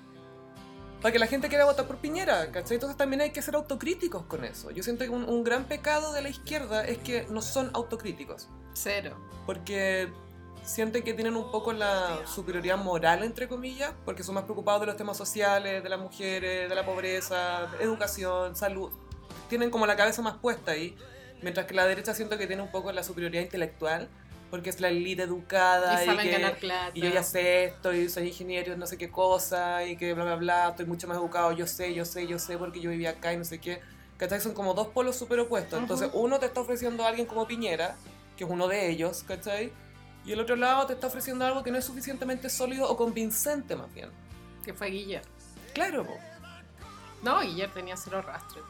Speaker 1: Para que la gente quiera votar por Piñera, ¿cachai? Entonces también hay que ser autocríticos con eso. Yo siento que un- un gran pecado de la izquierda es que no son autocríticos
Speaker 2: Cero.
Speaker 1: porque sienten que tienen un poco la superioridad moral, entre comillas, porque son más preocupados de los temas sociales, de las mujeres, de la pobreza, educación, salud. Tienen como la cabeza más puesta ahí, mientras que la derecha siento que tiene un poco la superioridad intelectual, porque es la elite educada
Speaker 2: y saben
Speaker 1: que-
Speaker 2: ganar plata.
Speaker 1: y yo ya sé esto, y soy ingeniero, y no sé qué cosa, y que bla, bla, bla, estoy mucho más educado, yo sé, yo sé, yo sé, porque yo vivía acá y no sé qué. ¿Cachai? Son como dos polos súper opuestos. Entonces, uno te está ofreciendo a alguien como Piñera, que es uno de ellos, ¿cachai? Y el otro lado te está ofreciendo algo que no es suficientemente sólido o convincente, más bien.
Speaker 2: Que fue Guillermo.
Speaker 1: Claro, po.
Speaker 2: No, Guillermo tenía cero rastro.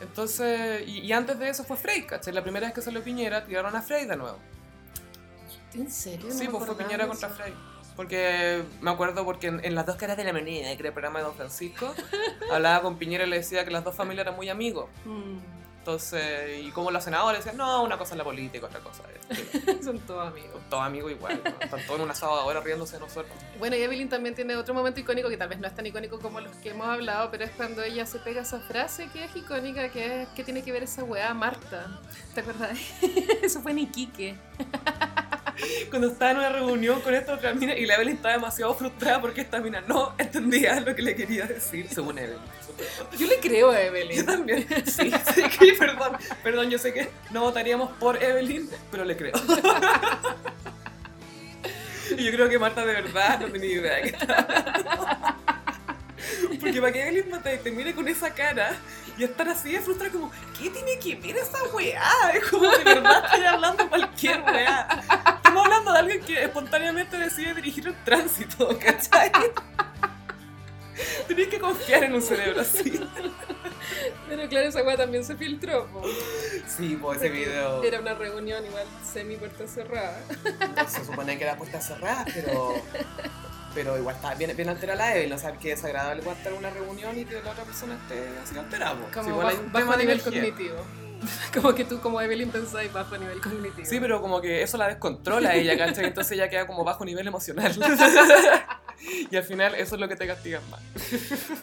Speaker 1: Entonces, y, y antes de eso fue Frey, ¿cachai? La primera vez que salió Piñera, tiraron a Frey de nuevo.
Speaker 2: ¿En serio?
Speaker 1: Sí, pues fue Piñera contra Frey. Porque me acuerdo porque en, en Las dos caras de la moneda, que era el programa de Don Francisco, hablaba con Piñera y le decía que las dos familias eran muy amigos. Mm. Entonces, y como los senadores decían, no, una cosa es la política, otra cosa es...
Speaker 2: Son todos amigos.
Speaker 1: Todos amigos igual, ¿no? están todos en un asado ahora riéndose de nosotros.
Speaker 2: Bueno, y Evelyn también tiene otro momento icónico que tal vez no es tan icónico como los que hemos hablado, pero es cuando ella se pega esa frase que es icónica, que es ¿qué tiene que ver esa weá Marta? ¿Te acuerdas? Eso fue en Iquique.
Speaker 1: Cuando estaba en una reunión con esta otra mina y la Evelyn estaba demasiado frustrada porque esta mina no entendía lo que le quería decir, según Evelyn.
Speaker 2: Yo le creo a
Speaker 1: Yo
Speaker 2: Evelyn.
Speaker 1: también, sí, sí, que- perdón, perdón, yo sé que no votaríamos por Evelyn, pero le creo. Y yo creo que Marta de verdad no tenía idea de qué estaba hablando. Porque para que Evelyn no te, te mire con esa cara y estar así de frustrada como, ¿qué tiene que ver esa weá? Es como de verdad estoy hablando cualquier weá. Estamos hablando de alguien que espontáneamente decide dirigir el tránsito, ¿cachai? Tenés que confiar en un cerebro así.
Speaker 2: Pero claro, esa weá también se filtró. po.
Speaker 1: Sí, pues ese video.
Speaker 2: Era una reunión igual semi puerta cerrada.
Speaker 1: No, se supone que era puerta cerrada, pero. Pero igual está bien, bien alterada la Evelyn. O sea, que desagradable igual estar en una reunión y que la otra persona esté así alterada. po.
Speaker 2: Como
Speaker 1: Sí, igual hay
Speaker 2: bajo,
Speaker 1: un
Speaker 2: bajo
Speaker 1: tema de
Speaker 2: nivel
Speaker 1: energía.
Speaker 2: cognitivo. Como que tú, como Evelyn, pensáis bajo nivel cognitivo.
Speaker 1: Sí, pero como que eso la descontrola a ella, ¿cachai? Entonces ella queda como bajo nivel emocional. y al final eso es lo que te castigan más.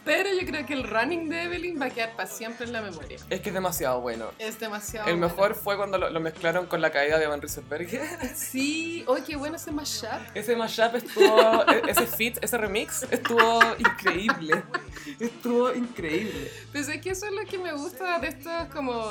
Speaker 2: Pero yo creo que el running de Evelyn va a quedar para siempre en la memoria.
Speaker 1: Es que es demasiado bueno.
Speaker 2: Es demasiado.
Speaker 1: El
Speaker 2: bueno.
Speaker 1: mejor fue cuando lo, lo mezclaron con la caída de Van Rieselberg.
Speaker 2: Sí, oye, qué bueno ese mashup.
Speaker 1: Ese mashup estuvo, e- ese fit, ese remix estuvo increíble. Estuvo increíble.
Speaker 2: Pues es que eso es lo que me gusta de estos como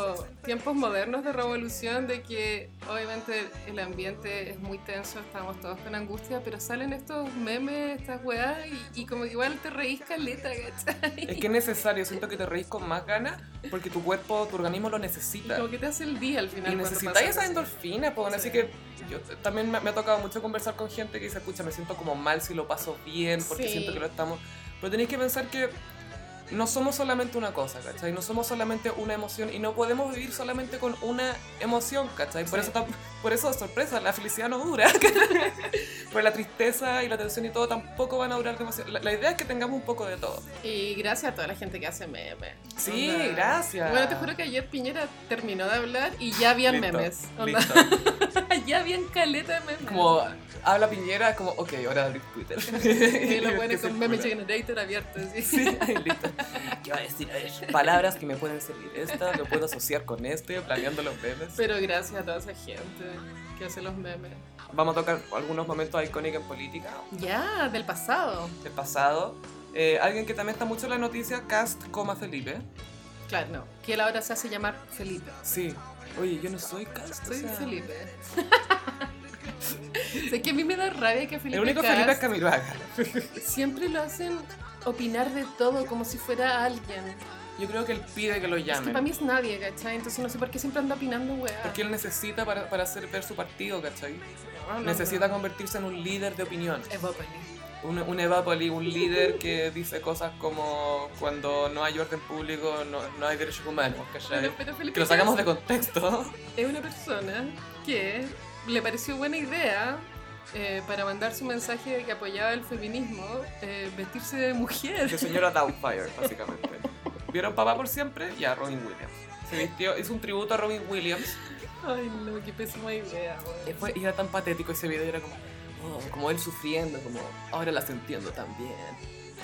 Speaker 2: tiempos modernos de revolución, de que obviamente el ambiente es muy tenso, estamos todos con angustia, pero salen estos memes, estas weas, y, y como que igual te reís caleta, ¿cachai?
Speaker 1: Es que es necesario, siento que te reís con más ganas porque tu cuerpo, tu organismo lo
Speaker 2: Y
Speaker 1: necesita.
Speaker 2: como que te hace el día al final.
Speaker 1: Y
Speaker 2: cuando
Speaker 1: necesitáis
Speaker 2: pasan
Speaker 1: esa
Speaker 2: esas-
Speaker 1: endorfina, pues,
Speaker 2: Sí.
Speaker 1: así que yo t- también me, me ha tocado mucho conversar con gente que dice, escucha, me siento como mal si lo paso bien, porque
Speaker 2: Sí.
Speaker 1: siento que lo estamos... Pero tenéis que pensar que no somos solamente una cosa, ¿cachai? No somos solamente una emoción y no podemos vivir solamente con una emoción, ¿cachai? Por,
Speaker 2: Sí.
Speaker 1: eso, tam- por eso, sorpresa, la felicidad no dura. Pero la tristeza y la tensión y todo tampoco van a durar demasiado. La, la idea es que tengamos un poco de todo.
Speaker 2: Y gracias a toda la gente que hace memes.
Speaker 1: Sí,
Speaker 2: Onda.
Speaker 1: gracias.
Speaker 2: Bueno, te juro que ayer Piñera terminó de hablar y ya habían
Speaker 1: Listo,
Speaker 2: memes. Onda,
Speaker 1: Listo.
Speaker 2: ya habían caleta de memes.
Speaker 1: Como habla Piñera, como, ok, ahora abrir Twitter.
Speaker 2: Y los buenos
Speaker 1: Que
Speaker 2: con meme
Speaker 1: circula.
Speaker 2: generator abierto. así.
Speaker 1: Sí, listo. ¿Qué va a decir? A ver, palabras que me pueden servir. Esta lo puedo asociar con este, planeando los memes.
Speaker 2: Pero gracias a toda esa gente que hace los memes.
Speaker 1: Vamos a tocar algunos momentos icónicos en política,
Speaker 2: Ya, del pasado.
Speaker 1: del pasado. Eh, alguien que también está mucho en la noticia, Cast, coma Felipe.
Speaker 2: Claro, no. Que él ahora se hace llamar Felipe.
Speaker 1: Sí. Oye, yo no soy Cast.
Speaker 2: Soy
Speaker 1: o sea,
Speaker 2: Felipe. sé que a mí me da rabia que Felipe,
Speaker 1: El único
Speaker 2: Cast
Speaker 1: Felipe es Camiroaga.
Speaker 2: siempre lo hacen opinar de todo como si fuera alguien.
Speaker 1: Yo creo que él pide que lo
Speaker 2: Es que para mí
Speaker 1: llamen.
Speaker 2: es nadie, ¿cachai? Entonces no sé por qué siempre anda opinando, weá.
Speaker 1: Porque él necesita para, para hacer ver su partido, ¿cachai?
Speaker 2: No, no,
Speaker 1: Necesita
Speaker 2: no.
Speaker 1: convertirse en un líder de opinión.
Speaker 2: Evópale.
Speaker 1: Un, un evapoli, un líder que dice cosas como cuando no hay orden público, no, no hay derechos humanos, ¿cachai?
Speaker 2: Pero, pero Felipe
Speaker 1: Que lo sacamos de contexto.
Speaker 2: es una persona que le pareció buena idea eh, para mandar su mensaje de que apoyaba el feminismo, eh, vestirse de mujer.
Speaker 1: De señora Doubtfire, básicamente. ¿Vieron Papá por siempre? Ya, Robin Williams. Se vistió, hizo un tributo a Robin Williams.
Speaker 2: Ay, no, qué pésima idea, weón.
Speaker 1: Y Eh, fue- y era tan patético ese video, era como, oh, como él sufriendo, como, ahora las entiendo también.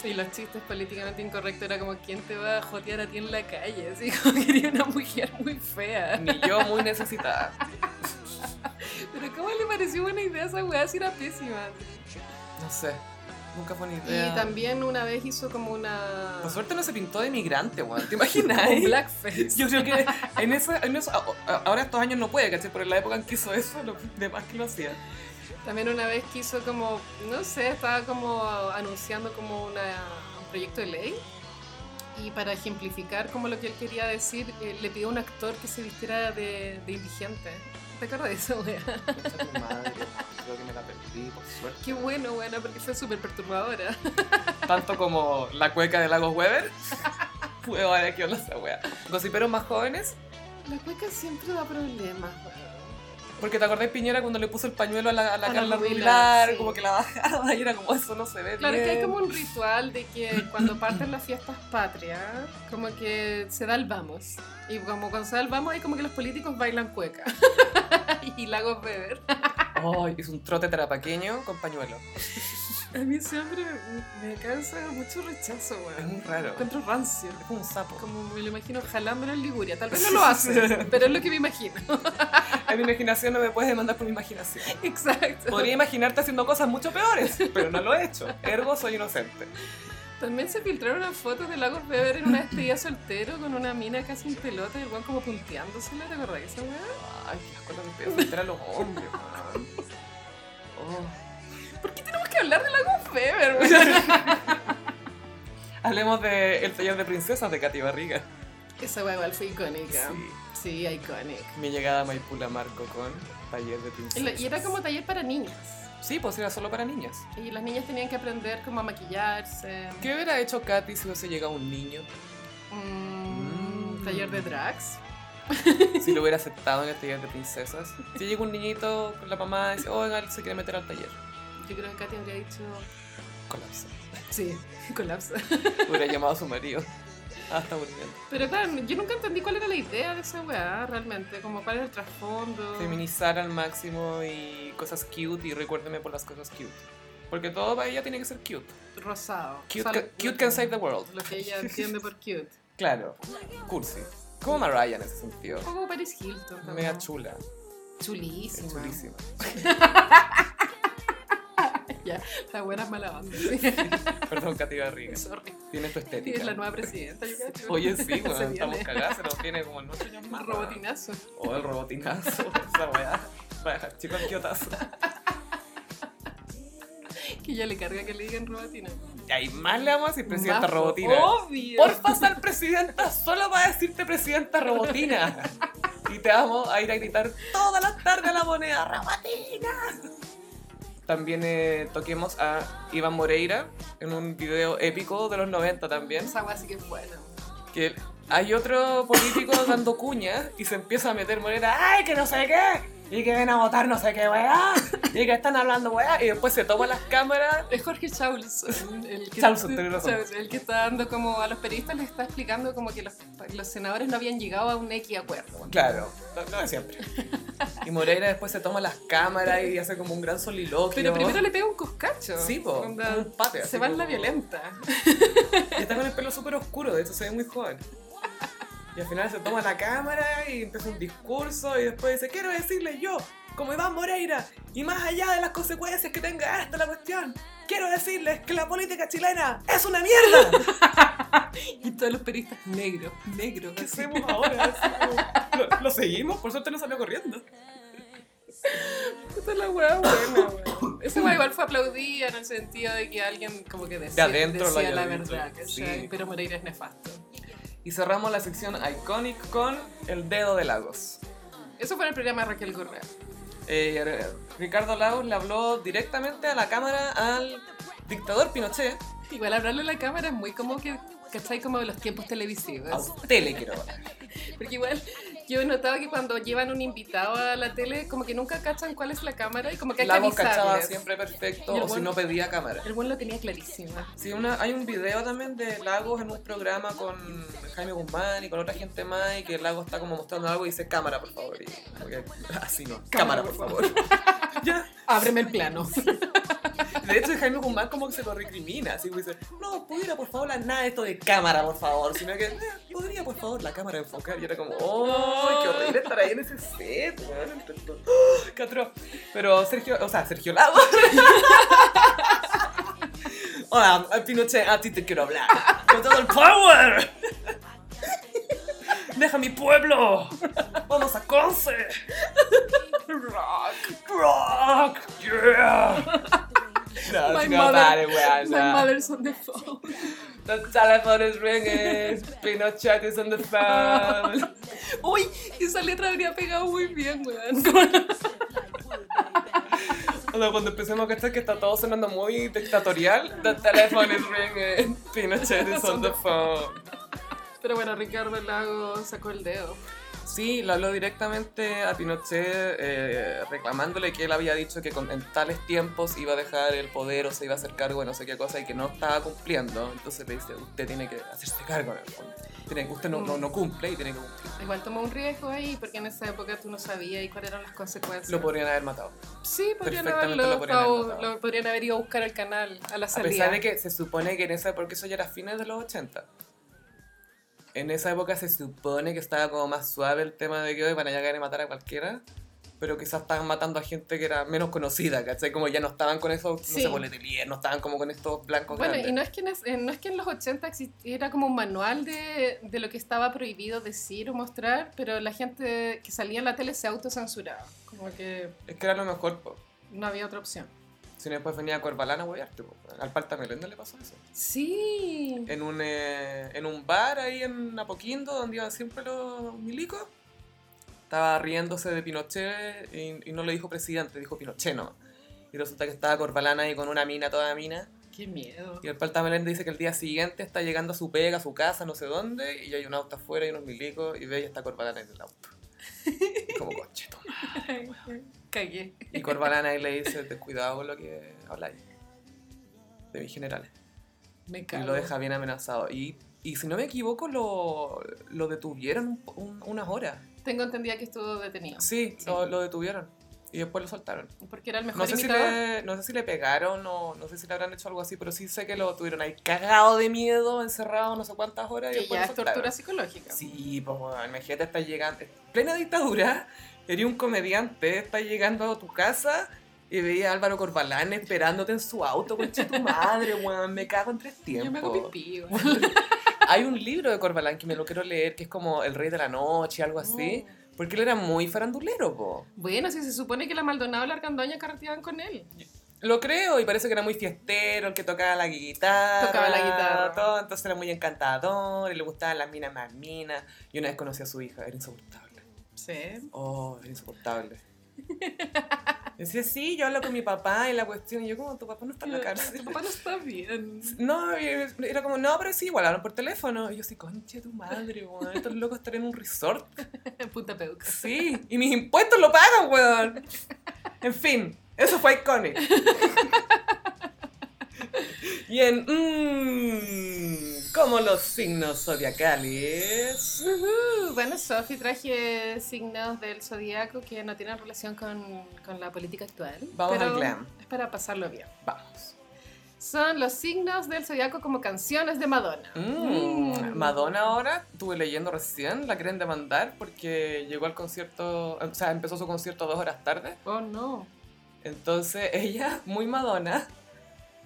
Speaker 2: Y los chistes políticamente incorrectos era como, ¿quién te va a jotear a ti en la calle? Así como quería una mujer muy fea.
Speaker 1: Ni yo muy necesitada.
Speaker 2: Pero ¿cómo le pareció buena idea a esa weá si era pésima?
Speaker 1: No sé, nunca fue ni
Speaker 2: Y
Speaker 1: idea.
Speaker 2: también una vez hizo como una...
Speaker 1: Por suerte no se pintó de migrante, weón. ¿Te imaginas?
Speaker 2: un blackface.
Speaker 1: Yo creo que en eso, en eso a- a- ahora estos años no puede, ¿cachai? Pero en la época en que hizo eso, lo demás que lo hacía.
Speaker 2: También una vez quiso como, no sé, estaba como anunciando como una, un proyecto de ley y para ejemplificar como lo que él quería decir, eh, le pidió a un actor que se vistiera de, de indigente. ¿Te acuerdas de eso, wea?
Speaker 1: Concha tu madre, creo que me la perdí, por suerte.
Speaker 2: Qué bueno, bueno, porque fue súper perturbadora.
Speaker 1: Tanto como la cueca de Lagos Weber. Fue ahora que onda esa wea. Gossiperos más jóvenes.
Speaker 2: La cueca siempre da problemas, weón.
Speaker 1: Porque te acordás Piñera cuando le puso el pañuelo a la, a la
Speaker 2: A la
Speaker 1: Carla
Speaker 2: Rubilar,
Speaker 1: Rubilar,
Speaker 2: sí.
Speaker 1: como que la bajaba y era como eso no se ve.
Speaker 2: Claro que hay
Speaker 1: bien".
Speaker 2: como un ritual de que cuando parten las fiestas patrias, como que se da el vamos. Y como cuando se da el vamos, hay como que los políticos bailan cueca. y lagos beber.
Speaker 1: Ay, es un trote terapaqueño con pañuelo.
Speaker 2: A mí siempre me cansa mucho rechazo,
Speaker 1: Es
Speaker 2: weón.
Speaker 1: muy raro.
Speaker 2: Encuentro rancio.
Speaker 1: Es como un sapo.
Speaker 2: Como me lo imagino jalándolo en Liguria. Tal vez no lo hace, pero es lo que me imagino.
Speaker 1: En mi imaginación no me puedes demandar por mi imaginación.
Speaker 2: Exacto.
Speaker 1: Podría imaginarte haciendo cosas mucho peores, pero no lo he hecho. Ergo, soy inocente.
Speaker 2: También se filtraron unas fotos de Lagos Beber en una despedida soltero con una mina casi en pelota y el weón como punteándosela, ¿te acordás de esa weá?
Speaker 1: Ay, qué asco lo que pedo filtrar a los hombres, weón. Oh.
Speaker 2: Tenemos que hablar de Lagos Beber, weón.
Speaker 1: Hablemos de El taller de princesas de Katy Barriga.
Speaker 2: Esa weá igual fue icónica.
Speaker 1: Sí.
Speaker 2: Sí, icónica.
Speaker 1: Mi llegada a Maipula marco con Taller de
Speaker 2: Y lo-
Speaker 1: princesas.
Speaker 2: Y era como taller para niñas.
Speaker 1: Sí, pues era solo para niñas.
Speaker 2: Y las niñas tenían que aprender como a maquillarse.
Speaker 1: ¿Qué hubiera hecho Katy si hubiese llegado un niño?
Speaker 2: Mm, Taller de drags.
Speaker 1: Si lo hubiera aceptado en el taller de princesas. Si llega un niñito con la mamá y dice, oiga, él se quiere meter al taller.
Speaker 2: Yo creo que Katy habría dicho.
Speaker 1: Colapsa.
Speaker 2: Sí, colapsa.
Speaker 1: Hubiera llamado a su marido. Ah, está durmiendo.
Speaker 2: Pero claro, yo nunca entendí cuál era la idea de esa weá realmente, como cuál era el trasfondo.
Speaker 1: feminizar al máximo y cosas cute y recuérdeme por las cosas cute. Porque todo para ella tiene que ser cute.
Speaker 2: Rosado.
Speaker 1: Cute,
Speaker 2: O sea,
Speaker 1: ca-
Speaker 2: lo-
Speaker 1: cute can save the world.
Speaker 2: Lo que ella entiende por cute.
Speaker 1: Claro. Cursi. Como Mariah en ese sentido.
Speaker 2: Un poco como Paris Hilton. ¿no?
Speaker 1: Mega chula. Es
Speaker 2: Chulísima.
Speaker 1: chulísima.
Speaker 2: Ya, la buena es mala onda.
Speaker 1: Perdón, Katy Barriga.
Speaker 2: Sorry.
Speaker 1: Tiene tu
Speaker 2: Es la
Speaker 1: estética.
Speaker 2: nueva presidenta. yo creo.
Speaker 1: Oye, sí,
Speaker 2: Se
Speaker 1: bueno,
Speaker 2: viene.
Speaker 1: estamos cagadas, se nos tiene como en ocho años más.
Speaker 2: Un robotinazo.
Speaker 1: O el robotinazo, esa weá. Para dejar chico el quiotazo.
Speaker 2: Que ya le carga que le digan robotina.
Speaker 1: Y ahí más le vamos a decir presidenta
Speaker 2: Bajo, Oh,
Speaker 1: robotina.
Speaker 2: Obvio.
Speaker 1: Porfa, sal presidenta, solo va a decirte presidenta robotina. Y te vamos a ir a gritar todas las tardes a la moneda, robotina. También eh, toquemos a Iván Moreira en un video épico de los 90 también.
Speaker 2: Esa weá sí que es buena.
Speaker 1: Que hay otro político dando cuña y se empieza a meter Moreira, ¡ay, que no sé qué! y que ven a votar no sé qué weá, y que están hablando weá, y después se toman las cámaras.
Speaker 2: Es Jorge Charles, el que,
Speaker 1: Charles, tenés razón.
Speaker 2: Charles, el que está dando como a los periodistas les está explicando como que los, los senadores no habían llegado a un X acuerdo.
Speaker 1: Claro, lo, lo de siempre. Y Moreira después se toma las cámaras y hace como un gran soliloquio.
Speaker 2: Pero primero le pega un coscacho.
Speaker 1: Sí, po,
Speaker 2: Onda,
Speaker 1: un pate, así
Speaker 2: Se va en la
Speaker 1: como-
Speaker 2: violenta.
Speaker 1: Y está con el pelo súper oscuro, de hecho se ve muy joven. Y al final se toma la cámara y empieza un discurso y después dice, quiero decirle yo, como Iván Moreira, y más allá de las consecuencias que tenga esta la cuestión, quiero decirles que la política chilena es una mierda.
Speaker 2: Y todos los periodistas negros, negros.
Speaker 1: ¿Qué
Speaker 2: así.
Speaker 1: hacemos ahora? Así como, ¿Lo, lo seguimos? Por suerte no salió corriendo.
Speaker 2: Puta la weá buena, weón. Esa weá igual fue aplaudida en el sentido de que alguien como que decía,
Speaker 1: adentro,
Speaker 2: decía
Speaker 1: la de
Speaker 2: la
Speaker 1: adentro,
Speaker 2: verdad, ¿cachai?
Speaker 1: sí.
Speaker 2: Pero Moreira es nefasto.
Speaker 1: Y cerramos la sección Iconic con El Dedo de Lagos.
Speaker 2: Eso fue en el programa de Raquel Correa.
Speaker 1: Eh, eh, Ricardo Lagos le habló directamente a la cámara al dictador Pinochet.
Speaker 2: Igual hablarle a la cámara es muy como que, ¿cachai? Como de los tiempos televisivos.
Speaker 1: A usted le quiero hablar.
Speaker 2: Porque igual yo he notado que cuando llevan un invitado a la tele, como que nunca cachan cuál es la cámara y como que hay
Speaker 1: La
Speaker 2: que
Speaker 1: voz cachaba
Speaker 2: avisarles.
Speaker 1: siempre perfecto
Speaker 2: Y el
Speaker 1: o si
Speaker 2: buen-
Speaker 1: no pedía cámara.
Speaker 2: El buen lo tenía clarísimo.
Speaker 1: Sí, una, hay un video también de Lagos en un programa con Jaime Guzmán y con otra gente más y que Lagos está como mostrando algo y dice cámara por favor. Y como que, así no, cámara, por favor. ya.
Speaker 2: Ábreme el plano.
Speaker 1: De hecho Jaime Guzmán como que se lo recrimina, así como dice, no, pudiera por favor la- nada de esto de cámara por favor, sino que "Eh, podría por favor la cámara enfocar. Y era como, oh, qué horrible estar ahí en ese set, weón. ¡Oh, qué atroz". Pero Sergio, o sea, Sergio Lago. Hola, Pinochet, a ti te quiero hablar. Con todo el power. Deja mi pueblo. Vamos a Conce. Rock. Rock. Yeah. No,
Speaker 2: My
Speaker 1: si no, dale, weón,
Speaker 2: my
Speaker 1: no.
Speaker 2: mother's on the phone.
Speaker 1: The telephone is ringing. Pinochet is on the phone.
Speaker 2: Uy, esa letra habría pegado muy bien, weón. Como-
Speaker 1: O sea, cuando empecemos a cachar que está todo sonando muy dictatorial, the telephone is ringing. Pinochet is on the phone.
Speaker 2: Pero bueno, Ricardo Lago sacó el dedo.
Speaker 1: Sí, le habló directamente a Pinochet eh, reclamándole que él había dicho que con- en tales tiempos iba a dejar el poder o se iba a hacer cargo de no sé qué cosa y que no estaba cumpliendo. Entonces le dice, usted tiene que hacerse cargo en el fondo. Tiene- usted no, no- no cumple y tiene que cumplir.
Speaker 2: Igual tomó un riesgo ahí porque en esa época tú no sabías y cuáles eran las consecuencias.
Speaker 1: Lo podrían haber matado.
Speaker 2: sí, podrían
Speaker 1: perfectamente
Speaker 2: haberlo
Speaker 1: lo podrían haber
Speaker 2: dejado-
Speaker 1: matado.
Speaker 2: lo podrían haber ido a buscar al canal, a la
Speaker 1: A
Speaker 2: salida.
Speaker 1: pesar de que se supone que en esa porque eso ya era fines de los 80. En esa época se supone que estaba como más suave el tema de que hoy van a llegar a matar a cualquiera, pero quizás estaban matando a gente que era menos conocida, ¿cachai? Como ya no estaban con esos, no
Speaker 2: Sí.
Speaker 1: sé, boletelier, no estaban como con estos blancos
Speaker 2: Bueno,
Speaker 1: grandes.
Speaker 2: y no es, que en es- eh, no es que en los 80 existiera como un manual de, de lo que estaba prohibido decir o mostrar, pero la gente que salía en la tele se autocensuraba. Como que
Speaker 1: Es que era lo mejor, po.
Speaker 2: no había otra opción.
Speaker 1: Si no, después venía Corbalán a huevearte, po. Al Palta Melenda le pasó eso.
Speaker 2: Sí.
Speaker 1: En un, eh, en un bar ahí en Apoquindo, donde iban siempre los milicos, estaba riéndose de Pinochet y, y no le dijo presidente, dijo Pinochet no. Y resulta que estaba Corbalán ahí con una mina, toda mina.
Speaker 2: Qué miedo.
Speaker 1: Y el Palta Melende dice que el día siguiente está llegando a su pega, a su casa, no sé dónde, y hay un auto afuera y unos milicos, y ve y está Corbalán en el auto. Y como coche, toma.
Speaker 2: Cagué.
Speaker 1: Y Corbalán ahí le dice, ten cuidado con lo que habláis. De mis generales.
Speaker 2: Me
Speaker 1: Y
Speaker 2: cago.
Speaker 1: lo deja bien amenazado. Y, y si no me equivoco, lo, lo detuvieron un po- un- unas horas.
Speaker 2: Tengo entendida que estuvo detenido.
Speaker 1: Sí,
Speaker 2: Sí.
Speaker 1: Lo, lo detuvieron. Y después lo soltaron.
Speaker 2: Porque era el mejor
Speaker 1: No sé, si
Speaker 2: imitador.
Speaker 1: le, no sé si le pegaron o no sé si le habrán hecho algo así, pero sí sé que lo tuvieron ahí cagado de miedo, encerrado no sé cuántas horas y
Speaker 2: Que
Speaker 1: después
Speaker 2: ya
Speaker 1: lo
Speaker 2: es tortura
Speaker 1: soltaron.
Speaker 2: psicológica.
Speaker 1: Sí, pues bueno, imagínate, estás llegando. Plena dictadura, eres un comediante, estás llegando a tu casa y veías a Álvaro Corbalán esperándote en su auto, concha tu madre, weón, me cago en tres tiempos.
Speaker 2: Yo me hago pipí. güey.
Speaker 1: Hay un libro de Corbalán que me lo quiero leer, que es como El Rey de la Noche, algo así.
Speaker 2: Oh.
Speaker 1: Porque él era muy farandulero, po.
Speaker 2: Bueno, si se supone que la Maldonado y la Argandoña carreteaban con él.
Speaker 1: Lo creo, y parece que era muy fiestero, el que tocaba la guitarra.
Speaker 2: Tocaba la guitarra.
Speaker 1: Todo, entonces era muy encantador, y le gustaban las minas más minas. Y una vez conocí a su hija, era insoportable.
Speaker 2: Sí.
Speaker 1: Oh, era insoportable. Decía, sí, yo hablo con mi papá y la cuestión. Y yo, como, tu papá no está en la
Speaker 2: Tu
Speaker 1: cárcel.
Speaker 2: papá no está bien.
Speaker 1: No, y era como, no, pero sí, igual hablan por teléfono. Y yo, sí, conche tu madre, weón. Estos locos están en un resort.
Speaker 2: En Punta Peuca.
Speaker 1: Sí, y mis impuestos lo pagan, weón. En fin, eso fue icónico. Y en. Mmm, como los signos zodiacales.
Speaker 2: Ujú. Bueno, Sofi, traje signos del zodiaco que no tienen relación con, con la política actual.
Speaker 1: Vamos
Speaker 2: pero
Speaker 1: al glam.
Speaker 2: Es para pasarlo bien.
Speaker 1: Vamos.
Speaker 2: Son los signos del zodiaco como canciones de Madonna.
Speaker 1: Mm,
Speaker 2: Mm.
Speaker 1: Madonna ahora, estuve leyendo recién, la quieren demandar porque llegó al concierto, o sea, empezó su concierto dos horas tarde.
Speaker 2: Oh no.
Speaker 1: Entonces ella, muy Madonna,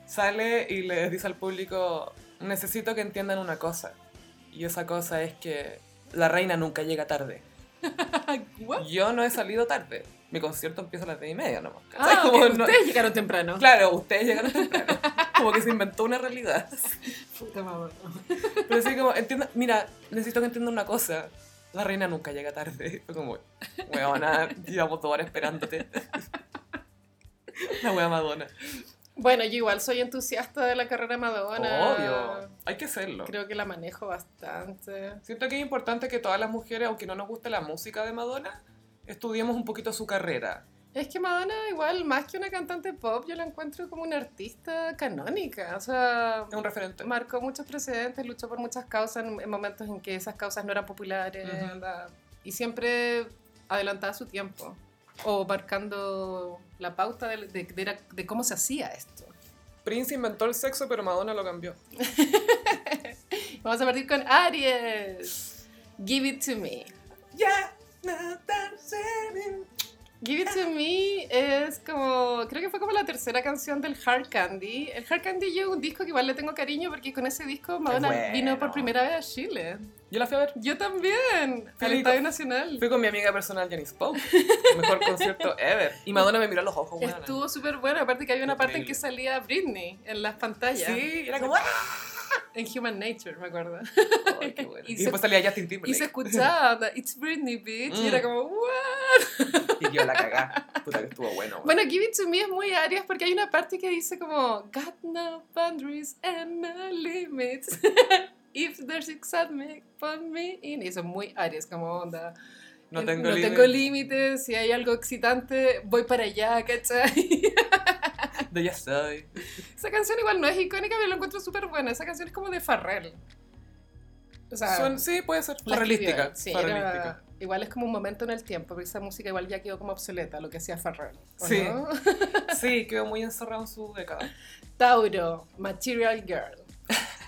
Speaker 1: sale y le dice al público, necesito que entiendan una cosa. Y esa cosa es que la reina nunca llega tarde.
Speaker 2: ¿What?
Speaker 1: Yo no he salido tarde. Mi concierto empieza a las 10 y media nomás. ¿cachai?
Speaker 2: Ah, ok,
Speaker 1: Como no-
Speaker 2: ustedes llegaron temprano.
Speaker 1: Claro, ustedes llegaron temprano. Como que se inventó una realidad.
Speaker 2: Puta Madonna.
Speaker 1: Pero así como, entienda, mira, necesito que entiendan una cosa. La reina nunca llega tarde. Fue como, weona, llevamos dos horas esperándote. La wea Madonna.
Speaker 2: Bueno, yo igual soy entusiasta de la carrera de Madonna.
Speaker 1: Obvio. Hay que serlo.
Speaker 2: Creo que la manejo bastante.
Speaker 1: Siento que es importante que todas las mujeres, aunque no nos guste la música de Madonna, estudiemos un poquito su carrera.
Speaker 2: Es que Madonna, igual, más que una cantante pop, yo la encuentro como una artista canónica. O sea,
Speaker 1: Es un referente.
Speaker 2: marcó muchos precedentes, luchó por muchas causas en, en momentos en que esas causas no eran populares.
Speaker 1: Ujú.
Speaker 2: onda, Y siempre adelantaba su tiempo. O marcando la pauta de, de- de- de cómo se hacía esto.
Speaker 1: Prince inventó el sexo, pero Madonna lo cambió.
Speaker 2: Vamos a partir con Aries. Give it to me.
Speaker 1: Ya, no tan serio.
Speaker 2: Give It To Me es como, creo que fue como la tercera canción del Hard Candy. El Hard Candy yo es un disco que igual le tengo cariño porque con ese disco Madonna
Speaker 1: bueno.
Speaker 2: vino por primera vez a Chile.
Speaker 1: Yo la fui a ver.
Speaker 2: Yo también, al
Speaker 1: rico.
Speaker 2: Estadio Nacional.
Speaker 1: Fui con mi amiga personal, Janice Pope. Mejor concierto ever. Y Madonna me miró a los ojos, weona.
Speaker 2: Estuvo súper bueno, aparte que había una parte en que
Speaker 1: Increíble.
Speaker 2: salía Britney en las pantallas.
Speaker 1: Sí, era como, ¡ah!
Speaker 2: En Human Nature, me acuerdo.
Speaker 1: Ay, qué bueno.
Speaker 2: Y
Speaker 1: Y,
Speaker 2: se-
Speaker 1: después salía Justin
Speaker 2: Y se
Speaker 1: Timberlake.
Speaker 2: escuchaba, onda, It's Britney, bitch. Y
Speaker 1: Mm.
Speaker 2: era como, "What?".
Speaker 1: Y, yo la cagá. Puta que estuvo bueno.
Speaker 2: Bueno, Give It To Me es muy Aries porque hay una parte que dice como Got no boundaries and no limits If there's excitement, put me in Y eso es muy Aries, como onda
Speaker 1: no
Speaker 2: eh,
Speaker 1: tengo
Speaker 2: no
Speaker 1: límite.
Speaker 2: tengo límites, si hay algo excitante, voy para allá, ¿cachai?
Speaker 1: De ya soy.
Speaker 2: Esa canción igual no es icónica, pero la encuentro súper buena Esa canción es como de Farrell O sea,
Speaker 1: Son- sí, puede ser.
Speaker 2: la
Speaker 1: Fue realística.
Speaker 2: escribió él. Sí,
Speaker 1: fue
Speaker 2: era-
Speaker 1: realística.
Speaker 2: Igual es como un momento en el tiempo, porque esa música igual ya quedó como obsoleta, lo que hacía Farrell. ¿o
Speaker 1: Sí.
Speaker 2: no?
Speaker 1: Sí, quedó muy encerrado en su década.
Speaker 2: Tauro, Material Girl.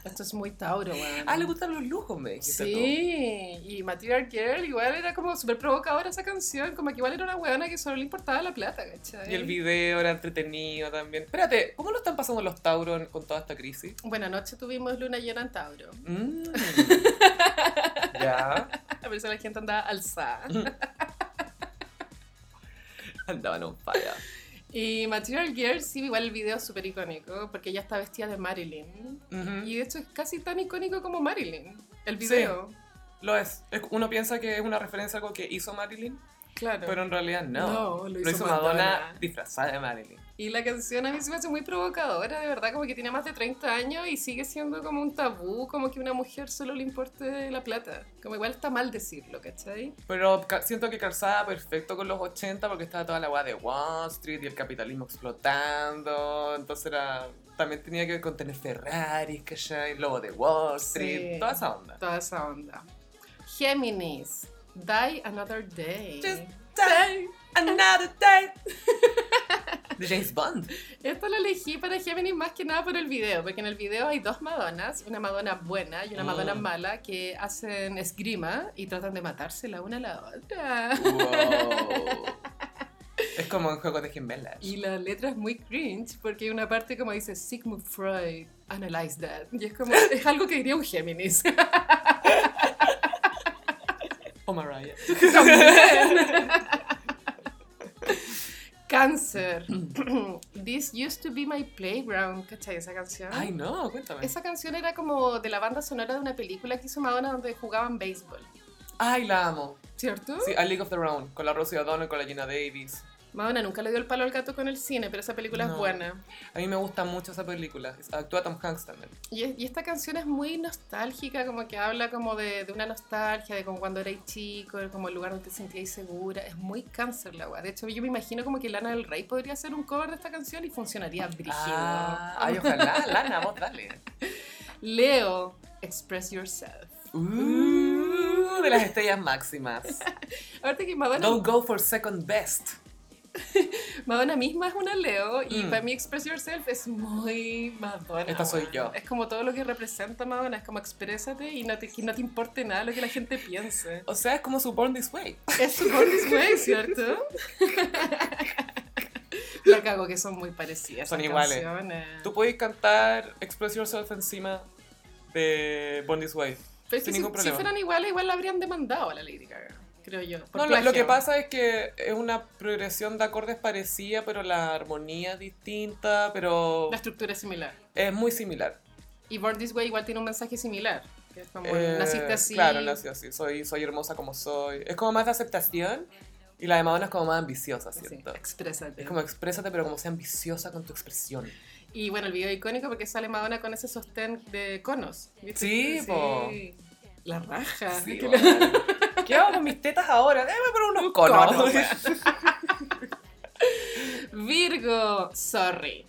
Speaker 2: Esto es muy Tauro, weón.
Speaker 1: Ah, le gustan los lujos, me dijiste
Speaker 2: Sí, y Material Girl igual era como súper provocadora esa canción, como que igual era una weona que solo le importaba la plata,
Speaker 1: tú.
Speaker 2: ¿cachai?
Speaker 1: Y el video era entretenido también. Espérate, ¿cómo lo están pasando los Tauros con toda esta crisis?
Speaker 2: Bueno, anoche tuvimos luna llena en Tauro,
Speaker 1: Mm. ya.
Speaker 2: por eso la gente andaba alzada.
Speaker 1: Andaban un falla.
Speaker 2: Y Material Girl, sí, igual el video es súper icónico, porque ella está vestida de Marilyn. Y de hecho es casi tan icónico como Marilyn, el
Speaker 1: Sí.
Speaker 2: video.
Speaker 1: Lo es. Es- Uno piensa que es una referencia a algo que hizo Marilyn,
Speaker 2: Claro.
Speaker 1: pero en realidad no.
Speaker 2: No, lo
Speaker 1: lo
Speaker 2: hizo
Speaker 1: hizo, Madonna,
Speaker 2: Madonna.
Speaker 1: disfrazada de Marilyn.
Speaker 2: Y la canción a mí se me hace muy provocadora, de verdad, como que tiene más de 30 años y sigue siendo como un tabú, como que a una mujer solo le importe la plata. Como igual está mal decirlo, ¿cachai?
Speaker 1: Pero ca- siento que calzaba perfecto con los 80 porque estaba toda la guada de Wall Street y el capitalismo explotando. Entonces era, también tenía que ver con tener Ferraris, ¿cachai? Lobo de Wall Street,
Speaker 2: Sí.
Speaker 1: toda esa onda.
Speaker 2: Toda esa onda. Géminis, Die Another Day.
Speaker 1: Just die another day. De James Bond.
Speaker 2: Esto lo elegí para Géminis más que nada por el video, porque en el video hay dos Madonas, una Madonna buena y una
Speaker 1: Mm.
Speaker 2: Madonna mala, que hacen esgrima y tratan de matarse la una a la otra.
Speaker 1: Es como un juego de gemelas.
Speaker 2: Y la letra es muy cringe porque hay una parte como dice Sigmund Freud, analyze that. Y es como, es algo que diría un Géminis. oh,
Speaker 1: O Mariah.
Speaker 2: Cáncer. This used to be my playground. ¿Cachai esa canción?
Speaker 1: Ay, no, cuéntame.
Speaker 2: Esa canción era como de la banda sonora de una película que hizo Madonna donde jugaban béisbol.
Speaker 1: Ay, la amo.
Speaker 2: ¿Cierto?
Speaker 1: Sí, A League of Their Own, con la Rosie O'Donnell, con la Gina Davis.
Speaker 2: Madonna nunca le dio el palo al gato con el cine, pero esa película
Speaker 1: No.
Speaker 2: es buena.
Speaker 1: A mí me gusta mucho esa película. Actúa Tom Hanks también.
Speaker 2: Y, es- y esta canción es muy nostálgica, como que habla como de, de una nostalgia, de como cuando erais chico, de como el lugar donde te sentíais segura. Es muy cáncer la weá. De hecho, yo me imagino como que Lana del Rey podría hacer un cover de esta canción y funcionaría brígido.
Speaker 1: Ah, ay, ojalá, Lana, vos dale.
Speaker 2: Leo, Express Yourself.
Speaker 1: Uh, de las estrellas máximas.
Speaker 2: Ahorita que Madonna,
Speaker 1: Don't go for second best.
Speaker 2: Madonna misma es una Leo y
Speaker 1: Mm.
Speaker 2: para mí Express Yourself es muy Madonna.
Speaker 1: Esta soy
Speaker 2: weón.
Speaker 1: yo.
Speaker 2: Es como todo lo que representa Madonna, es como exprésate y no te, que no te importe nada lo que la gente piense.
Speaker 1: O sea, es como su Born This Way.
Speaker 2: Es su Born This Way, ¿cierto? la cago que son muy parecidas.
Speaker 1: Son
Speaker 2: esas
Speaker 1: iguales.
Speaker 2: canciones.
Speaker 1: Tú puedes cantar Express Yourself encima de Born This Way.
Speaker 2: Pero es que
Speaker 1: sin
Speaker 2: si,
Speaker 1: ningún
Speaker 2: si
Speaker 1: problema.
Speaker 2: fueran iguales, igual la habrían demandado a la Lady Gaga, creo yo. por
Speaker 1: No, lo, lo
Speaker 2: plagio.
Speaker 1: que pasa es que es una progresión de acordes parecida, pero la armonía es distinta, pero
Speaker 2: La estructura es similar.
Speaker 1: es muy similar.
Speaker 2: Y Born This Way igual tiene un mensaje similar. Que es como,
Speaker 1: Eh,
Speaker 2: naciste así.
Speaker 1: Claro, nací así. Soy, soy hermosa como soy. Es como más de aceptación y la de Madonna es como más ambiciosa,
Speaker 2: Sí,
Speaker 1: ¿cierto?
Speaker 2: exprésate.
Speaker 1: Es como exprésate, pero como sea ambiciosa con tu expresión.
Speaker 2: Y bueno, el video icónico porque sale Madonna con ese sostén de conos. ¿viste?
Speaker 1: Sí, po.
Speaker 2: La raja.
Speaker 1: Sí,
Speaker 2: Que la-
Speaker 1: bueno. ¿Qué hago con mis tetas ahora? Déjame poner unos conos.
Speaker 2: cono, weá. Virgo, sorry.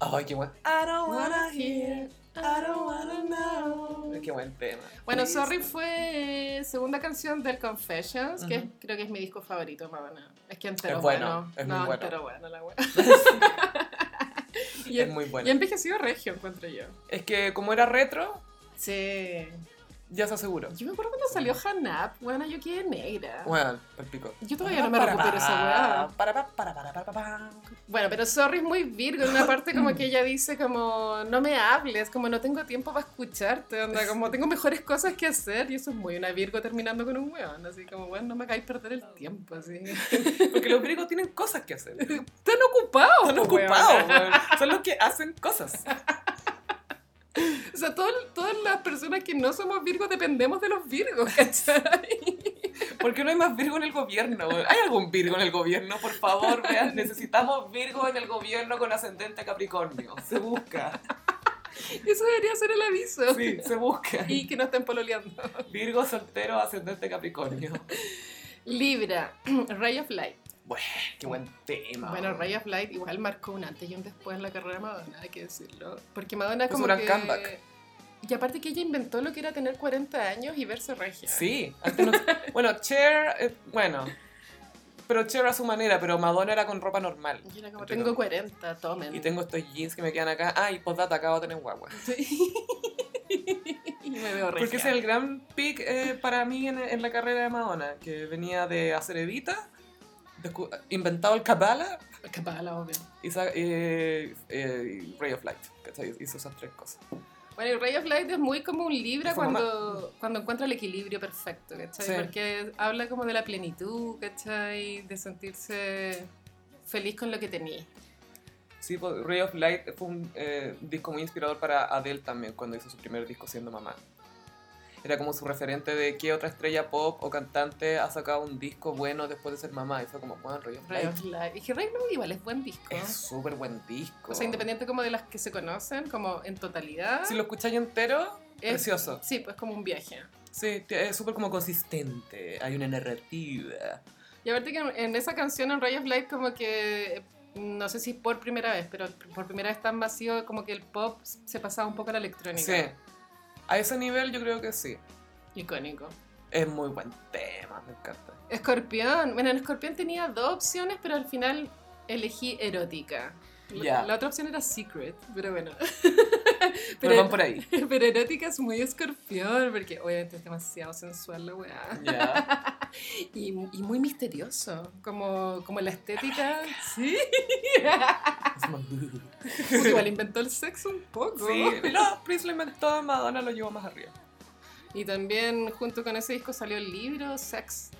Speaker 1: Ay, qué buen. I don't wanna hear, I don't wanna know. Qué buen tema.
Speaker 2: Bueno,
Speaker 1: Sí,
Speaker 2: Sorry
Speaker 1: sí.
Speaker 2: fue segunda canción del Confessions, que
Speaker 1: Ujú.
Speaker 2: creo que es mi disco favorito, de Madonna. Es que entero
Speaker 1: Es bueno, es muy
Speaker 2: no,
Speaker 1: bueno.
Speaker 2: entero bueno, la wea. y,
Speaker 1: Es muy
Speaker 2: y ha
Speaker 1: bueno.
Speaker 2: envejecido regio, encuentro yo.
Speaker 1: Es que como era retro,
Speaker 2: Sí.
Speaker 1: ya se aseguró.
Speaker 2: Yo me acuerdo cuando salió Hanap, bueno, yo quedé negra.
Speaker 1: Bueno, el pico.
Speaker 2: Yo todavía no me recupero esa weá.
Speaker 1: Para, para, para, para, para, para.
Speaker 2: Bueno, pero Sorry es muy virgo, en una parte como que ella dice como, no me hables, como no tengo tiempo para escucharte, onda, como tengo mejores cosas que hacer, y eso es muy una virgo terminando con un weón, así como, bueno, no me hagáis perder el tiempo, así.
Speaker 1: Porque los griegos tienen cosas que hacer.
Speaker 2: Están ocupados,
Speaker 1: Están
Speaker 2: po,
Speaker 1: ocupados,
Speaker 2: weona.
Speaker 1: weón. Son los que hacen cosas.
Speaker 2: O sea, todo- todas las personas que no somos virgos dependemos de los virgos, ¿cachai?
Speaker 1: ¿Por qué no hay más Virgo en el gobierno? weón? ¿Hay algún Virgo en el gobierno? Por favor, vean, necesitamos Virgo en el gobierno con ascendente a Capricornio. Se busca.
Speaker 2: Eso debería ser el aviso.
Speaker 1: Sí, se busca.
Speaker 2: Y que no estén pololeando.
Speaker 1: Virgo soltero, ascendente Capricornio.
Speaker 2: Libra, Ray of Light.
Speaker 1: Bueno, qué buen tema.
Speaker 2: Bueno, Ray of Light igual marcó un antes y un después en la carrera de Madonna, hay que decirlo. Porque Madonna
Speaker 1: Hizo
Speaker 2: como
Speaker 1: un gran
Speaker 2: que...
Speaker 1: comeback.
Speaker 2: Y aparte que ella inventó lo que era tener 40 años y verse regia.
Speaker 1: Sí, antes no- bueno, Cher, eh, bueno, pero Cher a su manera, pero Madonna era con ropa normal.
Speaker 2: Y era como,
Speaker 1: Entre
Speaker 2: tengo
Speaker 1: comillas.
Speaker 2: 40, tomen.
Speaker 1: Y tengo estos jeans que me quedan acá. Ah, y postdata, acabo de tener guagua.
Speaker 2: y me veo regia.
Speaker 1: Porque ese es el gran pick eh, para mí en, en la carrera de Madonna, que venía de hacer Evita, descu- inventado el Kabbalah
Speaker 2: Escapada, obvio.
Speaker 1: y, sa- eh, eh, y Ray of Light. ¿cachai? Hizo esas tres cosas.
Speaker 2: Bueno, el Ray of Light es muy como un Libra
Speaker 1: Es como
Speaker 2: cuando, cuando encuentra el equilibrio perfecto, ¿cachai?
Speaker 1: Sí.
Speaker 2: Porque habla como de la plenitud, ¿cachai? De sentirse feliz con lo que tenía.
Speaker 1: Sí, pues, Ray of Light fue un eh, disco muy inspirador para Adele también cuando hizo su primer disco siendo mamá. Era como su referente de qué otra estrella pop o cantante ha sacado un disco bueno después de ser mamá. Y fue como, bueno, Ray of
Speaker 2: Ray
Speaker 1: Light
Speaker 2: of Light. Y que Ray of Light igual es buen disco. ¿eh?
Speaker 1: es súper buen disco.
Speaker 2: O sea, independiente como de las que se conocen, como en totalidad.
Speaker 1: Si lo escucháis entero,
Speaker 2: Es-
Speaker 1: precioso.
Speaker 2: Sí, pues como un viaje.
Speaker 1: Sí, t- es súper como consistente, hay una narrativa.
Speaker 2: Y aparte que en, en esa canción, en Ray of Light, como que, eh, no sé si por primera vez, pero por primera vez tan vacío, como que el pop se pasaba un poco a la electrónica.
Speaker 1: Sí, a ese nivel yo creo que sí.
Speaker 2: Icónico.
Speaker 1: Es muy buen tema, me encanta.
Speaker 2: Escorpión. Bueno, en Escorpión tenía dos opciones, pero al final elegí erótica. La-
Speaker 1: Ya.
Speaker 2: La otra opción era Secret, pero bueno.
Speaker 1: Pero,
Speaker 2: Pero-
Speaker 1: van por ahí.
Speaker 2: Pero erótica es muy escorpión, porque obviamente es demasiado sensual la weá.
Speaker 1: Ya.
Speaker 2: Y, y muy misterioso, como, como la
Speaker 1: Ah,
Speaker 2: estética. Sí.
Speaker 1: Es más-
Speaker 2: Porque igual inventó el sexo un poco.
Speaker 1: Sí, no, Prince lo inventó, Madonna lo llevó más arriba.
Speaker 2: Y también junto con ese disco salió el libro Sex.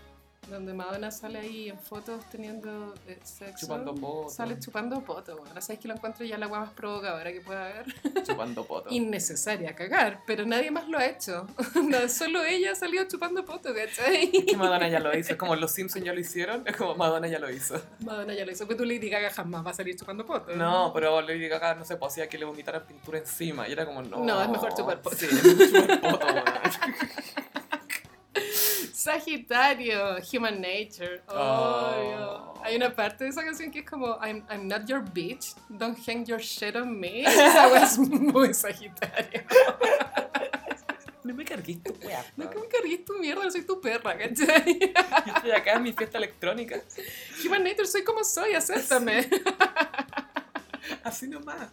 Speaker 2: donde Madonna sale ahí en fotos teniendo eh, sexo.
Speaker 1: Chupando poto.
Speaker 2: Sale chupando poto, bueno. ¿Sabes que lo encuentro ya la agua más provocadora que pueda haber?
Speaker 1: Chupando poto.
Speaker 2: Innecesaria cagar, pero nadie más lo ha hecho. No, solo ella ha salido chupando poto, ¿cachai?
Speaker 1: Que Madonna ya lo hizo. Es como los Simpsons ya lo hicieron. Es como Madonna ya lo hizo.
Speaker 2: Madonna ya lo hizo, pero tú Lady Gaga jamás va a salir chupando poto.
Speaker 1: No, pero Lady Gaga, no sé, pues hacía que le vomitaran pintura encima. Y era como, no.
Speaker 2: No, es mejor chupar poto.
Speaker 1: Sí, es mejor chupar poto, weón.
Speaker 2: Sagitario, Human Nature. Oh,
Speaker 1: Oh.
Speaker 2: Dios. Hay una parte de esa canción que es como I'm, I'm not your bitch, don't hang your shit on me. Esa wea es muy Sagitario.
Speaker 1: No me cargues tu weá.
Speaker 2: No que
Speaker 1: weón.
Speaker 2: me cargues tu mierda, no soy tu perra, ¿cachai?
Speaker 1: Yo estoy acá en mi fiesta electrónica.
Speaker 2: Human Nature, soy como soy, acéptame.
Speaker 1: Así nomás.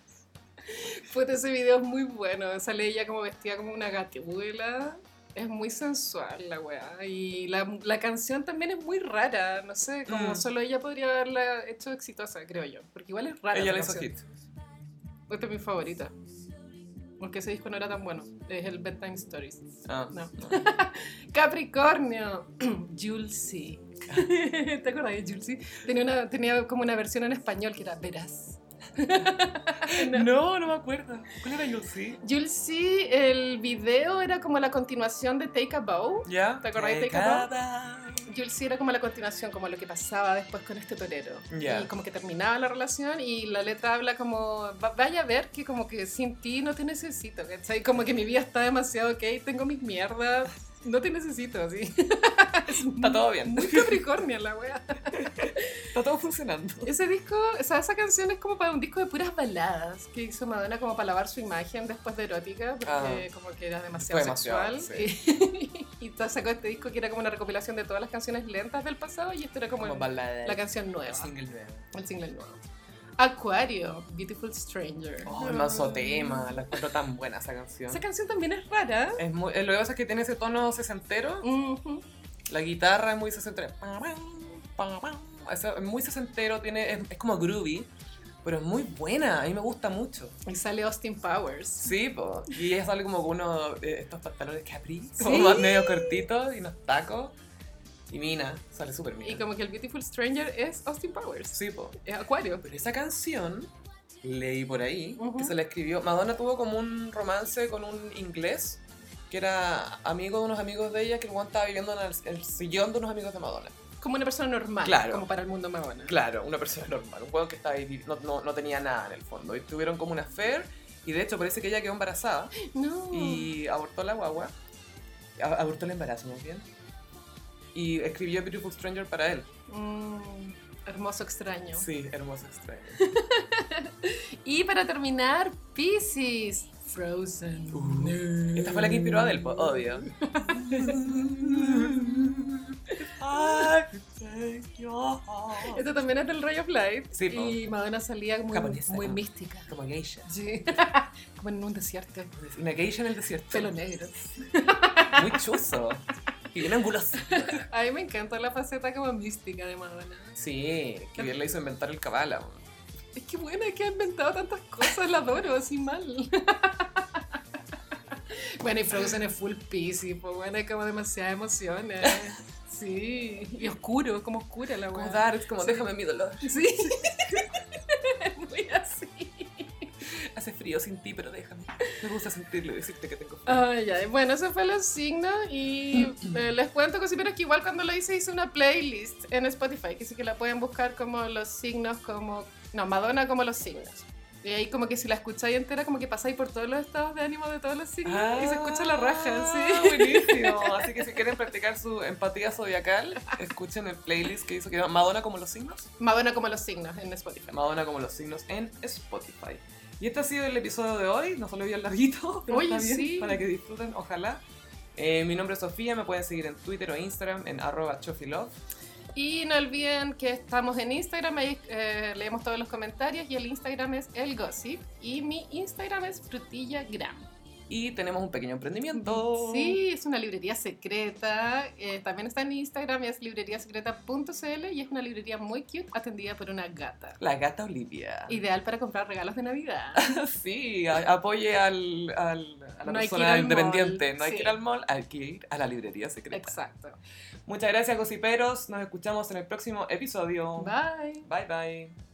Speaker 2: Puta, ese video es muy bueno. Sale ella como vestida como una gatibuela. Es muy sensual la weá. Y la, la canción también es muy rara. No sé, como
Speaker 1: Mm.
Speaker 2: solo ella podría haberla hecho exitosa, creo yo. Porque igual es rara.
Speaker 1: Ella le
Speaker 2: la
Speaker 1: hizo
Speaker 2: canción.
Speaker 1: hit.
Speaker 2: Esta es mi favorita. Porque ese disco no era tan bueno. Es el Bedtime Stories.
Speaker 1: Ah,
Speaker 2: No. Capricornio. Julcy. ¿Te acuerdas de Julcy? Tenía, una, tenía como una versión en español que era Verás.
Speaker 1: no. no, no me acuerdo. ¿Cuál era Yulsi?
Speaker 2: Julcy, el video era como la continuación de Take a Bow.
Speaker 1: ¿Ya?
Speaker 2: ¿Te acordás de
Speaker 1: Take
Speaker 2: Take a
Speaker 1: a bow.
Speaker 2: Julcy era como la continuación, como lo que pasaba después con este torero.
Speaker 1: Ya.
Speaker 2: Y como que terminaba la relación y la letra habla como, "Va- vaya a ver que como que sin ti no te necesito, ¿cachai? Como que mi vida está demasiado ok, tengo mis mierdas, no te necesito, así.
Speaker 1: Está todo bien.
Speaker 2: Muy capricornio la wea.
Speaker 1: Está todo funcionando.
Speaker 2: Ese disco, o sea, esa canción es como para un disco de puras baladas que hizo Madonna como para lavar su imagen después de erótica, porque como que era demasiado
Speaker 1: Fue Ah. demasiado,
Speaker 2: sexual. Y, y ta- sacó este disco que era como una recopilación de todas las canciones lentas del pasado y esto era como, el-
Speaker 1: balada.
Speaker 2: la canción nueva.
Speaker 1: single nuevo.
Speaker 2: El single nuevo. Acuario, Beautiful Stranger. Ah.
Speaker 1: Oh, el manso tema. La encuentro tan buena esa canción.
Speaker 2: Esa canción también es rara.
Speaker 1: Es muy, eh, lo que pasa es que tiene ese tono sesentero.
Speaker 2: Ujú.
Speaker 1: La guitarra es muy sesentera. Esa- Es muy sesentero, tiene, es, es como groovy, pero es muy buena. A mí me gusta mucho.
Speaker 2: Y sale Austin Powers.
Speaker 1: Sí, po. y ella sale como con uno de estos pantalones capri, como
Speaker 2: Sí.
Speaker 1: más medio cortitos y unos tacos. Y Mina, sale súper
Speaker 2: Y
Speaker 1: Mina.
Speaker 2: como que el Beautiful Stranger es Austin Powers.
Speaker 1: Sí, po.
Speaker 2: Es Acuario.
Speaker 1: Pero esa canción, leí por ahí, que
Speaker 2: Ujú.
Speaker 1: se la escribió. Madonna tuvo como un romance con un inglés que era amigo de unos amigos de ella, que el weón estaba viviendo en el, el sillón de unos amigos de Madonna.
Speaker 2: Como una persona normal.
Speaker 1: Claro.
Speaker 2: Como para el mundo Madonna.
Speaker 1: Claro, una persona normal, un weón que estaba ahí, vi- no, no, no tenía nada en el fondo. Y tuvieron como una affair, y de hecho parece que ella quedó embarazada
Speaker 2: No.
Speaker 1: y abortó la guagua. A- abortó el embarazo, más bien. Y escribió Beautiful Stranger para él.
Speaker 2: Mm, hermoso extraño.
Speaker 1: Sí, hermoso extraño.
Speaker 2: Y para terminar, Pisces. Frozen.
Speaker 1: Uh, Esta fue la que inspiró a Delpo, obvio.
Speaker 2: Esto también es del Ray of Light.
Speaker 1: Sí, po.
Speaker 2: y Madonna salía muy,
Speaker 1: Japonesa.
Speaker 2: muy mística.
Speaker 1: Como geisha.
Speaker 2: Sí. Como en un desierto.
Speaker 1: Una geisha en el desierto.
Speaker 2: Pelo negro.
Speaker 1: Muy chuzo. Y bien anguloso.
Speaker 2: A mí me encanta la faceta como mística de Madonna.
Speaker 1: Sí, que bien le hizo inventar el cabala. weón.
Speaker 2: Es que buena, es que ha inventado tantas cosas, la adoro, así mal. Bueno, y Frozen es full Pisces, pues bueno, es como demasiadas emociones. Sí, y oscuro, es como oscura la
Speaker 1: Como
Speaker 2: weá.
Speaker 1: Dark, como déjame mi dolor.
Speaker 2: Sí, es muy así.
Speaker 1: Hace frío sin ti, pero déjame. Me gusta sentirlo y decirte que tengo frío.
Speaker 2: Ay, ay, bueno, esos fueron los signos y eh, les cuento cosas, pero es que igual cuando lo hice hice una playlist en Spotify, que sí que la pueden buscar como los signos, como, no, Madonna como los signos. Y ahí como que si la escucháis entera, como que pasáis por todos los estados de ánimo de todos los signos y se escucha la raja,
Speaker 1: Ah,
Speaker 2: sí.
Speaker 1: Buenísimo. Así que si quieren practicar su empatía zodiacal, escuchen el playlist que hizo que se llama Madonna como los signos.
Speaker 2: Madonna como los signos en Spotify.
Speaker 1: Madonna como los signos en Spotify. Y este ha sido el episodio de hoy. No solo bien larguito, pero
Speaker 2: Oye,
Speaker 1: está bien
Speaker 2: sí.
Speaker 1: para que disfruten, ojalá. Eh, mi nombre es Sofía, me pueden seguir en Twitter o Instagram en arroba chofilove.
Speaker 2: Y no olviden que estamos en Instagram, ahí eh, leemos todos los comentarios y el Instagram es el gossip y mi Instagram es frutillagram.
Speaker 1: y tenemos un pequeño emprendimiento.
Speaker 2: Sí, es una librería secreta. eh, también está en Instagram, es libreriasecreta.cl y es una librería muy cute atendida por una gata.
Speaker 1: La gata Olivia.
Speaker 2: Ideal para comprar regalos de Navidad.
Speaker 1: Sí, a- apoye al, al- a la
Speaker 2: No hay que ir
Speaker 1: persona
Speaker 2: al
Speaker 1: independiente.
Speaker 2: mall,
Speaker 1: No hay
Speaker 2: sí.
Speaker 1: que ir al mall, hay que ir a la librería secreta.
Speaker 2: Exacto.
Speaker 1: Muchas gracias, gossiperos. Nos escuchamos en el próximo episodio.
Speaker 2: Bye.
Speaker 1: Bye, bye.